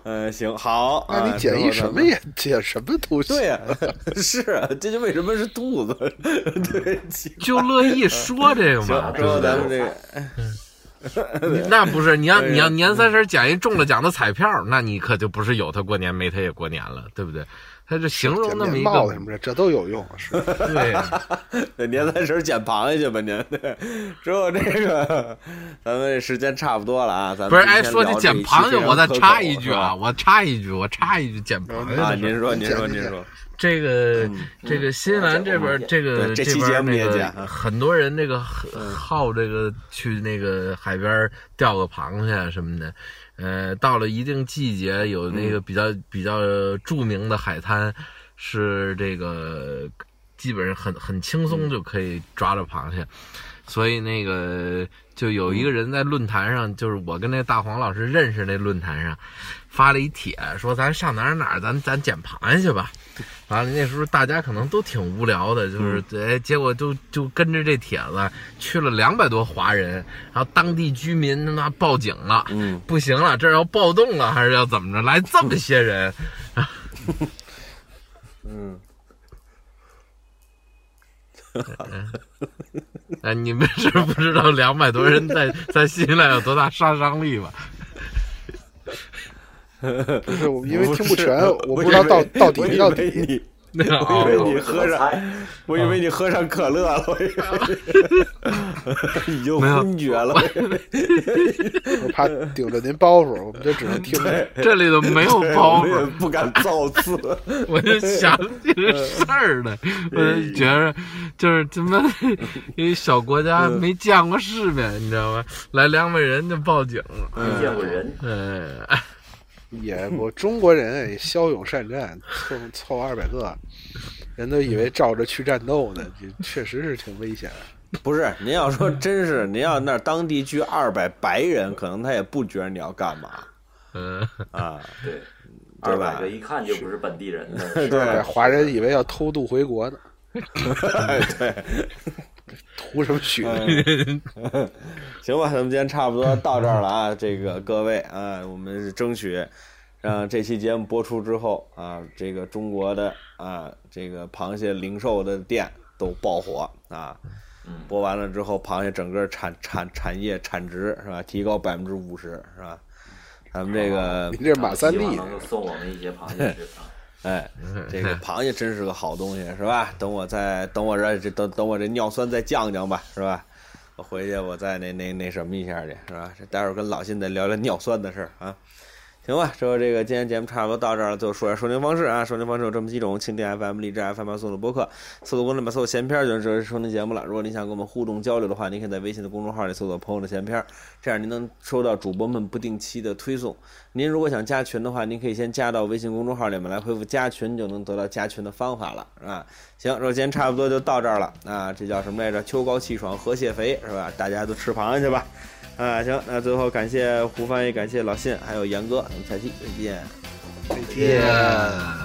Speaker 1: 嗯，行，好。
Speaker 3: 那
Speaker 1: 啊
Speaker 3: 你捡
Speaker 1: 之后
Speaker 3: 一
Speaker 1: 咱
Speaker 3: 什么
Speaker 1: 们
Speaker 3: 呀？捡什么东西？
Speaker 1: 对呀、 是啊，这就为什么是肚子？ 对，行，
Speaker 2: 就乐意说这个 嘛，
Speaker 1: 之后咱 们
Speaker 2: 对
Speaker 1: 这个。
Speaker 2: 不对？那不是你要
Speaker 1: 对呀
Speaker 2: 你要年三十捡一中了奖的彩票，那你可就不是有他过年没他也过年了，对不对？他这形容
Speaker 3: 捡
Speaker 2: 那么
Speaker 3: 棉
Speaker 2: 一
Speaker 3: 帽子什
Speaker 2: 个，
Speaker 3: 么的，这都有用。啊是，
Speaker 2: 对呀，
Speaker 1: 对，年三十捡螃蟹去吧您。对，之后这个咱们这时间差不多了啊，咱们
Speaker 2: 不是？
Speaker 1: 今
Speaker 2: 哎，
Speaker 1: 天
Speaker 2: 说起
Speaker 1: 聊这
Speaker 2: 捡
Speaker 1: 一期
Speaker 2: 螃蟹，
Speaker 1: 非常
Speaker 2: 我再
Speaker 1: 可口
Speaker 2: 插一句
Speaker 1: 是
Speaker 2: 啊，
Speaker 1: 吧
Speaker 2: 我插一句，我插一句，捡螃蟹
Speaker 1: 啊，
Speaker 2: 的事
Speaker 1: 您
Speaker 2: 儿。
Speaker 1: 说，您说，
Speaker 3: 你
Speaker 1: 您
Speaker 3: 讲
Speaker 1: 说，
Speaker 2: 这个这个
Speaker 4: 嗯
Speaker 2: 新西兰这边儿
Speaker 4: 嗯
Speaker 2: 这个
Speaker 1: 对这期
Speaker 2: 这边儿
Speaker 1: 节目也
Speaker 2: 那
Speaker 1: 讲嗯
Speaker 2: 个很多人这个好这个去那个海边儿钓个螃蟹啊什么的，呃，到了一定季节有那
Speaker 1: 嗯
Speaker 2: 个比较比较著名的海滩是这个基本上很很轻
Speaker 1: 嗯
Speaker 2: 松就可以抓着螃蟹，所以那个就有
Speaker 1: 嗯
Speaker 2: 一个人在论坛上，就是我跟那大黄老师认识那论坛上，发了一帖说咱上哪儿哪儿，咱咱捡螃蟹去吧。完了那时候大家可能都挺无聊的，就是哎，结果就就跟着这帖子去了两百多华人，然后当地居民他妈报警了，
Speaker 1: 嗯，
Speaker 2: 不行了，这儿要暴动了还是要怎么着？来这么些人，
Speaker 1: 嗯，
Speaker 2: 哎，你们是不知道两百多人在在新西兰有多大杀伤力吧？
Speaker 3: 不是我因为
Speaker 1: 不
Speaker 3: 听不
Speaker 1: 是
Speaker 3: 全，我
Speaker 1: 我
Speaker 3: 不知道
Speaker 1: 以
Speaker 3: 到
Speaker 1: 为
Speaker 3: 到底
Speaker 1: 我
Speaker 3: 没
Speaker 1: 以
Speaker 3: 到
Speaker 1: 为
Speaker 3: 底。啊
Speaker 1: 你
Speaker 2: 那个
Speaker 1: 我以为
Speaker 2: 螯
Speaker 1: 你喝上，我以为你喝上可乐了，我以 为已经昏厥了。
Speaker 3: 我怕顶着您包袱，我们就只能听着。
Speaker 2: 这里头没有包
Speaker 1: 我也
Speaker 2: 袱，
Speaker 1: 不敢造次。
Speaker 2: 我就想起这事儿来，我就觉着就是他妈一小国家没见过世面，你知道吗？来两百人就报警了，
Speaker 4: 没见过人，
Speaker 2: 哎，
Speaker 3: 也我中国人也骁勇善战，凑凑二百个，人都以为照着去战斗呢，这确实是挺危险。
Speaker 1: 不是，您要说真是，您要那儿当地聚二百白人，可能他也不觉得你要干嘛
Speaker 2: 嗯，
Speaker 1: 啊，
Speaker 4: 对，
Speaker 1: 对
Speaker 4: 二
Speaker 1: 吧
Speaker 4: 百个一看就不是本地人的，
Speaker 1: 对
Speaker 3: 二百华人以为要偷渡回国呢，
Speaker 1: 对。
Speaker 3: 图什么血？
Speaker 1: 嗯行吧，咱们今天差不多到这儿了啊，这个各位啊，我们是争取让这期节目播出之后啊，这个中国的啊，这个螃蟹零售的店都爆火啊。播完了之后，螃蟹整个产产产业产值是吧，提高百分之五十是吧？咱们这个
Speaker 3: 您这马三立
Speaker 4: 希望能够送我们一些螃蟹吃啊。
Speaker 1: 哎，这个螃蟹真是个好东西，是吧？等我再等我这这等等我这尿酸再降降吧，是吧？我回去我再那那那什么一下去，是吧？这待会儿跟老辛再聊聊尿酸的事儿啊。行吧，说这个今天节目差不多到这儿了，就说一下收听方式啊。收听方式有这么几种：蜻蜓 FM、荔枝 FM、送的播客。搜索公众号搜索“闲篇儿”就是收听节目了。如果您想跟我们互动交流的话，您可以在微信的公众号里搜索“朋友的闲篇儿”，这样您能收到主播们不定期的推送。您如果想加群的话，您可以先加到微信公众号里面来回复“加群”，就能得到加群的方法了啊。行，说今天差不多就到这儿了啊。这叫什么来着？秋高气爽，河蟹肥是吧？大家都吃螃蟹去吧。啊，行，那最后感谢胡翻译，感谢老信，还有严哥，咱们下期再见。
Speaker 3: 再见。
Speaker 2: 耶。